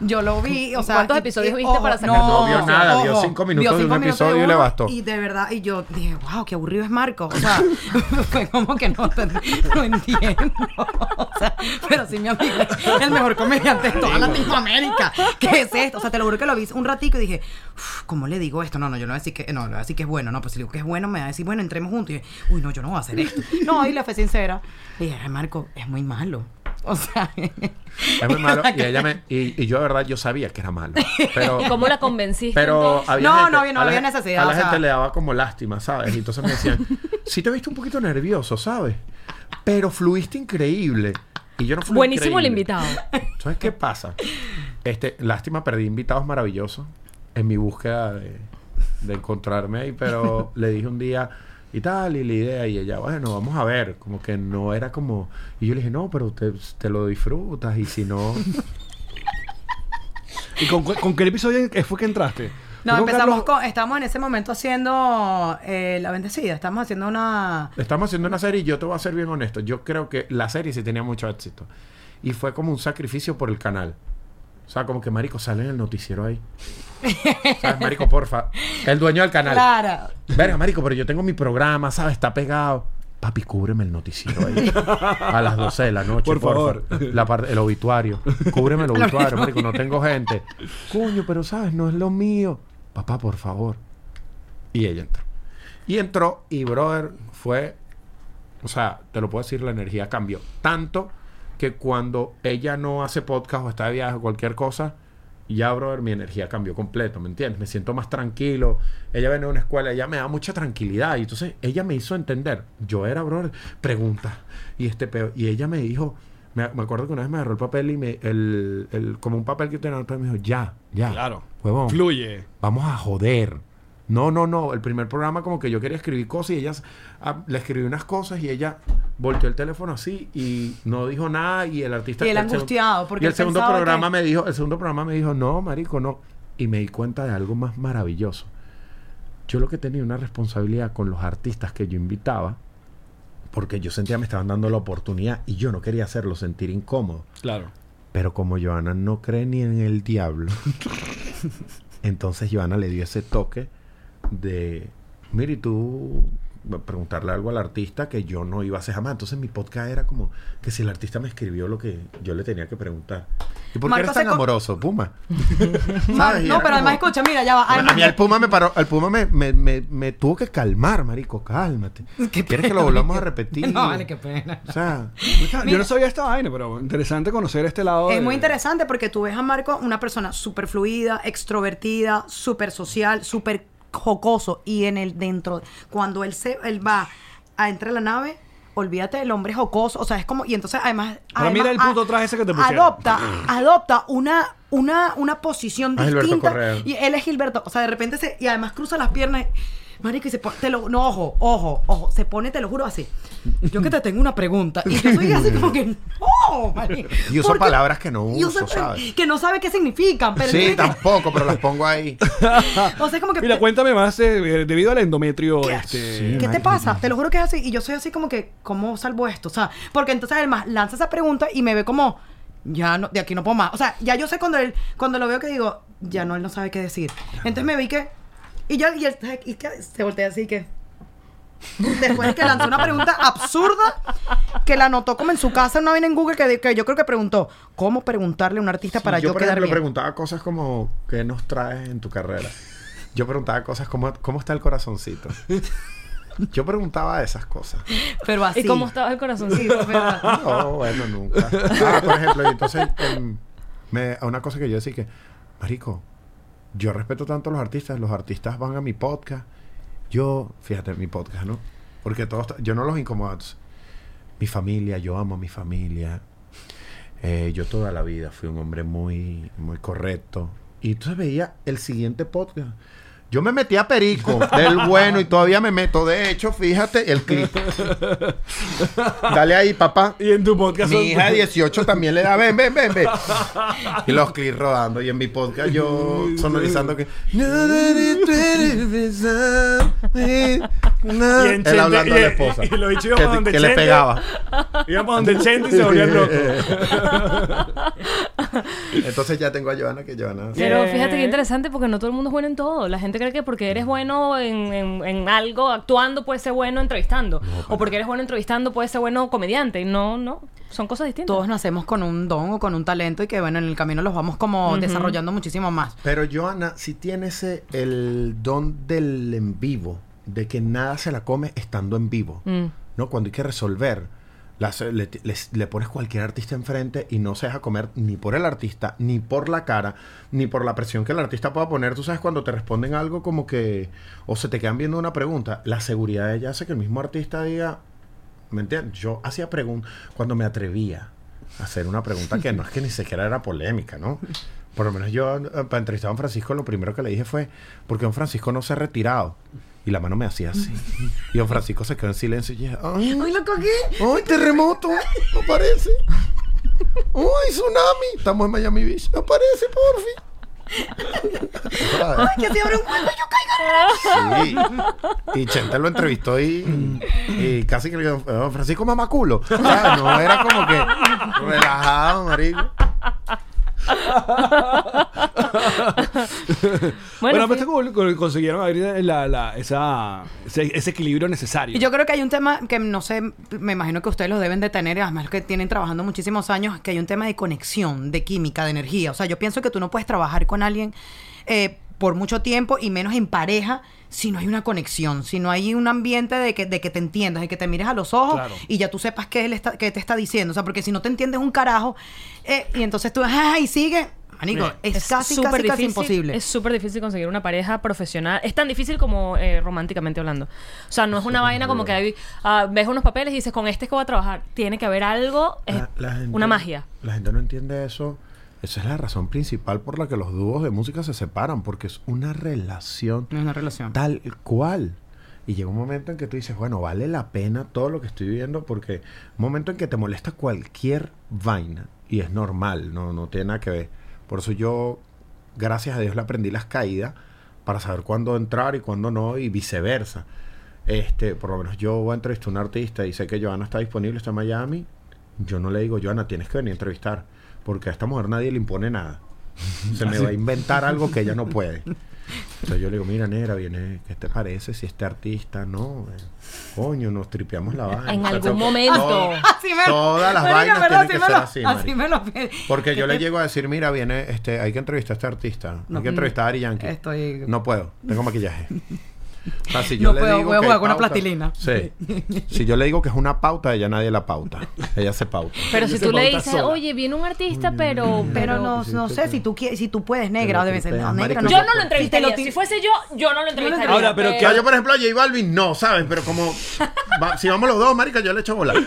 Speaker 4: Yo lo vi, o sea...
Speaker 2: ¿Cuántos
Speaker 4: y-
Speaker 2: episodios
Speaker 4: y-
Speaker 2: viste para sacar
Speaker 3: No vio nada, vio cinco minutos de un episodio y
Speaker 4: uno,
Speaker 3: le bastó.
Speaker 4: Y de verdad, y yo dije,
Speaker 7: Dije, wow, qué aburrido es Marco. O sea, fue como que no, te- no entiendo. O sea, pero sí, mi amigo es el mejor comediante de toda Latinoamérica. ¿Qué es esto? O sea, te lo juro que lo vi un ratico y dije, "Uf, ¿cómo le digo esto? No, no, yo no voy a decir que, no, no voy a decir que es bueno. No, pues si digo que es bueno, me va a decir, bueno, entremos juntos. Y yo, uy, no, yo no voy a hacer esto. No, y le fue sincera. Le dije, "Ay, Marco, es muy malo. O sea,
Speaker 3: Es muy malo. y, ella me, y, y yo, de verdad, yo sabía que era malo. Pero,
Speaker 2: ¿Y cómo la convenciste?
Speaker 3: pero
Speaker 2: entonces?
Speaker 3: había
Speaker 7: No,
Speaker 3: gente-
Speaker 7: no había- no
Speaker 3: a la
Speaker 7: había
Speaker 3: gente-
Speaker 7: necesidad,
Speaker 3: A la
Speaker 7: o sea.
Speaker 3: gente le daba como lástima, ¿sabes? Y entonces me decían, sí te viste un poquito nervioso, ¿sabes? Pero fluiste increíble. Y yo no fluí
Speaker 2: Buenísimo el
Speaker 3: increíble.
Speaker 2: invitado.
Speaker 3: ¿Sabes qué pasa? Este, lástima, perdí invitados maravillosos en mi búsqueda de, de encontrarme ahí, pero le dije un día y tal, y la idea, y ella, bueno, vamos a ver, como que no era como... Y yo le dije, no, pero te, te lo disfrutas, y si no...
Speaker 1: ¿Y con, cu- con qué episodio que- fue que entraste?
Speaker 7: no,
Speaker 1: Fue con
Speaker 7: empezamos
Speaker 1: Carlos-
Speaker 7: con, estábamos en ese momento haciendo eh, La Bendecida, estamos haciendo una...
Speaker 3: Estamos haciendo una serie y yo te voy a ser bien honesto, yo creo que la serie sí tenía mucho éxito. Y fue como un sacrificio por el canal. O sea, como que, marico, sale en el noticiero ahí. ¿Sabes, marico, porfa? El dueño del canal.
Speaker 7: Clara.
Speaker 3: Verga, marico, pero yo tengo mi programa, ¿sabes? Está pegado. Papi, cúbreme el noticiero ahí. A las 12 de la noche,
Speaker 1: Por
Speaker 3: por,
Speaker 1: favor.
Speaker 3: favor. La parte, el obituario. Cúbreme el obituario, marico. No tengo gente. Coño, pero sabes, no es lo mío. Papá, por favor. Y ella entró. Y entró y, brother, fue... O sea, te lo puedo decir, la energía cambió. Tanto que cuando ella no hace podcast o está de viaje o cualquier cosa, ya, brother, mi energía cambió completo, ¿me entiendes? Me siento más tranquilo. Ella viene de una escuela, ella me da mucha tranquilidad. Y entonces ella me hizo entender. Yo era, brother, pregunta. Y este peo. Y ella me dijo, me, me acuerdo que una vez me agarró el papel y me, el, el- como un papel que tenía anotado, y me dijo, ya, ya.
Speaker 1: Ah, Claro.
Speaker 3: Huevón
Speaker 1: Fluye.
Speaker 3: vamos a joder. No, no, no. El primer programa como que yo quería escribir cosas y ella ah, le escribí unas cosas y ella volteó el teléfono así y no dijo nada y el artista...
Speaker 7: Y él
Speaker 3: segun-
Speaker 7: angustiado, porque
Speaker 3: y el
Speaker 7: él
Speaker 3: segundo
Speaker 7: pensaba
Speaker 3: programa
Speaker 7: que-
Speaker 3: me dijo, el segundo programa me dijo, no, marico, no. Y me di cuenta de algo más maravilloso. Yo lo que tenía una responsabilidad con los artistas que yo invitaba porque yo sentía me estaban dando la oportunidad y yo no quería hacerlo sentir incómodo.
Speaker 1: Claro.
Speaker 3: Pero como Joana no cree ni en el diablo, entonces Joana le dio ese toque de, mire, y tú preguntarle algo al artista que yo no iba a hacer jamás. Entonces mi podcast era como que si el artista me escribió lo que yo le tenía que preguntar. ¿Y por qué
Speaker 4: Marco
Speaker 3: eres
Speaker 4: se
Speaker 3: tan
Speaker 4: co-
Speaker 3: amoroso, Puma? ¿Sabes? Y
Speaker 4: No,
Speaker 3: era
Speaker 4: pero además
Speaker 3: como-
Speaker 4: escucha, mira, ya va.
Speaker 3: a
Speaker 4: Además,
Speaker 3: mí el Puma me paró, el Puma me, me, me, me tuvo que calmar, marico, cálmate. ¿Quieres que lo volvamos a repetir?
Speaker 7: No, vale, qué pena.
Speaker 3: O sea,
Speaker 1: Yo no sabía esta vaina, pero interesante conocer este lado.
Speaker 4: Es
Speaker 1: de-
Speaker 4: muy interesante porque tú ves a Marco una persona súper fluida, extrovertida, súper social, súper jocoso. Y en el dentro, cuando él se él va a entrar a la nave, olvídate del hombre jocoso. O sea, es como. Y entonces, además.
Speaker 1: Ahora
Speaker 4: además,
Speaker 1: mira el puto
Speaker 4: a-
Speaker 1: traje ese que te pusieron.
Speaker 4: Adopta, adopta una. Una, una posición
Speaker 3: Ah, Gilberto
Speaker 4: distinta.
Speaker 3: Correa.
Speaker 4: Y él es Gilberto. O sea, de repente se. Y además cruza las piernas. Marico, y se pone. Te lo, no, ojo, ojo, ojo. Se pone, te lo juro, así. Yo que te tengo una pregunta. Y yo soy así como que. ¡No! marico.
Speaker 3: Y uso
Speaker 4: Porque-
Speaker 3: palabras que no
Speaker 4: y
Speaker 3: uso,
Speaker 4: usa-
Speaker 3: ¿sabes?
Speaker 4: Que no sabe qué significan, pero
Speaker 3: sí,
Speaker 4: entonces-
Speaker 3: tampoco, pero las pongo ahí.
Speaker 4: o sea, como que
Speaker 1: Mira, cuéntame más eh, debido al endometrio.
Speaker 4: ¿Qué?
Speaker 1: Este...
Speaker 4: ¿Qué te pasa? Te lo juro que es así. Y yo soy así como que, ¿cómo salvo esto? O sea, porque entonces además lanza esa pregunta y me ve como, ya no, de aquí no puedo más. O sea, ya yo sé cuando él, cuando lo veo que digo, ya no, él no sabe qué decir. Entonces me vi que, y ya, y él y que se voltea así que. Después de que lanzó una pregunta absurda que la anotó como en su casa una vez en Google que, que yo creo que preguntó cómo preguntarle a un artista para
Speaker 3: Sí, yo,
Speaker 4: yo,
Speaker 3: por
Speaker 4: quedar
Speaker 3: ejemplo,
Speaker 4: bien.
Speaker 3: preguntaba cosas como ¿qué nos traes en tu carrera? Yo preguntaba cosas como ¿cómo está el corazoncito? Yo preguntaba esas cosas.
Speaker 4: Pero así.
Speaker 2: ¿Y cómo estaba el corazoncito?
Speaker 4: Sí, es verdad.
Speaker 3: No, bueno, nunca. Ah, por ejemplo, y entonces em, me- a una cosa que yo decía que, marico, yo respeto tanto a los artistas, los artistas van a mi podcast. Yo, fíjate, mi podcast, ¿no? Porque todos, yo no los incomodo. entonces, Mi familia, yo amo a mi familia. Eh, yo toda la vida fui un hombre muy, muy correcto. Y entonces veía el siguiente podcast. Yo me metí a Perico, del bueno, y todavía me meto. De hecho, fíjate el clip. Dale ahí, papá.
Speaker 1: Y en tu podcast.
Speaker 3: Mi hija de
Speaker 1: son-
Speaker 3: 18 también le da, ven, ven, ven, ven. Y los clips rodando. Y en mi podcast yo sonorizando que.
Speaker 1: Y en
Speaker 3: eh, Él
Speaker 1: Chente-
Speaker 3: hablando a
Speaker 1: y-
Speaker 3: la esposa.
Speaker 1: y- y los bichos
Speaker 3: que,
Speaker 1: iban a donde
Speaker 3: que le
Speaker 1: Chente.
Speaker 3: pegaba.
Speaker 1: Íbamos donde el Chente y se volvían locos.
Speaker 3: Entonces ya tengo a Joana, que Joana.
Speaker 2: Pero
Speaker 1: Yeah.
Speaker 2: fíjate qué interesante porque no todo el mundo es bueno en todo. La gente cree que porque eres bueno en, en- en algo, actuando, puedes ser bueno entrevistando. o porque eres bueno entrevistando, puedes ser bueno comediante. Y No, no. Son cosas distintas.
Speaker 4: todos nacemos con un don o con un talento y que bueno, en el camino los vamos como desarrollando muchísimo más.
Speaker 3: Pero Joana, si tiene ese, el don del en vivo, de que nada se la come estando en vivo, ¿no? Cuando hay que resolver, las- le, les- le pones cualquier artista enfrente y no se deja comer ni por el artista, ni por la cara, ni por la presión que el artista pueda poner. Tú sabes, cuando te responden algo como que, o se te quedan viendo una pregunta, la seguridad de ella hace que el mismo artista diga, ¿Me entiendes? Yo hacía preguntas cuando me atrevía a hacer una pregunta que no es que ni siquiera era polémica, ¿no? Por lo menos yo, eh, para entrevistar a don Francisco, lo primero que le dije fue, ¿por qué don Francisco no se ha retirado? Y la mano me hacía así. Y don Francisco se quedó en silencio y dije, ¡ay!
Speaker 4: ¡Ay, lo cogí!
Speaker 3: ¡Ay, terremoto! ¡No parece! ¡Ay, tsunami! Estamos en Miami Beach. ¡No parece, porfi! Ay,
Speaker 4: ¡Que se abre un hueco y yo caigo!
Speaker 3: Sí. Y Chente lo entrevistó y, y casi que le dijo, "Oh, Francisco Mamaculo. O sea, no era como que relajado, marico.
Speaker 1: Bueno, pues
Speaker 2: Bueno, sí.
Speaker 1: está cool, con- consiguieron abrir la, la- esa, ese, ese equilibrio necesario.
Speaker 4: Y yo creo que hay un tema que no sé, me imagino que ustedes lo deben de tener, además los que tienen trabajando muchísimos años, que hay un tema de conexión, de química, de energía. O sea, yo pienso que tú no puedes trabajar con alguien eh, por mucho tiempo y menos en pareja si no hay una conexión, si no hay un ambiente de que, de que te entiendas, de que te mires a los ojos
Speaker 1: Claro.
Speaker 4: y ya tú sepas qué, él está, qué te está diciendo. O sea, porque si no te entiendes un carajo eh, y entonces tú, ¡ay, sigue! Manico, es, casi,
Speaker 2: súper
Speaker 4: casi, casi
Speaker 2: difícil,
Speaker 4: imposible.
Speaker 2: Es súper difícil conseguir una pareja profesional. Es tan difícil como eh, románticamente hablando. O sea, no es una vaina como que hay, ah, ves unos papeles y dices, con este es que voy a trabajar. Tiene que haber algo, es
Speaker 3: La- la gente-
Speaker 2: una magia.
Speaker 3: La gente no entiende eso. Esa es la razón principal por la que los dúos de música se separan, porque es una relación
Speaker 4: No es una relación.
Speaker 3: tal cual. Y llega un momento en que tú dices, bueno, vale la pena todo lo que estoy viviendo, porque un momento en que te molesta cualquier vaina. Y es normal, no, no tiene nada que ver. Por eso yo, gracias a Dios, le aprendí las caídas para saber cuándo entrar y cuándo no, y viceversa. Este, por lo menos yo voy a entrevistar a un artista y sé que Joana está disponible, está en Miami. Yo no le digo, Joana, tienes que venir a entrevistar. Porque a esta mujer nadie le impone nada. Se me va a inventar algo que ella no puede. Entonces yo le digo, mira, negra, viene, ¿qué te parece si este artista no? eh, coño, nos tripeamos la vaina.
Speaker 2: En
Speaker 3: O sea,
Speaker 2: algún
Speaker 3: tengo-
Speaker 2: momento.
Speaker 3: todo-
Speaker 7: Así me-
Speaker 3: todas las
Speaker 7: Marica,
Speaker 3: vainas
Speaker 7: pero
Speaker 3: tienen
Speaker 7: así
Speaker 3: que
Speaker 7: me
Speaker 3: ser
Speaker 7: lo-
Speaker 3: así,
Speaker 7: así
Speaker 3: marica.
Speaker 7: me lo pide.
Speaker 3: Porque yo
Speaker 7: Que
Speaker 3: le
Speaker 7: te-
Speaker 3: llego a decir, mira, viene, este, hay que entrevistar a este artista,
Speaker 7: No, mm,
Speaker 3: hay que entrevistar a Ari Yankee.
Speaker 7: estoy-
Speaker 3: No puedo, tengo maquillaje. O sea, si
Speaker 7: No
Speaker 3: le
Speaker 7: puedo,
Speaker 3: digo
Speaker 7: voy a
Speaker 3: que hay
Speaker 7: jugar con una
Speaker 3: pauta-
Speaker 7: plastilina.
Speaker 3: Sí. si yo le digo que es una pauta, ella nadie la pauta. Ella se pauta.
Speaker 2: Pero si
Speaker 1: se
Speaker 2: tú le
Speaker 1: monta
Speaker 2: dices,
Speaker 1: sola.
Speaker 2: oye, viene un artista, pero.
Speaker 4: Pero no,
Speaker 1: pues,
Speaker 4: no sé si tú quieres, si tú puedes, negra,
Speaker 3: lo
Speaker 4: o debe ser. No,
Speaker 3: tripeas,
Speaker 4: negra,
Speaker 3: marico, yo
Speaker 4: no.
Speaker 2: Yo no lo entrevistaría.
Speaker 4: Si te lo
Speaker 2: Si,
Speaker 4: ti-
Speaker 2: fuese yo, yo no lo entrevistaría.
Speaker 1: Ahora, pero
Speaker 3: O sea, yo, por ejemplo, a J Balvin no, ¿sabes? Pero como. va- si vamos los dos, marica, yo le echo volar.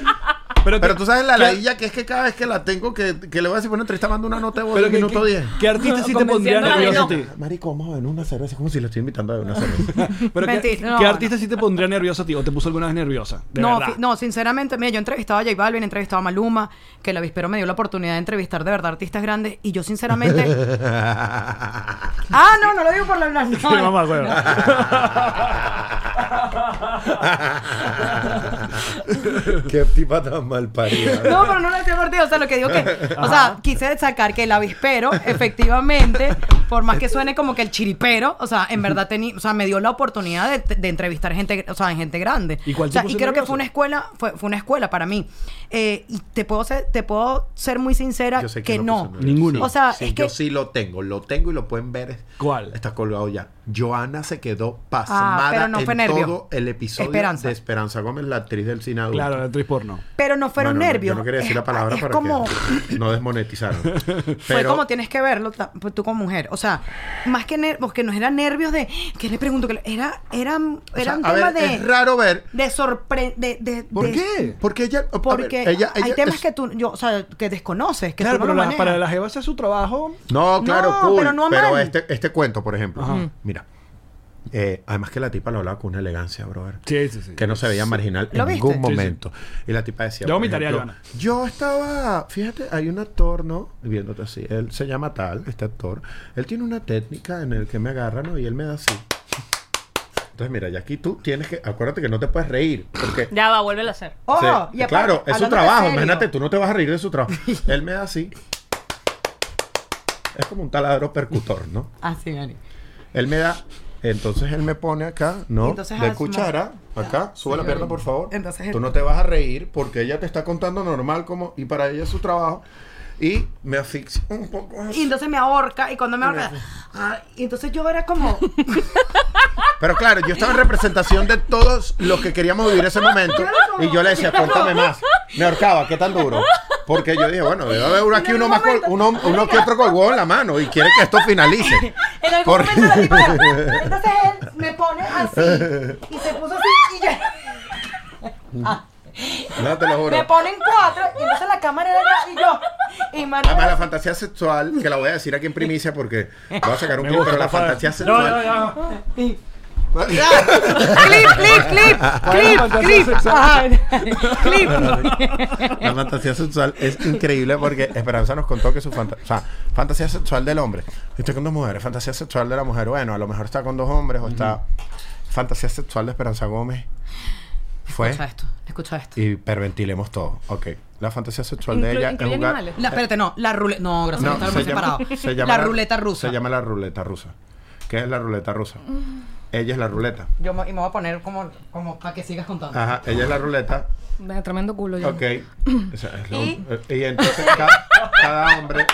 Speaker 1: Pero,
Speaker 3: Pero tú sabes la
Speaker 1: ¿Qué-
Speaker 3: ladilla que es que cada vez que la tengo, que, que le voy a decir, bueno, entrevista mando una nota de voz
Speaker 1: pero
Speaker 3: de
Speaker 1: que-
Speaker 3: minuto
Speaker 1: que-
Speaker 3: 10.
Speaker 1: ¿Qué artista sí te pondría
Speaker 2: Convenciéndola de
Speaker 1: nervioso a
Speaker 2: no.
Speaker 1: ti?
Speaker 3: Marico, vamos a beber una cerveza. Es como si le estoy invitando a beber una cerveza.
Speaker 1: Pero ¿qué-
Speaker 4: Mentira,
Speaker 1: ¿qué,
Speaker 4: no,
Speaker 1: artista sí te pondría nervioso a ti? ¿O te puso alguna vez nerviosa? De
Speaker 4: No,
Speaker 1: verdad.
Speaker 4: fi- no, sinceramente, mira, yo he entrevistado a J Balvin, he entrevistado a Maluma, que la Vispero me dio la oportunidad de entrevistar de verdad artistas grandes, y yo sinceramente. ah, no, no lo digo por la. no,
Speaker 1: Sí, mamá, huevo. Ah.
Speaker 3: Qué tipa tan mal parida.
Speaker 4: No, pero no lo decía por ti. O sea, lo que digo que. O sea, quise sacar que el avispero, efectivamente, por más que suene como que el chiripero, o sea, en verdad tenía. O sea, me dio la oportunidad de, de entrevistar gente, o sea, gente grande.
Speaker 1: ¿Y cuál te
Speaker 4: o sea,
Speaker 1: puso
Speaker 4: y creo que
Speaker 1: nervioso?
Speaker 4: fue una escuela, fue, fue una escuela para mí. Eh, y te puedo ser, te puedo ser muy sincera Ah, que, no.
Speaker 1: Ninguno.
Speaker 4: O sea, es
Speaker 3: yo
Speaker 4: que-
Speaker 3: sí lo tengo, lo tengo y lo pueden ver.
Speaker 1: ¿Cuál?
Speaker 3: Está colgado ya. Joana se quedó pasmada
Speaker 4: Ah, pero no
Speaker 3: en
Speaker 4: fue nervio.
Speaker 3: todo el episodio
Speaker 4: Esperanza.
Speaker 3: de Esperanza Gómez, la actriz del cine adulto.
Speaker 1: Claro, la actriz porno.
Speaker 4: Pero no fueron
Speaker 3: Bueno, no,
Speaker 4: nervios.
Speaker 3: Yo no quería decir la
Speaker 4: Es-
Speaker 3: palabra
Speaker 4: es
Speaker 3: para
Speaker 4: como-
Speaker 3: que no desmonetizaron.
Speaker 4: Fue
Speaker 3: Pero-
Speaker 4: como tienes que verlo ta- pues, tú como mujer. O sea, más que nervios, que nos eran nervios de que le pregunto que le- era, era,
Speaker 3: O
Speaker 4: era
Speaker 3: sea,
Speaker 4: un
Speaker 3: a
Speaker 4: tema
Speaker 3: ver,
Speaker 4: de.
Speaker 3: Es raro ver.
Speaker 4: de sorprender de, de-
Speaker 3: ¿Por
Speaker 4: de-
Speaker 3: qué? Porque ella. a ver,
Speaker 4: Porque
Speaker 3: ella-
Speaker 4: hay
Speaker 3: ella
Speaker 4: temas
Speaker 3: es-
Speaker 4: que tú, yo, o sea, que desconoces, que
Speaker 1: Claro,
Speaker 4: tú no
Speaker 1: pero
Speaker 4: lo
Speaker 1: la-
Speaker 4: manejas.
Speaker 1: para la jeva hace su trabajo.
Speaker 3: No, claro,
Speaker 4: No,
Speaker 3: cool,
Speaker 4: pero no a
Speaker 3: pero
Speaker 4: mal.
Speaker 3: este, este cuento, por ejemplo.
Speaker 1: Ajá.
Speaker 3: Mm. Mira. eh, además que la tipa lo hablaba con una elegancia, brother.
Speaker 1: Sí, sí, sí.
Speaker 3: Que no se veía marginal en
Speaker 4: ¿Lo viste?
Speaker 3: ningún
Speaker 1: Sí, sí.
Speaker 3: momento. Y la tipa decía.
Speaker 1: Yo
Speaker 3: por
Speaker 1: vomitaría,
Speaker 3: ejemplo,
Speaker 1: Joana.
Speaker 3: Yo estaba. Fíjate, hay un actor, ¿no? Viéndote así. Él se llama tal, este actor. Él tiene una técnica en el que me agarra, ¿no? Y él me da así. Entonces, mira, y aquí tú tienes que. Acuérdate que no te puedes reír. Porque
Speaker 2: Ya va, vuelve a hacer.
Speaker 4: Ojo,
Speaker 3: Sí,
Speaker 4: Oh, y aparte,
Speaker 3: claro, es su
Speaker 4: hablando
Speaker 3: trabajo.
Speaker 4: serio,
Speaker 3: Imagínate, tú no te vas a reír de su trabajo. Él me da así. Es como un taladro percutor, ¿no?
Speaker 7: Así, Mari.
Speaker 3: Él me da. Entonces él me pone acá, ¿no?
Speaker 4: Entonces, ah,
Speaker 3: de
Speaker 4: haz-
Speaker 3: cuchara, acá, sube la pierna, por favor.
Speaker 4: Entonces,
Speaker 3: tú no te vas a reír porque ella te está contando normal como y para ella es su trabajo y me asfixia un poco.
Speaker 4: Y entonces me ahorca y cuando me ahorca, ah, y entonces yo era como
Speaker 3: Pero claro, yo estaba en representación de todos los que queríamos vivir ese momento. Y yo le decía, cuéntame más. Me ahorcaba, ¿qué tan duro? Porque yo dije, bueno, debe haber uno aquí, uno más col- uno, uno que otro colgó en la mano y quiere que esto finalice.
Speaker 4: en algún
Speaker 3: Por-
Speaker 4: momento la tipa era- entonces él me pone así y se puso así y yo
Speaker 3: No, te lo
Speaker 4: me
Speaker 3: juro.
Speaker 4: ponen cuatro y entonces la cámara era acá y yo y María
Speaker 3: Además, la fantasía sexual, que la voy a decir aquí en primicia porque voy a sacar un
Speaker 1: Me
Speaker 3: clip,
Speaker 1: gusta,
Speaker 3: pero la
Speaker 1: por favor.
Speaker 3: fantasía
Speaker 1: No, no,
Speaker 3: sexual.
Speaker 1: no.
Speaker 4: clip clip clip clip clip Ah. Ajá. clip
Speaker 3: La fantasía sexual es increíble porque Esperanza nos contó que su fantasía, o sea, fantasía sexual del hombre. Está con dos mujeres, fantasía sexual de la mujer. Bueno, a lo mejor está con dos hombres o está fantasía sexual de Esperanza Gómez. Fue
Speaker 7: Escucha esto, escucha esto.
Speaker 3: y perventilemos todo. Ok. La fantasía sexual de
Speaker 2: Inclu-
Speaker 3: ella es
Speaker 2: incluye
Speaker 3: jugar.
Speaker 2: animales.
Speaker 7: La, espérate, no, la ruleta. No, gracias,
Speaker 3: No,
Speaker 7: no, estaba muy separado.
Speaker 3: se llama
Speaker 7: la, ruleta rusa.
Speaker 3: Se llama la ruleta rusa. ¿Qué es la ruleta rusa? Ella es la ruleta.
Speaker 7: Yo me, y me voy a poner como, como para que sigas contando.
Speaker 3: Ajá, ella es la ruleta.
Speaker 2: Venga, tremendo culo. yo.
Speaker 3: Ok. O sea, es lo- eh, y entonces ca- cada, hombre.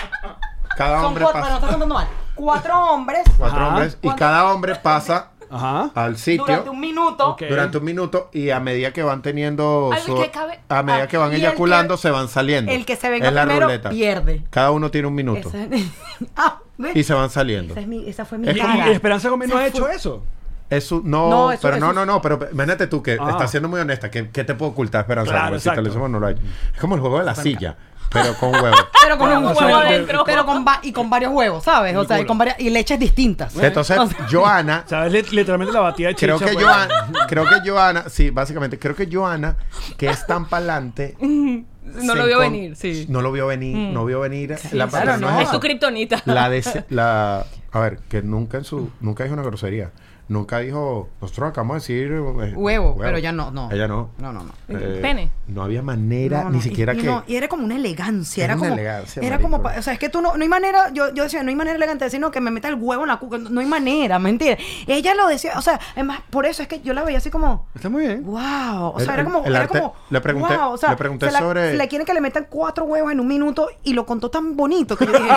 Speaker 3: Cada
Speaker 7: Son
Speaker 3: hombre
Speaker 7: cuatro, no,
Speaker 3: pasa.
Speaker 7: estás contando mal.
Speaker 4: cuatro hombres
Speaker 3: Cuatro
Speaker 1: Ajá.
Speaker 3: hombres. Y cada hombre pasa
Speaker 1: Ajá.
Speaker 3: al sitio.
Speaker 4: durante un minuto
Speaker 1: Ok.
Speaker 3: durante un minuto y a medida que van teniendo
Speaker 2: Al
Speaker 3: su-
Speaker 2: que cabe-
Speaker 3: a medida
Speaker 4: ah,
Speaker 3: que van
Speaker 4: y el
Speaker 3: eyaculando
Speaker 4: que-
Speaker 3: se van saliendo
Speaker 4: el que se venga
Speaker 3: es la
Speaker 4: primero
Speaker 3: ruleta
Speaker 7: Pierde.
Speaker 3: cada uno tiene un minuto
Speaker 7: Esa-
Speaker 4: ah, ¿ves?
Speaker 3: y se van saliendo
Speaker 4: Esa, es mi- esa fue mi
Speaker 3: Es
Speaker 1: Y,
Speaker 4: cara.
Speaker 1: y Esperanza Gómez no ha hecho eso.
Speaker 3: Es su- no,
Speaker 7: No, eso-
Speaker 3: pero no,
Speaker 7: eso-
Speaker 3: no, no, pero imagínate tú que
Speaker 1: Ah.
Speaker 3: estás siendo muy honesta, que, que te puedo ocultar, Esperanza.
Speaker 1: Claro,
Speaker 3: Porque si te lo
Speaker 1: exacto.
Speaker 3: decimos, no lo hay. Es como el juego de la silla, pero con huevo.
Speaker 7: Pero con
Speaker 1: Bueno,
Speaker 7: un
Speaker 1: o
Speaker 3: Ah,
Speaker 7: huevo
Speaker 1: sea, pero-
Speaker 7: adentro. Pero con va- y con varios huevos, ¿sabes? O
Speaker 1: El
Speaker 7: sea, y
Speaker 1: culo.
Speaker 7: con varias y leches distintas.
Speaker 3: Entonces,
Speaker 7: O sea,
Speaker 3: Joana,
Speaker 1: ¿Sabes? Lit- Literalmente la batida de chicha.
Speaker 3: creo que
Speaker 1: pues.
Speaker 3: Joana, creo que Joana, sí, básicamente, creo que Joana, que es tan palante.
Speaker 2: No lo
Speaker 3: se
Speaker 2: vio
Speaker 3: encon-
Speaker 2: venir, sí.
Speaker 3: No lo vio venir, no vio venir. la
Speaker 7: claro,
Speaker 3: patrona
Speaker 7: no.
Speaker 3: es
Speaker 2: Es tu
Speaker 3: eso.
Speaker 2: kriptonita.
Speaker 3: La, des- la a ver, que nunca en su, nunca dijo una grosería. Nunca dijo, nosotros acabamos de decir eh, huevo,
Speaker 7: pero ella no, no.
Speaker 3: Ella no.
Speaker 7: No, no, no.
Speaker 3: Eh,
Speaker 2: Pene.
Speaker 3: No había manera
Speaker 4: No, no,
Speaker 3: ni
Speaker 4: y-
Speaker 3: siquiera
Speaker 4: y
Speaker 3: que.
Speaker 4: no, y era como una elegancia. Era,
Speaker 3: Era una
Speaker 4: como.
Speaker 3: elegancia,
Speaker 4: era
Speaker 3: marico.
Speaker 4: como. pa- O sea, es que tú no. No hay manera. Yo, yo decía, no hay manera elegante de decir, no, que me meta el huevo en la cuca. No, no hay manera, mentira. Ella lo decía. O sea, además, por eso es que yo la veía así como.
Speaker 3: Está muy bien.
Speaker 4: Wow, o sea,
Speaker 3: El-
Speaker 4: era como,
Speaker 3: el
Speaker 4: era
Speaker 3: arte-
Speaker 4: como
Speaker 3: le pregunté-
Speaker 4: guau, o sea,
Speaker 3: le pregunté
Speaker 4: se la-
Speaker 3: sobre-
Speaker 4: se le quieren que le metan cuatro huevos en un minuto y lo contó tan bonito que yo dije,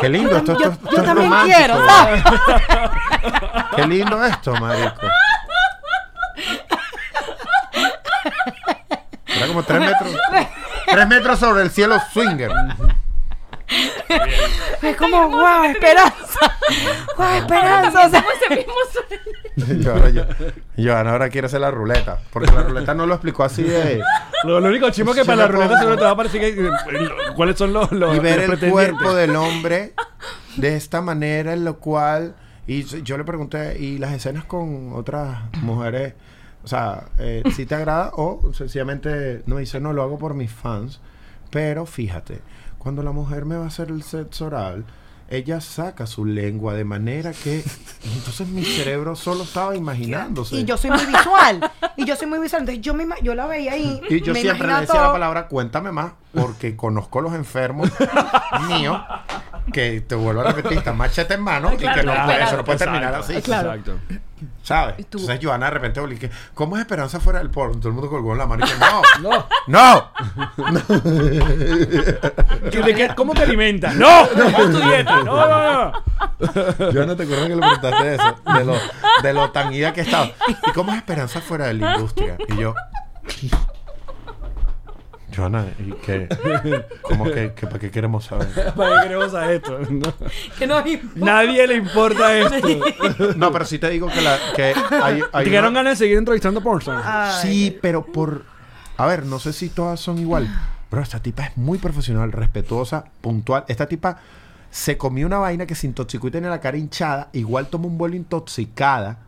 Speaker 3: Qué lindo esto.
Speaker 4: yo,
Speaker 3: esto, esto
Speaker 4: yo
Speaker 3: es
Speaker 4: también
Speaker 3: romántico.
Speaker 4: quiero, ¿sabes?
Speaker 3: Qué lindo esto, marico. Era como tres metros. tres metros sobre el cielo swinger.
Speaker 4: Es como, wow, esperanza, wow, esperanza, o sea,
Speaker 3: Y ahora yo, Joana ahora quiere hacer la ruleta. Porque la ruleta no lo explicó así de.
Speaker 1: Lo, lo único chimo que
Speaker 3: Yo
Speaker 1: para la
Speaker 3: me
Speaker 1: ruleta
Speaker 3: pongo-
Speaker 1: seguro te va a parecer que. eh, lo- ¿Cuáles son los, los,
Speaker 3: Y ver
Speaker 1: los
Speaker 3: el cuerpo
Speaker 1: pretendientes?
Speaker 3: del hombre de esta manera, en lo cual. Y yo- yo le pregunté, ¿y las escenas con otras mujeres? O sea, eh, si te agrada o sencillamente no dice, no lo hago por mis fans. Pero fíjate, cuando la mujer me va a hacer el sexo oral, ella saca su lengua de manera que. Entonces mi cerebro solo estaba imaginándose.
Speaker 4: y yo soy muy visual, y yo soy muy visual, entonces yo, me, ima- yo la veía ahí,
Speaker 3: Y yo
Speaker 4: me
Speaker 3: siempre le
Speaker 4: imaginaba
Speaker 3: decía
Speaker 4: todo.
Speaker 3: la palabra, cuéntame más, porque conozco los enfermos míos que te vuelvo a repetir, están machete en mano y que no puede, eso no puede terminar
Speaker 1: Exacto,
Speaker 3: así.
Speaker 1: Exacto.
Speaker 3: ¿Sabes? Entonces Joana de repente volvió ¿cómo es esperanza fuera del porno? Todo el mundo colgó en la mano y que no, no, no.
Speaker 1: ¿Y de qué- ¿Cómo te alimentas? ¡No! ¡No es tu dieta! ¡No, no, no!
Speaker 3: Joana, ¿te acuerdas que le preguntaste de eso? De lo, de lo tan ida que estaba. ¿Y cómo es esperanza fuera de la industria? Y yo. Joana, ¿y qué? ¿Cómo que, que para qué queremos saber?
Speaker 1: ¿Para qué queremos a esto? No.
Speaker 7: Que no importa.
Speaker 1: Nadie le importa esto. ¿Te
Speaker 3: No, pero sí te digo que, la, que hay, hay
Speaker 1: quedaron
Speaker 3: una-
Speaker 1: ganas de seguir entrevistando a
Speaker 3: Ah.
Speaker 1: Pornstar?
Speaker 3: Sí, pero por. A ver, no sé si todas son igual. Pero esta tipa es muy profesional, respetuosa, puntual. Esta tipa se comió una vaina que se intoxicó y tenía la cara hinchada. Igual tomó un vuelo intoxicada.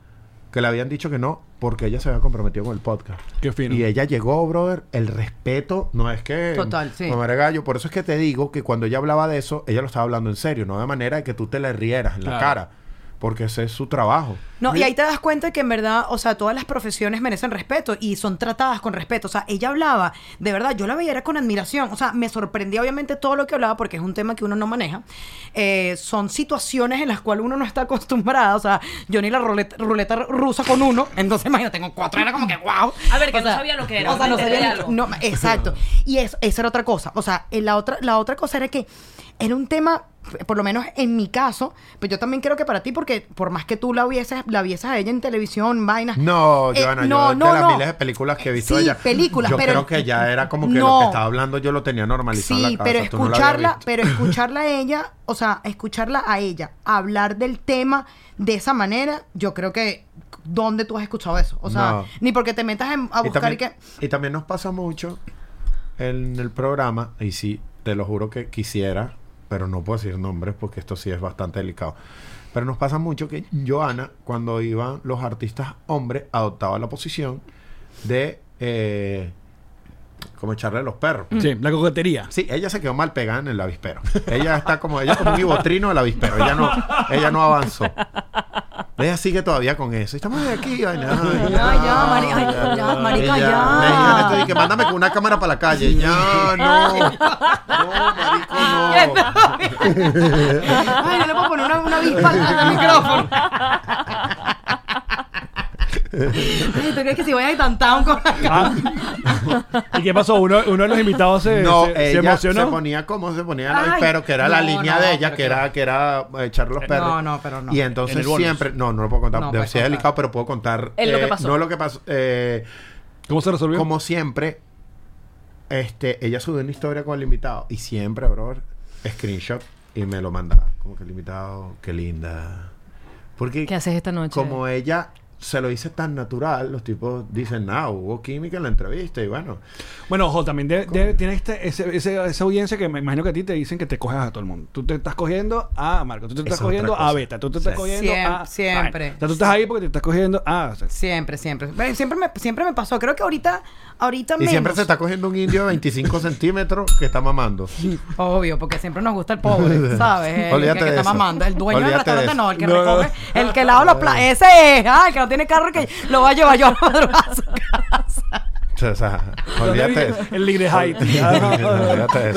Speaker 3: Que le habían dicho que no, porque ella se había comprometido con el podcast.
Speaker 1: Qué fino.
Speaker 3: Y ella llegó, brother. El respeto no es que.
Speaker 7: Total, sí.
Speaker 3: mamar a gallo. Por eso es que te digo que cuando ella hablaba de eso, ella lo estaba hablando en serio, no de manera de que tú te le rieras en la
Speaker 1: Claro.
Speaker 3: cara. Porque ese es su trabajo.
Speaker 4: No, y ahí te das cuenta que en verdad, o sea, todas las profesiones merecen respeto y son tratadas con respeto. O sea, ella hablaba, de verdad, yo la veía era con admiración. O sea, me sorprendía obviamente todo lo que hablaba porque es un tema que uno no maneja. Eh, son situaciones en las cuales uno no está acostumbrado. O sea, yo ni la ruleta, ruleta rusa con uno. Entonces, imagínate, tengo cuatro, era como que wow.
Speaker 2: A ver, que no sabía lo que era,
Speaker 4: O sea, no
Speaker 2: entendí
Speaker 4: sabía.
Speaker 2: algo.
Speaker 4: ni- no, exacto. Y eso, esa era otra cosa. O sea, eh, la otra, la otra cosa era que era un tema, por lo menos en mi caso, pero yo también creo que para ti, porque por más que tú la vieses, la vieses a ella en televisión, vainas.
Speaker 3: No,
Speaker 4: eh,
Speaker 3: Joana, yo de las miles de películas que he visto
Speaker 4: sí,
Speaker 3: ella.
Speaker 4: películas,
Speaker 3: yo
Speaker 4: pero
Speaker 3: creo que ya era como que lo
Speaker 4: No.
Speaker 3: que estaba hablando yo lo tenía normalizado. en la
Speaker 4: Sí,
Speaker 3: cabeza,
Speaker 4: pero
Speaker 3: tú no lo habías
Speaker 4: escucharla,
Speaker 3: visto.
Speaker 4: pero escucharla a ella, o sea, escucharla a ella hablar del tema de esa manera, yo creo que ¿dónde tú has escuchado eso? O sea,
Speaker 3: No.
Speaker 4: ni porque te metas en- a
Speaker 3: y,
Speaker 4: buscar y
Speaker 3: también,
Speaker 4: que
Speaker 3: y también nos pasa mucho en el programa, y sí, te lo juro que quisiera, pero no puedo decir nombres porque esto sí es bastante delicado. Pero nos pasa mucho que Joana, cuando iban los artistas hombres, adoptaba la posición de eh, como echarle a los perros.
Speaker 1: Sí, la coquetería.
Speaker 3: Sí, ella se quedó mal pegada en el avispero. Ella está como, ella es como un ibotrino del avispero. Ella no, ella no avanzó. Ella sigue todavía con eso. Estamos de aquí. Ay, no, ya,
Speaker 4: ya, mari- ay, ya,
Speaker 3: Ella-
Speaker 4: marica, ya.
Speaker 3: me dijeron esto, dije, mándame con una cámara para la calle. Ya, no. No, marico, no.
Speaker 4: ay, no le puedo poner una, una avispa al- al micrófono.
Speaker 7: Ay, ¿Tú crees que si voy a Downtown con
Speaker 3: Ah.
Speaker 1: ¿Y qué pasó? Uno, uno de los invitados se,
Speaker 3: No,
Speaker 1: se- se
Speaker 3: ella se,
Speaker 1: emocionó.
Speaker 3: ponía como se ponía el
Speaker 7: Ay,
Speaker 3: avispero, que era la
Speaker 7: no,
Speaker 3: línea
Speaker 7: no,
Speaker 3: de ella,
Speaker 7: pero
Speaker 3: que
Speaker 7: que-
Speaker 3: era, que era eh, echar los perros.
Speaker 7: No, no, pero no.
Speaker 3: Y
Speaker 1: En el
Speaker 3: entonces
Speaker 1: bonus.
Speaker 3: siempre, no, no lo puedo contar,
Speaker 7: No,
Speaker 3: debe
Speaker 7: puedes
Speaker 3: ser
Speaker 7: contar.
Speaker 3: delicado, pero puedo contar.
Speaker 2: Es lo que
Speaker 3: eh,
Speaker 2: pasó.
Speaker 3: No lo que pasó. eh,
Speaker 1: ¿Cómo se resolvió?
Speaker 3: Como siempre, este, ella subió una historia con el invitado y siempre, bro, screenshot y me lo mandaba. Como que el invitado, qué linda. Porque
Speaker 2: ¿Qué haces esta noche?
Speaker 3: como ella se lo dice tan natural, los tipos dicen, no, hubo química en la entrevista y bueno.
Speaker 1: Bueno, ojo, también de- de- tiene este- ese- ese- esa audiencia que me imagino que a ti te dicen que te coges a todo el mundo. Tú te estás cogiendo a Marco, tú te estás
Speaker 3: Esa es
Speaker 1: cogiendo
Speaker 3: otra
Speaker 1: a
Speaker 3: cosa.
Speaker 1: Beta, tú te estás
Speaker 3: Sí.
Speaker 1: cogiendo a...
Speaker 7: Siem- siempre.
Speaker 1: O sea, tú estás ahí porque te estás cogiendo a... o sea,
Speaker 7: Siempre, siempre.
Speaker 4: Bueno, Siempre me, siempre me pasó. Creo que ahorita, ahorita
Speaker 3: Y siempre
Speaker 4: menos.
Speaker 3: se está cogiendo un indio de 25 centímetros que está mamando.
Speaker 7: Obvio, porque siempre nos gusta el pobre, ¿sabes? El
Speaker 3: Olvídate
Speaker 7: que, que
Speaker 3: de
Speaker 7: está
Speaker 3: eso.
Speaker 7: mamando. El dueño del
Speaker 3: Olvídate de
Speaker 7: restaurante
Speaker 3: eso.
Speaker 7: no, el que
Speaker 1: No, no.
Speaker 7: recoge, el que lava los platos. Ese es, ah, el que no tiene carro que lo va a llevar yo a su casa.
Speaker 3: O sea,
Speaker 1: ¿dónde
Speaker 3: olvídate de
Speaker 1: vive?
Speaker 3: eso.
Speaker 1: El Ligre Height.
Speaker 3: Olvídate de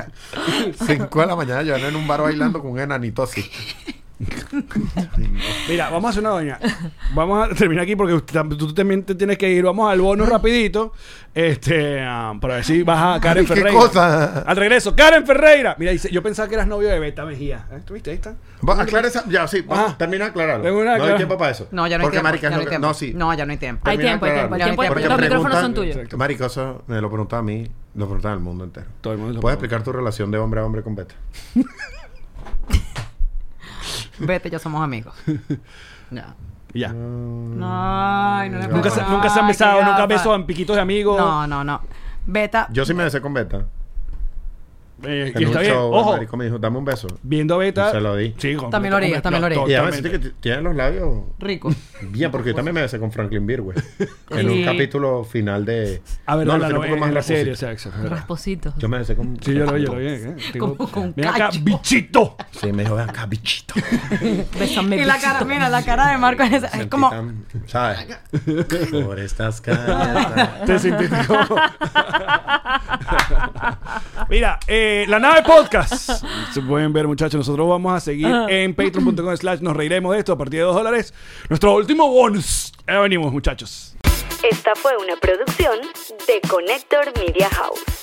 Speaker 3: eso. 5 de la mañana yo en un bar bailando con un enanito así.
Speaker 1: Mira, vamos a hacer una doña. Vamos a terminar aquí porque usted tam- tú también te tienes que ir. Vamos al bono rapidito. Este, ah, para ver si vas a Karen
Speaker 3: Ay, qué
Speaker 1: Ferreira.
Speaker 3: cosa.
Speaker 1: Al regreso, Karen Ferreira. Mira, dice, yo pensaba que eras novio de Beta Mejía. ¿Eh? ¿Tú viste? Ahí está.
Speaker 3: Va, aclara esa. Ya, sí, va,
Speaker 1: Ajá.
Speaker 3: termina de aclararlo.
Speaker 1: Ah. Tengo una
Speaker 3: no hay
Speaker 1: aclara-
Speaker 3: tiempo para eso.
Speaker 7: No, ya no hay
Speaker 3: Porque,
Speaker 7: tiempo.
Speaker 3: marica,
Speaker 7: ya no,
Speaker 3: es
Speaker 7: hay
Speaker 3: lo que-
Speaker 7: tiempo.
Speaker 3: sí.
Speaker 7: no, ya no hay tiempo.
Speaker 2: Hay
Speaker 3: Termina
Speaker 2: tiempo, hay
Speaker 3: de
Speaker 2: tiempo, hay
Speaker 7: aclararlo.
Speaker 2: tiempo.
Speaker 7: Porque
Speaker 2: Los micrófonos
Speaker 3: preguntan-
Speaker 2: son tuyos.
Speaker 1: Exacto.
Speaker 3: Marico, eso me lo preguntan a mí, lo preguntan al mundo entero.
Speaker 1: Todo el mundo lo
Speaker 3: ¿Puedes
Speaker 1: pregunta.
Speaker 3: explicar tu relación de hombre a hombre con Beta?
Speaker 7: Vete, ya somos amigos. Ya.
Speaker 1: Y ya.
Speaker 7: No, ay, no le
Speaker 1: Nunca, se,
Speaker 7: puedo-
Speaker 1: nunca se han
Speaker 7: ay,
Speaker 1: besado,
Speaker 7: qué
Speaker 1: nunca
Speaker 7: gafa.
Speaker 1: beso en piquitos de amigos.
Speaker 7: No, no, no. Beta,
Speaker 3: Yo sí me besé con Beta.
Speaker 1: Eh,
Speaker 3: En
Speaker 1: y está
Speaker 3: un
Speaker 1: bien.
Speaker 3: show, el
Speaker 1: Ojo,
Speaker 3: marico me dijo, dame un beso.
Speaker 1: viendo a Beta.
Speaker 3: Y se lo di.
Speaker 1: Sí, con-
Speaker 7: También lo haría,
Speaker 1: con-
Speaker 7: también lo haría.
Speaker 3: Y además
Speaker 1: totalmente.
Speaker 3: siente que t- tiene los labios
Speaker 7: rico.
Speaker 3: bien, porque yo también me besé con Franklin Birwe.
Speaker 2: Sí.
Speaker 3: En un capítulo final de...
Speaker 1: A ver,
Speaker 3: no,
Speaker 1: no,
Speaker 3: le
Speaker 1: la,
Speaker 3: salió un poco más
Speaker 1: en la serie,
Speaker 3: cosita.
Speaker 1: exacto. exacto.
Speaker 2: Raspositos.
Speaker 3: Yo me besé con...
Speaker 1: Sí, yo lo vi, yo lo vi. ¿eh? Tengo-
Speaker 7: Como con
Speaker 1: Ven acá,
Speaker 7: cacho.
Speaker 1: bichito.
Speaker 3: Sí, me dijo, ven acá, bichito.
Speaker 7: Bésame,
Speaker 4: Y la
Speaker 7: bichito.
Speaker 4: cara, mira, la cara de Marco en esa- es
Speaker 3: Sentí
Speaker 4: como.
Speaker 3: tan- ¿Sabes? Por estas caras.
Speaker 1: Te sentiste como- Mira, eh, la nave podcast. Se pueden ver, muchachos. Nosotros vamos a seguir en patreon.com slash. Nos reiremos de esto a partir de 2 dólares. Nuestro último bonus. Ya venimos, muchachos.
Speaker 5: Esta fue una producción de Connector Media House.